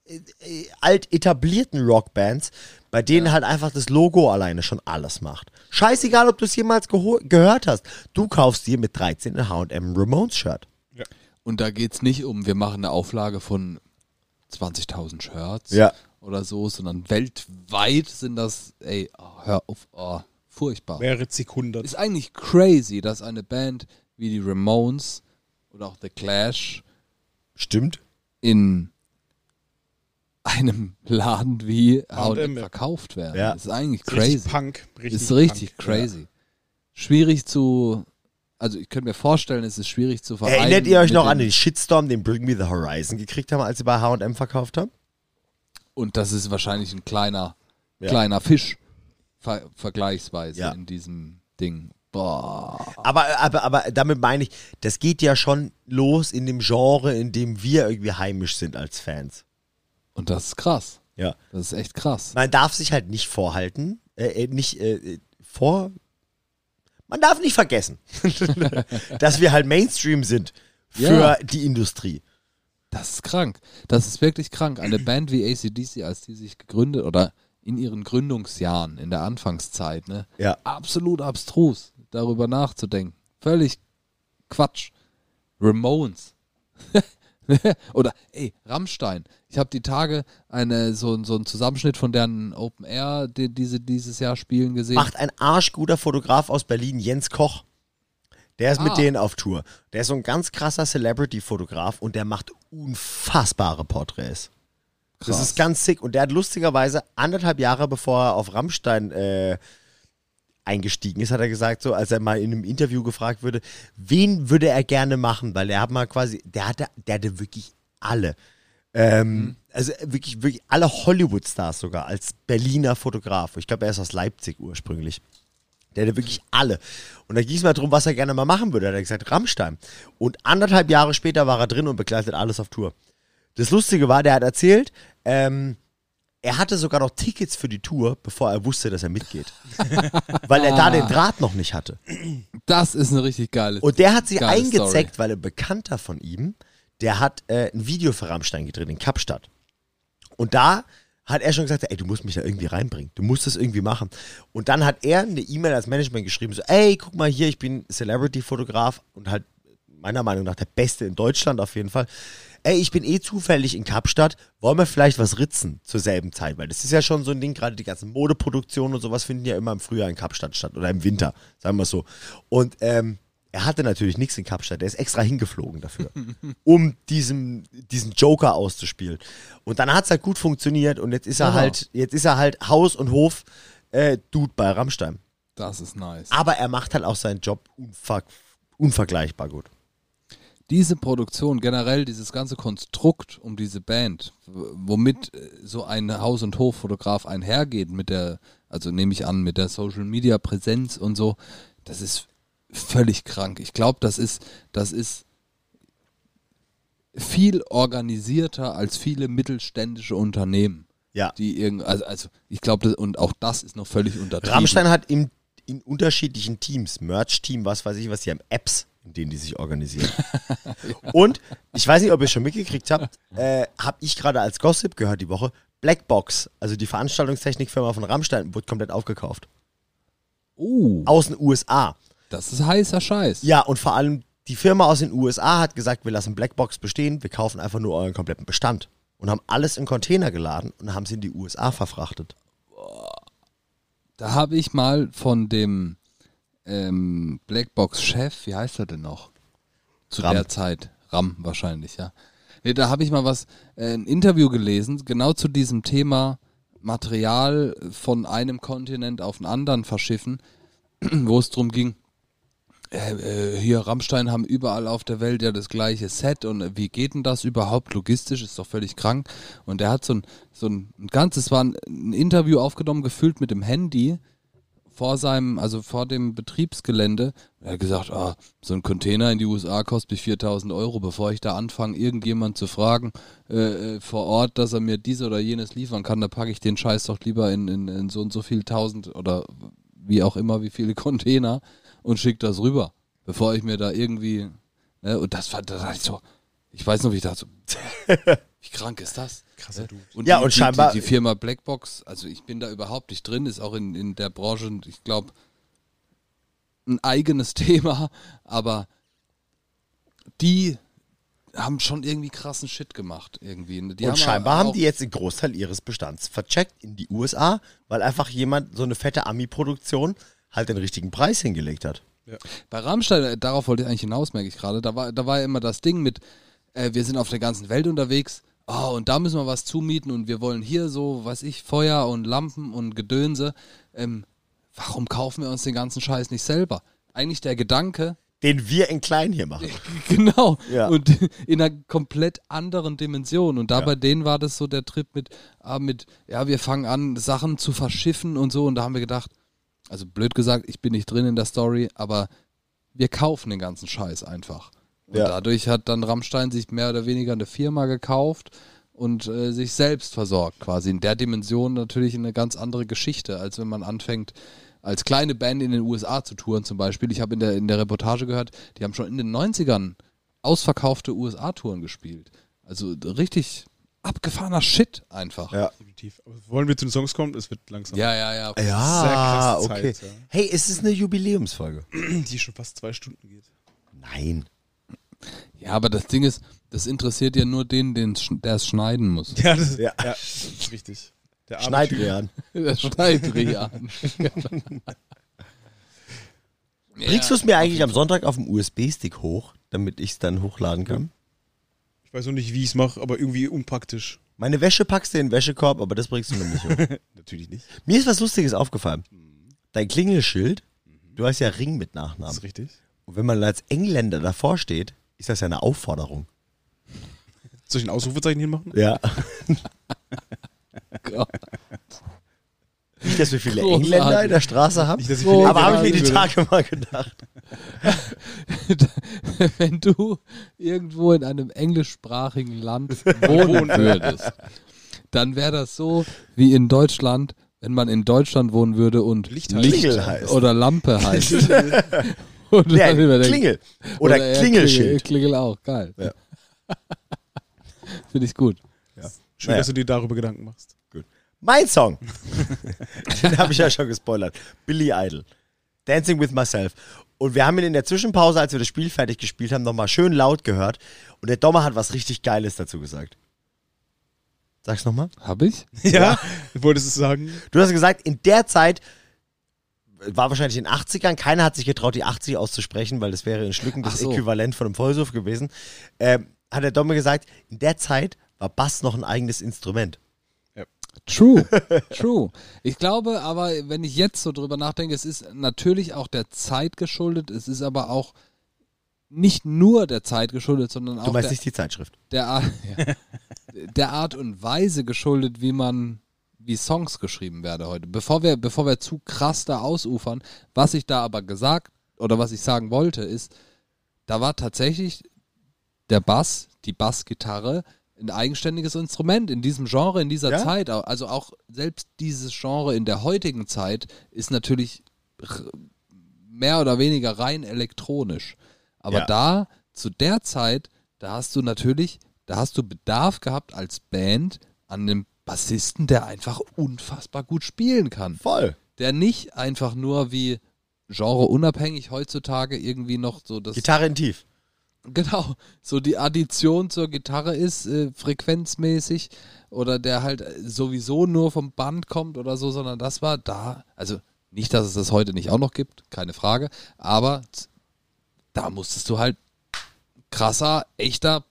[SPEAKER 3] äh, äh, alt etablierten Rockbands, bei denen halt einfach das Logo alleine schon alles macht. Scheißegal, ob du es jemals geho- gehört hast. Du kaufst dir mit 13 ein H&M Ramones Shirt.
[SPEAKER 1] Und da geht es nicht um, wir machen eine Auflage von 20.000 Shirts
[SPEAKER 3] Ja.
[SPEAKER 1] oder so, sondern weltweit sind das, ey, oh, hör auf, oh, furchtbar.
[SPEAKER 4] Mehrere Sekunden.
[SPEAKER 1] Ist eigentlich crazy, dass eine Band wie die Ramones oder auch The Clash
[SPEAKER 3] Stimmt.
[SPEAKER 1] in einem Laden wie H&M
[SPEAKER 4] H&M, ja.
[SPEAKER 1] verkauft werden.
[SPEAKER 3] Ja.
[SPEAKER 1] Das ist eigentlich
[SPEAKER 4] Richtig
[SPEAKER 1] crazy.
[SPEAKER 4] Punk. Richtig
[SPEAKER 1] ist richtig
[SPEAKER 4] Punk.
[SPEAKER 1] crazy. Schwierig zu, also ich könnte mir vorstellen, es ist schwierig zu vereinen.
[SPEAKER 3] Erinnert ihr euch
[SPEAKER 1] mit
[SPEAKER 3] noch an
[SPEAKER 1] dem-
[SPEAKER 3] den Shitstorm, den Bring Me the Horizon gekriegt haben, als sie bei HM verkauft haben?
[SPEAKER 1] Und das ist wahrscheinlich ein kleiner,
[SPEAKER 3] Ja.
[SPEAKER 1] kleiner Fisch ver vergleichsweise
[SPEAKER 3] Ja.
[SPEAKER 1] in diesem Ding. Boah.
[SPEAKER 3] Aber, aber, aber damit meine ich, das geht ja schon los in dem Genre, in dem wir irgendwie heimisch sind als Fans.
[SPEAKER 1] Und das ist krass.
[SPEAKER 3] Ja.
[SPEAKER 1] Das ist echt krass.
[SPEAKER 3] Man darf sich halt nicht vorhalten, äh, äh, nicht äh, äh, vor. Man darf nicht vergessen, dass wir halt Mainstream sind für
[SPEAKER 1] Ja.
[SPEAKER 3] die Industrie.
[SPEAKER 1] Das ist krank. Das ist wirklich krank. Eine Band wie ACDC, als die sich gegründet oder in ihren Gründungsjahren, in der Anfangszeit, ne?
[SPEAKER 3] Ja.
[SPEAKER 1] Absolut abstrus, darüber nachzudenken. Völlig Quatsch. Ramones. oder, ey, Rammstein. Ich habe die Tage eine, so, so einen Zusammenschnitt von deren Open Air, die, die sie dieses Jahr spielen, gesehen.
[SPEAKER 3] macht ein arschguter Fotograf aus Berlin, Jens Koch. Der ist
[SPEAKER 1] Ah.
[SPEAKER 3] mit denen auf Tour. Der ist so ein ganz krasser Celebrity-Fotograf und der macht unfassbare Porträts. Das ist ganz sick. Und der hat lustigerweise anderthalb Jahre, bevor er auf Rammstein äh, eingestiegen ist, hat er gesagt, so als er mal in einem Interview gefragt wurde, wen würde er gerne machen, weil er hat mal quasi, der hatte, der hatte wirklich alle. Ähm, Also wirklich, wirklich alle Hollywood-Stars sogar als Berliner Fotograf. Ich glaube, er ist aus Leipzig ursprünglich. Der hatte wirklich alle. Und da ging es mal darum, was er gerne mal machen würde. Da hat er gesagt, Rammstein. Und anderthalb Jahre später war er drin und begleitet alles auf Tour. Das Lustige war, der hat erzählt, ähm, er hatte sogar noch Tickets für die Tour, bevor er wusste, dass er mitgeht. Weil er da den Draht noch nicht hatte.
[SPEAKER 1] das ist eine richtig geile
[SPEAKER 3] Und der hat sie
[SPEAKER 1] Geile
[SPEAKER 3] eingezeckt, weil ein Bekannter von ihm, der hat äh, ein Video für Rammstein gedreht in Kapstadt. Und da hat er schon gesagt, ey, du musst mich da irgendwie reinbringen. Du musst das irgendwie machen. Und dann hat er eine E-Mail als Management geschrieben, so, ey, guck mal hier, ich bin Celebrity-Fotograf und halt meiner Meinung nach der Beste in Deutschland auf jeden Fall. Ey, ich bin eh zufällig in Kapstadt. Wollen wir vielleicht was ritzen zur selben Zeit? Weil das ist ja schon so ein Ding, gerade die ganzen Modeproduktionen und sowas finden ja immer im Frühjahr in Kapstadt statt oder im Winter, sagen wir es so. Und ähm, er hatte natürlich nichts in Kapstadt. Er ist extra hingeflogen dafür, um diesen, diesen Joker auszuspielen. Und dann hat es halt gut funktioniert und jetzt ist er
[SPEAKER 1] Ja.
[SPEAKER 3] halt, jetzt ist er halt Haus und Hof äh, Dude bei Rammstein.
[SPEAKER 1] Das ist nice.
[SPEAKER 3] Aber er macht halt auch seinen Job unver unvergleichbar gut.
[SPEAKER 1] diese Produktion, generell dieses ganze Konstrukt um diese Band, w- womit äh, so ein Haus- und Hoffotograf einhergeht, mit der, also nehme ich an, mit der Social Media Präsenz und so, das ist völlig krank. Ich glaube, das ist, das ist viel organisierter als viele mittelständische Unternehmen.
[SPEAKER 3] Ja.
[SPEAKER 1] Die irgend, also, also ich glaube, und auch das ist noch völlig untertrieben.
[SPEAKER 3] Rammstein hat im, in unterschiedlichen Teams, Merch-Team, was weiß ich was, die haben Apps, in denen die sich organisieren. Und ich weiß nicht, ob ihr schon mitgekriegt habt, äh, habe ich gerade als Gossip gehört die Woche, Blackbox, also die Veranstaltungstechnikfirma von Rammstein, wurde komplett aufgekauft.
[SPEAKER 1] Oh,
[SPEAKER 3] Aus den USA.
[SPEAKER 1] das ist heißer Scheiß.
[SPEAKER 3] Ja, und vor allem die Firma aus den USA hat gesagt, wir lassen Blackbox bestehen, wir kaufen einfach nur euren kompletten Bestand. Und haben alles in Container geladen und haben sie in die USA verfrachtet.
[SPEAKER 1] Da habe ich mal von dem ähm, Blackbox-Chef, wie heißt er denn noch? Zu
[SPEAKER 3] Ram.
[SPEAKER 1] der Zeit. Ram wahrscheinlich, ja. Nee, da habe ich mal was, äh, ein Interview gelesen, genau zu diesem Thema Material von einem Kontinent auf den anderen verschiffen, wo es darum ging, äh, äh, hier Rammstein haben überall auf der Welt ja das gleiche Set und äh, wie geht denn das überhaupt logistisch? Ist doch völlig krank. Und er hat so ein, so ein, ein ganzes, war ein, ein Interview aufgenommen, gefüllt mit dem Handy vor seinem, also vor dem Betriebsgelände, er hat gesagt, ah, so ein Container in die USA kostet mich 4000 Euro, bevor ich da anfange, irgendjemand zu fragen äh, äh, vor Ort, dass er mir dies oder jenes liefern kann, da packe ich den Scheiß doch lieber in, in, in so und so viel tausend oder wie auch immer, wie viele Container und schicke das rüber, bevor ich mir da irgendwie, ne, und das war, das war so, ich weiß noch, wie ich dachte, so, wie krank ist das?
[SPEAKER 4] Krasser
[SPEAKER 1] Ne?
[SPEAKER 4] Dude.
[SPEAKER 1] Und
[SPEAKER 3] Ja,
[SPEAKER 1] die,
[SPEAKER 3] und
[SPEAKER 1] die,
[SPEAKER 3] scheinbar-
[SPEAKER 1] Die, die Firma Blackbox, also ich bin da überhaupt nicht drin, ist auch in, in der Branche, ich glaube, ein eigenes Thema, aber die haben schon irgendwie krassen Shit gemacht, irgendwie. Die
[SPEAKER 3] und scheinbar
[SPEAKER 1] auch-
[SPEAKER 3] haben die jetzt den Großteil ihres Bestands vercheckt in die USA, weil einfach jemand so eine fette Ami-Produktion halt den richtigen Preis hingelegt hat.
[SPEAKER 1] Bei Rammstein, äh, darauf wollte ich eigentlich hinaus, merke ich gerade, da war, da war ja immer das Ding mit, äh, wir sind auf der ganzen Welt unterwegs, oh, und da müssen wir was zumieten und wir wollen hier so, weiß ich, Feuer und Lampen und Gedönse. Ähm, warum kaufen wir uns den ganzen Scheiß nicht selber? Eigentlich der Gedanke,
[SPEAKER 3] Den wir in klein hier machen.
[SPEAKER 1] genau,
[SPEAKER 3] Ja.
[SPEAKER 1] und in einer komplett anderen Dimension. Und da bei denen war das so der Trip mit, ah, mit, ja, wir fangen an, Sachen zu verschiffen und so. Und da haben wir gedacht, also blöd gesagt, ich bin nicht drin in der Story, aber wir kaufen den ganzen Scheiß einfach. Und
[SPEAKER 3] Ja.
[SPEAKER 1] dadurch hat dann Rammstein sich mehr oder weniger eine Firma gekauft und äh, sich selbst versorgt quasi. In der Dimension natürlich eine ganz andere Geschichte, als wenn man anfängt, als kleine Band in den USA zu touren zum Beispiel. Ich habe in der, in der Reportage gehört, die haben schon in den 90ern ausverkaufte USA-Touren gespielt. Also richtig abgefahrener Shit einfach.
[SPEAKER 3] Ja.
[SPEAKER 4] Definitiv. Aber wollen wir zu den Songs kommen? Es wird langsam.
[SPEAKER 1] ja, ja. ja.
[SPEAKER 4] Sehr krasse Zeit,
[SPEAKER 3] okay.
[SPEAKER 4] ja.
[SPEAKER 3] Hey, es ist eine Jubiläumsfolge.
[SPEAKER 4] Die schon fast zwei Stunden geht.
[SPEAKER 3] Nein.
[SPEAKER 1] Ja, aber das Ding ist, das interessiert ja nur den, den sch- der es schneiden muss.
[SPEAKER 4] Ja, das,
[SPEAKER 3] Ja.
[SPEAKER 4] ist richtig. Der
[SPEAKER 3] Schneid Rian.
[SPEAKER 1] Der Schneidrian.
[SPEAKER 3] Bringst du es mir eigentlich am Sonntag auf dem USB-Stick hoch, damit ich es dann hochladen kann?
[SPEAKER 4] Ich weiß noch nicht, wie ich es mache, aber irgendwie unpraktisch.
[SPEAKER 3] Meine Wäsche packst du in den Wäschekorb, aber das bringst du mir nicht hoch.
[SPEAKER 4] Natürlich nicht.
[SPEAKER 3] Mir ist was Lustiges aufgefallen. Dein Klingelschild, du hast ja Ring mit
[SPEAKER 4] Das
[SPEAKER 3] Nachnamen.
[SPEAKER 4] ist richtig.
[SPEAKER 3] Und wenn man als Engländer davor steht, ist das ja eine Aufforderung.
[SPEAKER 4] Soll ich ein Ausrufezeichen hinmachen?
[SPEAKER 3] Ja.
[SPEAKER 1] Gott.
[SPEAKER 3] Nicht, dass wir viele
[SPEAKER 1] Großartig.
[SPEAKER 3] Engländer in der Straße haben.
[SPEAKER 4] Nicht, dass ich
[SPEAKER 1] Oh,
[SPEAKER 4] viele
[SPEAKER 3] aber habe ich mir
[SPEAKER 4] Engländer
[SPEAKER 3] die
[SPEAKER 4] würde.
[SPEAKER 3] Tage mal gedacht.
[SPEAKER 1] Wenn du irgendwo in einem englischsprachigen Land wohnen würdest, dann wäre das so wie in Deutschland, wenn man in Deutschland wohnen würde und
[SPEAKER 4] Licht heißt.
[SPEAKER 1] Licht
[SPEAKER 3] Klingel heißt.
[SPEAKER 1] oder Lampe heißt. Und
[SPEAKER 3] Nee,
[SPEAKER 1] dann überdenkt-
[SPEAKER 3] Klingel. Oder,
[SPEAKER 1] ja,
[SPEAKER 3] Klingelschild.
[SPEAKER 1] Klingel, Klingel auch, geil.
[SPEAKER 3] Ja.
[SPEAKER 1] Finde ich gut.
[SPEAKER 4] Schön,
[SPEAKER 3] Naja.
[SPEAKER 4] dass du dir darüber Gedanken machst.
[SPEAKER 3] Mein Song. Den habe ich ja schon gespoilert. Billy Idol. Dancing with Myself. Und wir haben ihn in der Zwischenpause, als wir das Spiel fertig gespielt haben, nochmal schön laut gehört. Und der Dommer hat was richtig Geiles dazu gesagt. Sag's nochmal.
[SPEAKER 1] Hab ich?
[SPEAKER 4] Ja, du wolltest es sagen.
[SPEAKER 3] Du hast gesagt, in der Zeit äh, war wahrscheinlich in den 80ern, keiner hat sich getraut, die 80 auszusprechen, weil das wäre in Schlücken
[SPEAKER 1] Ach
[SPEAKER 3] das
[SPEAKER 1] so.
[SPEAKER 3] Äquivalent von einem Vollsuff gewesen. Ähm, hat der Domme gesagt, in der Zeit war Bass noch ein eigenes Instrument.
[SPEAKER 1] True, true. Ich glaube aber, wenn ich jetzt so drüber nachdenke, es ist natürlich auch der Zeit geschuldet, es ist aber auch nicht nur der Zeit geschuldet, sondern
[SPEAKER 3] Du
[SPEAKER 1] auch
[SPEAKER 3] meinst
[SPEAKER 1] der,
[SPEAKER 3] nicht die Zeitschrift.
[SPEAKER 1] der, Art, ja, der Art und Weise geschuldet, wie man wie Songs geschrieben werden heute. Bevor wir, bevor wir zu krass da ausufern, was ich da aber gesagt oder was ich sagen wollte, ist, da war tatsächlich der Bass, die Bassgitarre, ein eigenständiges Instrument in diesem Genre, in dieser
[SPEAKER 3] Ja.
[SPEAKER 1] Zeit. Au- Also auch selbst dieses Genre in der heutigen Zeit ist natürlich r- mehr oder weniger rein elektronisch. Aber
[SPEAKER 3] Ja.
[SPEAKER 1] da, zu der Zeit, da hast du natürlich, da hast du Bedarf gehabt als Band an einem Bassisten, der einfach unfassbar gut spielen kann
[SPEAKER 3] Voll.
[SPEAKER 1] der nicht einfach nur wie genreunabhängig heutzutage irgendwie noch so das
[SPEAKER 3] Gitarre in Tief.
[SPEAKER 1] genau so die Addition zur Gitarre ist äh, frequenzmäßig oder der halt äh, sowieso nur vom Band kommt oder so, sondern das war da also nicht, dass es das heute nicht auch noch gibt, keine Frage, aber z- da musstest du halt krasser, echter,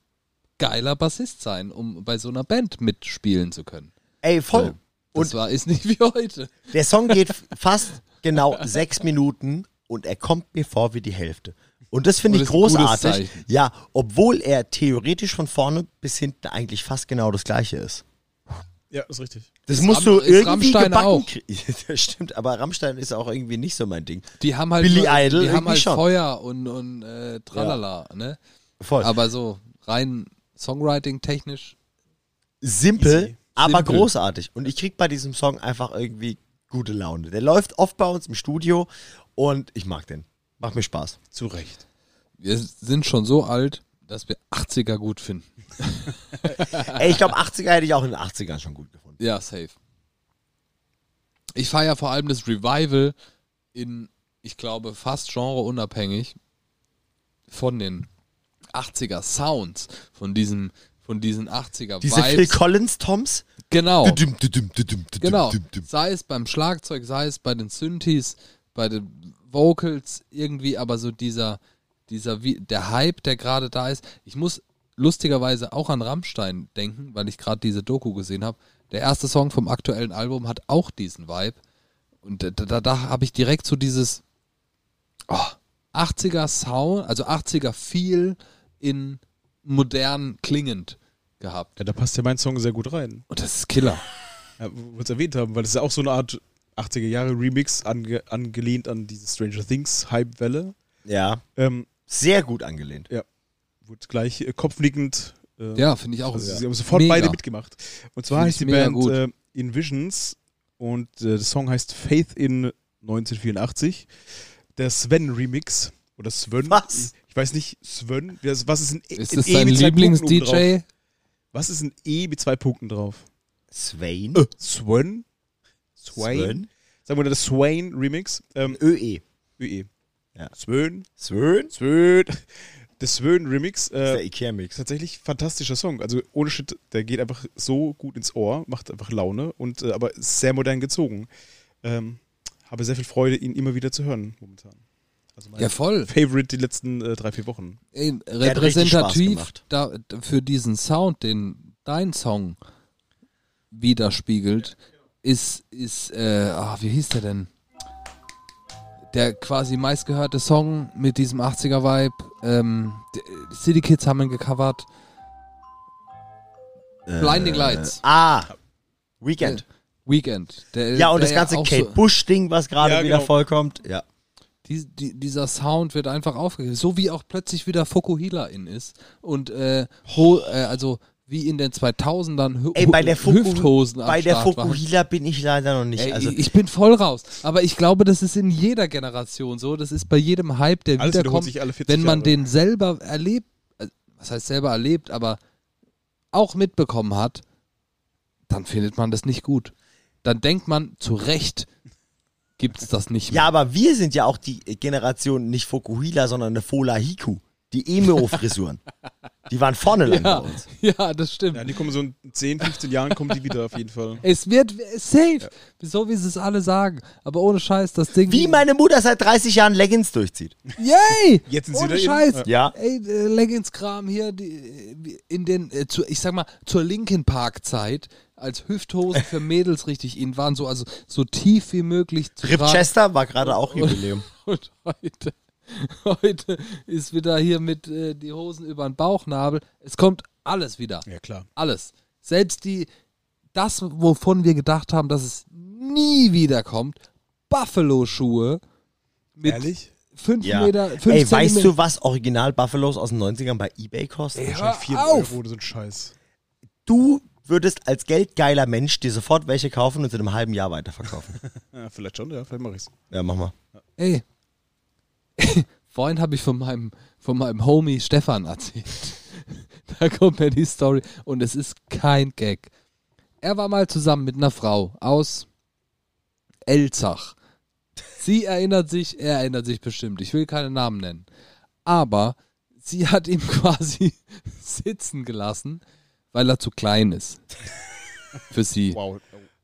[SPEAKER 1] geiler Bassist sein, um bei so einer Band mitspielen zu können.
[SPEAKER 3] Ey, voll.
[SPEAKER 1] So, das war ist nicht wie heute.
[SPEAKER 3] Der Song geht fast genau sechs Minuten und er kommt mir vor wie die Hälfte. Und das finde
[SPEAKER 1] Und das
[SPEAKER 3] ich
[SPEAKER 1] ist ein gutes
[SPEAKER 3] großartig.
[SPEAKER 1] Zeichen.
[SPEAKER 3] Ja, obwohl er theoretisch von vorne bis hinten eigentlich fast genau das gleiche ist.
[SPEAKER 4] Ja, ist richtig.
[SPEAKER 3] Das
[SPEAKER 1] Ist
[SPEAKER 3] musst
[SPEAKER 1] Ram-
[SPEAKER 3] du
[SPEAKER 1] ist
[SPEAKER 3] irgendwie
[SPEAKER 1] Rammstein
[SPEAKER 3] gebacken
[SPEAKER 1] auch.
[SPEAKER 3] kriegen. Das stimmt, aber Rammstein ist auch irgendwie nicht so mein Ding.
[SPEAKER 1] Die haben halt,
[SPEAKER 3] Billy
[SPEAKER 1] nur-
[SPEAKER 3] Idol
[SPEAKER 1] die haben
[SPEAKER 3] irgendwie
[SPEAKER 1] halt
[SPEAKER 3] schon.
[SPEAKER 1] Feuer und, und äh, tralala, ne?
[SPEAKER 3] Voll.
[SPEAKER 1] Aber so rein Songwriting-technisch
[SPEAKER 3] Simpel,
[SPEAKER 4] Easy.
[SPEAKER 3] aber
[SPEAKER 1] Simpel.
[SPEAKER 3] großartig. Und ich krieg bei diesem Song einfach irgendwie gute Laune. Der läuft oft bei uns im Studio und ich mag den. Macht mir Spaß.
[SPEAKER 4] Zu Recht.
[SPEAKER 1] wir sind schon so alt, dass wir 80er gut finden.
[SPEAKER 3] Ey, ich glaube, 80er hätte ich auch in den 80ern schon gut gefunden.
[SPEAKER 1] Ja, safe. Ich feiere vor allem das Revival in, ich glaube, fast genreunabhängig von den 80er Sounds, von diesem von diesen 80er
[SPEAKER 3] Diese Phil
[SPEAKER 1] Vibes.
[SPEAKER 3] Collins-Toms.
[SPEAKER 1] genau.
[SPEAKER 3] Düdüm, düdüm, düdüm, düdüm,
[SPEAKER 1] Genau.
[SPEAKER 3] düdüm, düdüm.
[SPEAKER 1] Sei es beim Schlagzeug, sei es bei den Synthes, bei den Vocals irgendwie, aber so dieser, dieser, wie, der Hype, der gerade da ist. Ich muss lustigerweise auch an Rammstein denken, weil ich gerade diese Doku gesehen habe. Der erste Song vom aktuellen Album hat auch diesen Vibe. Und da, da, da habe ich direkt so dieses oh, 80er Sound, also 80er Feel in modern klingend gehabt.
[SPEAKER 4] Ja, da passt ja mein Song sehr gut rein.
[SPEAKER 1] Und das ist Killer.
[SPEAKER 4] Ja, wo wir es erwähnt haben, weil das ist ja auch so eine Art 80er Jahre Remix ange angelehnt an diese Stranger Things Hypewelle.
[SPEAKER 3] Ja,
[SPEAKER 4] Ähm,
[SPEAKER 3] sehr gut angelehnt.
[SPEAKER 4] wurde gleich äh, kopfnickend. Äh,
[SPEAKER 1] Ja, finde ich auch.
[SPEAKER 4] also,
[SPEAKER 1] Ja.
[SPEAKER 4] Sie haben sofort
[SPEAKER 1] Mega.
[SPEAKER 4] beide mitgemacht. Und zwar
[SPEAKER 1] Find
[SPEAKER 4] heißt
[SPEAKER 1] ich
[SPEAKER 4] die
[SPEAKER 1] mega
[SPEAKER 4] Band
[SPEAKER 1] gut.
[SPEAKER 4] äh, Invisions und äh, der Song heißt Faith in 1984. Der Sven Remix oder Sven.
[SPEAKER 3] Was?
[SPEAKER 4] Ich, ich weiß nicht, Sven. wer- Was ist ein E-
[SPEAKER 1] Ist
[SPEAKER 4] ein
[SPEAKER 1] das
[SPEAKER 4] E
[SPEAKER 1] dein
[SPEAKER 4] mit zwei Punkten oben drauf?
[SPEAKER 1] Lieblings-DJ?
[SPEAKER 4] Was ist ein E mit zwei Punkten drauf?
[SPEAKER 3] Swain.
[SPEAKER 4] Äh, Sven? Swain?
[SPEAKER 3] Swain.
[SPEAKER 4] Sagen wir mal, der Swain Remix. Ähm,
[SPEAKER 3] ÖE.
[SPEAKER 1] Äh.
[SPEAKER 4] ÖE.
[SPEAKER 3] Ja.
[SPEAKER 4] Swön,
[SPEAKER 3] Swain?
[SPEAKER 4] Swön. Der Swön Remix.
[SPEAKER 3] Das ist
[SPEAKER 4] Äh,
[SPEAKER 3] der Ikea-Mix.
[SPEAKER 4] tatsächlich fantastischer Song. Also ohne Shit, der geht einfach so gut ins Ohr, macht einfach Laune und äh, aber ist sehr modern gezogen. Ähm, habe sehr viel Freude, ihn immer wieder zu hören momentan. Also mein
[SPEAKER 1] Ja, voll.
[SPEAKER 4] Favorite die letzten äh, drei, vier Wochen.
[SPEAKER 1] Ey,
[SPEAKER 3] hat richtig Spaß
[SPEAKER 1] repräsentativ
[SPEAKER 3] gemacht.
[SPEAKER 1] da, d- für diesen Sound, den dein Song widerspiegelt, ist, ist äh, ah, wie hieß der denn? Der quasi meistgehörte Song mit diesem 80er-Vibe. Ähm, d- City Kids haben ihn gecovert.
[SPEAKER 3] Äh.
[SPEAKER 1] Blinding Lights.
[SPEAKER 3] Ah, Weekend.
[SPEAKER 1] Weekend. Der,
[SPEAKER 3] Ja, und
[SPEAKER 1] der
[SPEAKER 3] das ganze
[SPEAKER 1] auch
[SPEAKER 3] Kate
[SPEAKER 1] so,
[SPEAKER 3] Bush-Ding, was gerade
[SPEAKER 4] Ja,
[SPEAKER 3] wieder
[SPEAKER 4] genau.
[SPEAKER 3] vollkommt. Ja.
[SPEAKER 1] die, die, dieser Sound wird einfach aufgegriffen. So wie auch plötzlich wieder Fokuhila in ist. Und äh, ho, äh, also wie in den 2000ern Hü
[SPEAKER 3] Ey, bei der,
[SPEAKER 1] Hü-
[SPEAKER 3] Fuku,
[SPEAKER 1] Hüfthosen am
[SPEAKER 3] bei der
[SPEAKER 1] Start waren.
[SPEAKER 3] Fukuhila bin ich leider noch nicht.
[SPEAKER 1] Ey,
[SPEAKER 3] also,
[SPEAKER 1] ich bin voll raus. Aber ich glaube, das ist in jeder Generation so. Das ist bei jedem Hype, der
[SPEAKER 4] Alles wiederholt
[SPEAKER 1] wiederkommt.
[SPEAKER 4] sich alle 40
[SPEAKER 1] wenn man
[SPEAKER 4] Jahre.
[SPEAKER 1] den selber erlebt, äh, was heißt selber erlebt, aber auch mitbekommen hat, dann findet man das nicht gut. Dann denkt man, zu Recht gibt es das nicht mehr.
[SPEAKER 3] ja, aber wir sind ja auch die Generation nicht Fukuhila, sondern eine Fola Hiku. Die Emo-Frisuren. die waren vorne lang
[SPEAKER 1] Ja,
[SPEAKER 3] bei uns.
[SPEAKER 1] ja, das stimmt.
[SPEAKER 4] Ja, die kommen so in 10, 15 Jahren kommen die wieder auf jeden Fall.
[SPEAKER 1] Es wird safe, so wie sie es alle sagen. Aber ohne Scheiß, das Ding.
[SPEAKER 3] Wie meine Mutter seit 30 Jahren Leggings durchzieht.
[SPEAKER 1] Yay!
[SPEAKER 4] Jetzt sind sie
[SPEAKER 1] Ohne
[SPEAKER 4] da eben.
[SPEAKER 1] Scheiß.
[SPEAKER 3] Ja.
[SPEAKER 1] Ey, äh, Leggings-Kram hier die, äh, in den, äh, zu, ich sag mal, zur Linkin Park-Zeit, als Hüfthosen für Mädels richtig in waren, so, also so tief wie möglich zu
[SPEAKER 3] Rip
[SPEAKER 1] tragen.
[SPEAKER 3] Chester war gerade auch Jubiläum.
[SPEAKER 1] Und heute, heute ist wieder hier mit äh, die Hosen über den Bauchnabel. Es kommt alles wieder.
[SPEAKER 4] Ja, klar.
[SPEAKER 1] Alles. Selbst die, das, wovon wir gedacht haben, dass es nie wiederkommt, Buffalo-Schuhe mit
[SPEAKER 4] Ehrlich?
[SPEAKER 1] 5
[SPEAKER 3] Ja.
[SPEAKER 1] Meter, 5
[SPEAKER 3] Ey, weißt
[SPEAKER 1] Zentimeter-
[SPEAKER 3] du, was Original Buffalos aus den 90ern bei Ebay kosten?
[SPEAKER 4] Wahrscheinlich 4
[SPEAKER 1] auf!
[SPEAKER 4] Euro oder so ein Scheiß.
[SPEAKER 3] Du würdest als geldgeiler Mensch dir sofort welche kaufen und sie in einem halben Jahr weiterverkaufen.
[SPEAKER 4] Ja, vielleicht schon, ja, vielleicht mach ich's.
[SPEAKER 3] ja, mach mal.
[SPEAKER 1] Ey. Vorhin habe ich von meinem, von meinem Homie Stefan erzählt. da kommt mir die Story und es ist kein Gag. Er war mal zusammen mit einer Frau aus Elzach. Sie erinnert sich, er erinnert sich bestimmt. Ich will keine Namen nennen. Aber sie hat ihn quasi sitzen gelassen, weil er zu klein ist. Für sie.
[SPEAKER 4] Wow.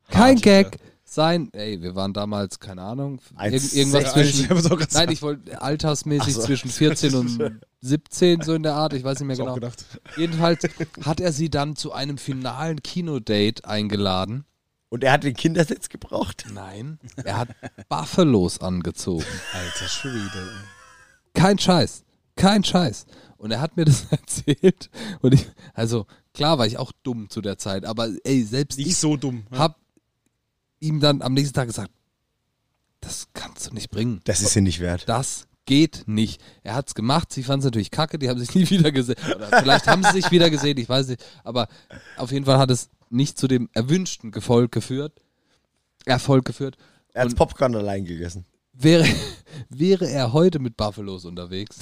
[SPEAKER 1] Kein
[SPEAKER 4] Hart, ja.
[SPEAKER 1] Gag. Sein, ey, wir waren damals, keine Ahnung,
[SPEAKER 3] Eins-
[SPEAKER 1] irg irgendwas
[SPEAKER 4] Ja,
[SPEAKER 1] zwischen
[SPEAKER 4] ich hab's auch grad
[SPEAKER 1] Nein,
[SPEAKER 4] sagen.
[SPEAKER 1] ich wollte altersmäßig zwischen 14 und 17, so in der Art, ich weiß nicht mehr
[SPEAKER 4] Hab's auch
[SPEAKER 1] genau.
[SPEAKER 4] gedacht.
[SPEAKER 1] Jedenfalls hat er sie dann zu einem finalen Kinodate eingeladen.
[SPEAKER 3] Und er hat den Kindersitz gebraucht.
[SPEAKER 1] Nein, er hat Buffalos angezogen.
[SPEAKER 4] Alter Schwede.
[SPEAKER 1] Kein Scheiß. Kein Scheiß. Und er hat mir das erzählt. Und ich, also klar war ich auch dumm zu der Zeit, aber ey, selbst
[SPEAKER 4] Nicht
[SPEAKER 1] ich
[SPEAKER 4] so ne? dumm. ja.
[SPEAKER 1] hab ihm dann am nächsten Tag gesagt, das kannst du nicht bringen.
[SPEAKER 3] Das ist hier nicht wert.
[SPEAKER 1] Das geht nicht. Er hat's gemacht, sie fanden es natürlich kacke, die haben sich nie wieder gesehen. Oder vielleicht haben sie sich wieder gesehen, ich weiß nicht. Aber auf jeden Fall hat es nicht zu dem erwünschten Erfolg geführt. Erfolg geführt.
[SPEAKER 3] Er hat
[SPEAKER 1] Und-
[SPEAKER 3] Popcorn allein gegessen.
[SPEAKER 1] Wäre, wäre er heute mit Buffalo's unterwegs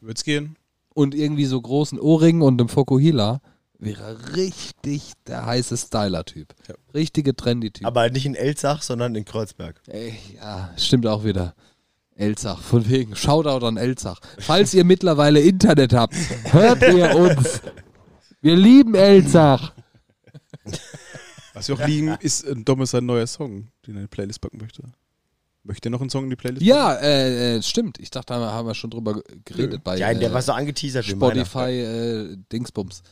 [SPEAKER 4] Wird's gehen?
[SPEAKER 1] und irgendwie so großen Ohrringen und einem Fokuhila, wäre er richtig der heiße Styler-Typ.
[SPEAKER 4] Ja.
[SPEAKER 1] Richtige Trendy-Typ.
[SPEAKER 3] Aber nicht in Elzach, sondern in Kreuzberg.
[SPEAKER 1] Ey, ja, stimmt auch wieder. Elzach, von wegen. Shoutout an Elzach. Falls ihr mittlerweile Internet habt, hört ihr uns. Wir lieben Elzach.
[SPEAKER 4] Was wir auch liegen, ist äh, Dommes ein neuer Song, den er in die Playlist packen möchte. Möchte er noch einen Song in die Playlist
[SPEAKER 1] Ja, äh, äh, stimmt. Ich dachte, da haben wir schon drüber ge- geredet bei
[SPEAKER 3] Ja, der
[SPEAKER 1] äh,
[SPEAKER 3] war so angeteasert wie meiner.
[SPEAKER 1] Spotify äh, Dingsbums.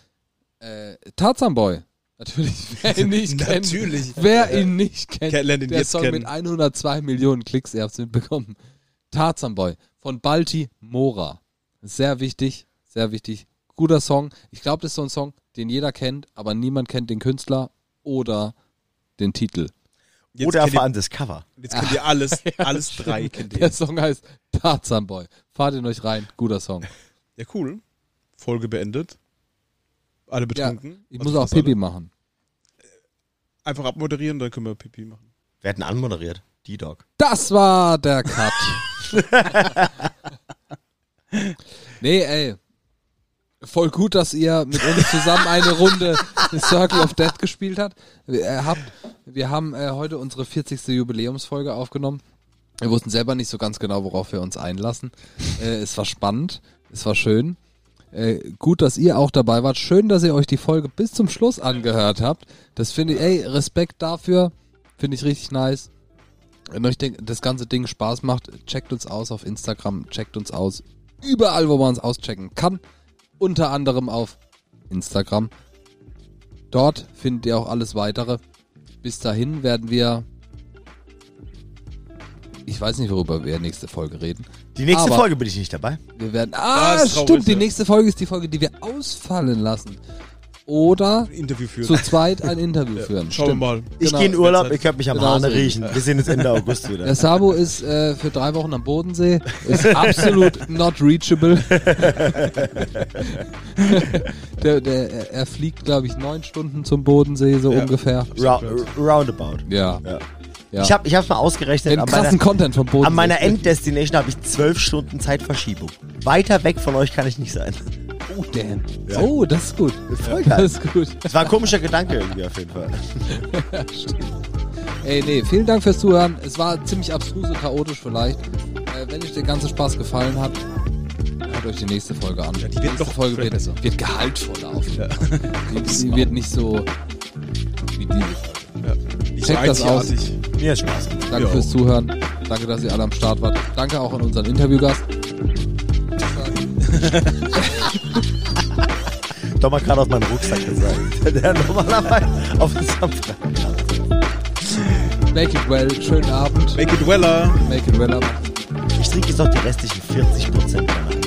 [SPEAKER 1] Äh, Tarzan Boy. Natürlich, wer ihn nicht kennt.
[SPEAKER 4] Natürlich.
[SPEAKER 1] Wer ihn nicht kennt.
[SPEAKER 4] Ken- lernt ihn
[SPEAKER 1] der
[SPEAKER 4] jetzt
[SPEAKER 1] Song
[SPEAKER 4] kennen.
[SPEAKER 1] mit 102 Millionen Klicks, ihr habt es mitbekommen. Tarzan Boy von Balti Mora. Sehr wichtig, sehr wichtig. Guter Song. Ich glaube, das ist so ein Song, den jeder kennt, aber niemand kennt den Künstler oder den Titel.
[SPEAKER 4] Jetzt
[SPEAKER 3] Oder
[SPEAKER 4] kennt
[SPEAKER 3] vor allem das Cover.
[SPEAKER 4] ihr, jetzt kennt ihr alles, alles drei kennt ihr.
[SPEAKER 1] Der Song heißt Tarzan Boy. Fahrt ihn euch rein. Guter Song.
[SPEAKER 4] Ja, cool. Folge beendet. Alle
[SPEAKER 1] Ja,
[SPEAKER 4] betrunken.
[SPEAKER 1] ich
[SPEAKER 4] Also
[SPEAKER 1] muss auch
[SPEAKER 4] fast alle.
[SPEAKER 1] Pipi machen.
[SPEAKER 4] Einfach abmoderieren, dann können wir Pipi machen.
[SPEAKER 3] Wer hat denn anmoderiert? D-Dog.
[SPEAKER 1] Das war der Cut. nee, ey. Voll gut, dass ihr mit uns zusammen eine Runde Circle of Death gespielt habt. Wir, äh, habt. wir haben äh, heute unsere 40. Jubiläumsfolge aufgenommen. Wir wussten selber nicht so ganz genau, worauf wir uns einlassen. Äh, es war spannend, es war schön. Äh, gut, dass ihr auch dabei wart. Schön, dass ihr euch die Folge bis zum Schluss angehört habt. Das finde ich, ey, Respekt dafür. Finde ich richtig nice. Wenn euch denk, das ganze Ding Spaß macht, checkt uns aus auf Instagram, checkt uns aus. Überall, wo man uns auschecken kann. Unter anderem auf Instagram. Dort findet ihr auch alles weitere. Bis dahin werden wir. Ich weiß nicht, worüber wir nächste Folge reden.
[SPEAKER 3] Die nächste
[SPEAKER 1] Aber-
[SPEAKER 3] Folge bin ich nicht dabei.
[SPEAKER 1] Wir werden. Ah,
[SPEAKER 4] Ah, ist traurig,
[SPEAKER 1] stimmt. Die
[SPEAKER 4] ja.
[SPEAKER 1] nächste Folge ist die Folge, die wir ausfallen lassen. Oder
[SPEAKER 4] Ein Interview
[SPEAKER 1] zu
[SPEAKER 4] führen.
[SPEAKER 1] zweit ein Interview führen.
[SPEAKER 4] Schauen wir
[SPEAKER 1] Stimmt.
[SPEAKER 4] mal.
[SPEAKER 3] Ich
[SPEAKER 1] Genau.
[SPEAKER 3] gehe in Urlaub,
[SPEAKER 4] Zeit.
[SPEAKER 3] ihr könnt mich am
[SPEAKER 1] Genau
[SPEAKER 3] Hahn
[SPEAKER 1] so.
[SPEAKER 3] riechen. Wir sehen uns Ende August wieder.
[SPEAKER 1] Der Sabo ist äh, für drei Wochen am Bodensee, ist absolut not reachable. der, der, er- er fliegt, glaube ich, neun Stunden zum Bodensee, so
[SPEAKER 4] Ja.
[SPEAKER 1] ungefähr.
[SPEAKER 3] Ra- roundabout.
[SPEAKER 1] Ja.
[SPEAKER 3] Ja.
[SPEAKER 1] ja.
[SPEAKER 3] Ich habe ich hab's mal ausgerechnet.
[SPEAKER 1] den
[SPEAKER 3] an
[SPEAKER 1] krassen
[SPEAKER 3] meiner-
[SPEAKER 1] Content vom Bodensee.
[SPEAKER 3] An meiner Enddestination habe ich zwölf Stunden Zeitverschiebung. Weiter weg von euch kann ich nicht sein.
[SPEAKER 1] Oh, damn. Oh, das ist gut.
[SPEAKER 3] Voll
[SPEAKER 1] Das
[SPEAKER 3] geil.
[SPEAKER 1] ist gut.
[SPEAKER 3] Das war ein komischer Gedanke irgendwie auf jeden Fall.
[SPEAKER 1] Ey, nee, vielen Dank fürs Zuhören. Es war ziemlich abstrus und chaotisch vielleicht. Äh, wenn euch der ganze Spaß gefallen hat, hört euch die nächste Folge an.
[SPEAKER 4] die wird
[SPEAKER 1] nächste
[SPEAKER 4] noch
[SPEAKER 1] Folge
[SPEAKER 4] viel
[SPEAKER 1] wird,
[SPEAKER 4] besser.
[SPEAKER 1] wird gehaltvoller auf. jeden Fall. Die, die wird nicht so wie diese Folge.
[SPEAKER 4] Ich
[SPEAKER 1] Check das aus.
[SPEAKER 3] Mir hat Spaß gemacht.
[SPEAKER 1] Danke
[SPEAKER 4] Ja.
[SPEAKER 1] fürs Zuhören. Danke, dass ihr alle am Start wart. Danke auch an unseren Interviewgast.
[SPEAKER 3] Doch mal gerade aus meinem Rucksack gesagt. Der normalerweise auf den Samstag.
[SPEAKER 1] Make it well. Schönen Abend.
[SPEAKER 4] Make it weller.
[SPEAKER 1] Make it well. Macht's gut.
[SPEAKER 3] Ich trinke jetzt noch die restlichen 40% meiner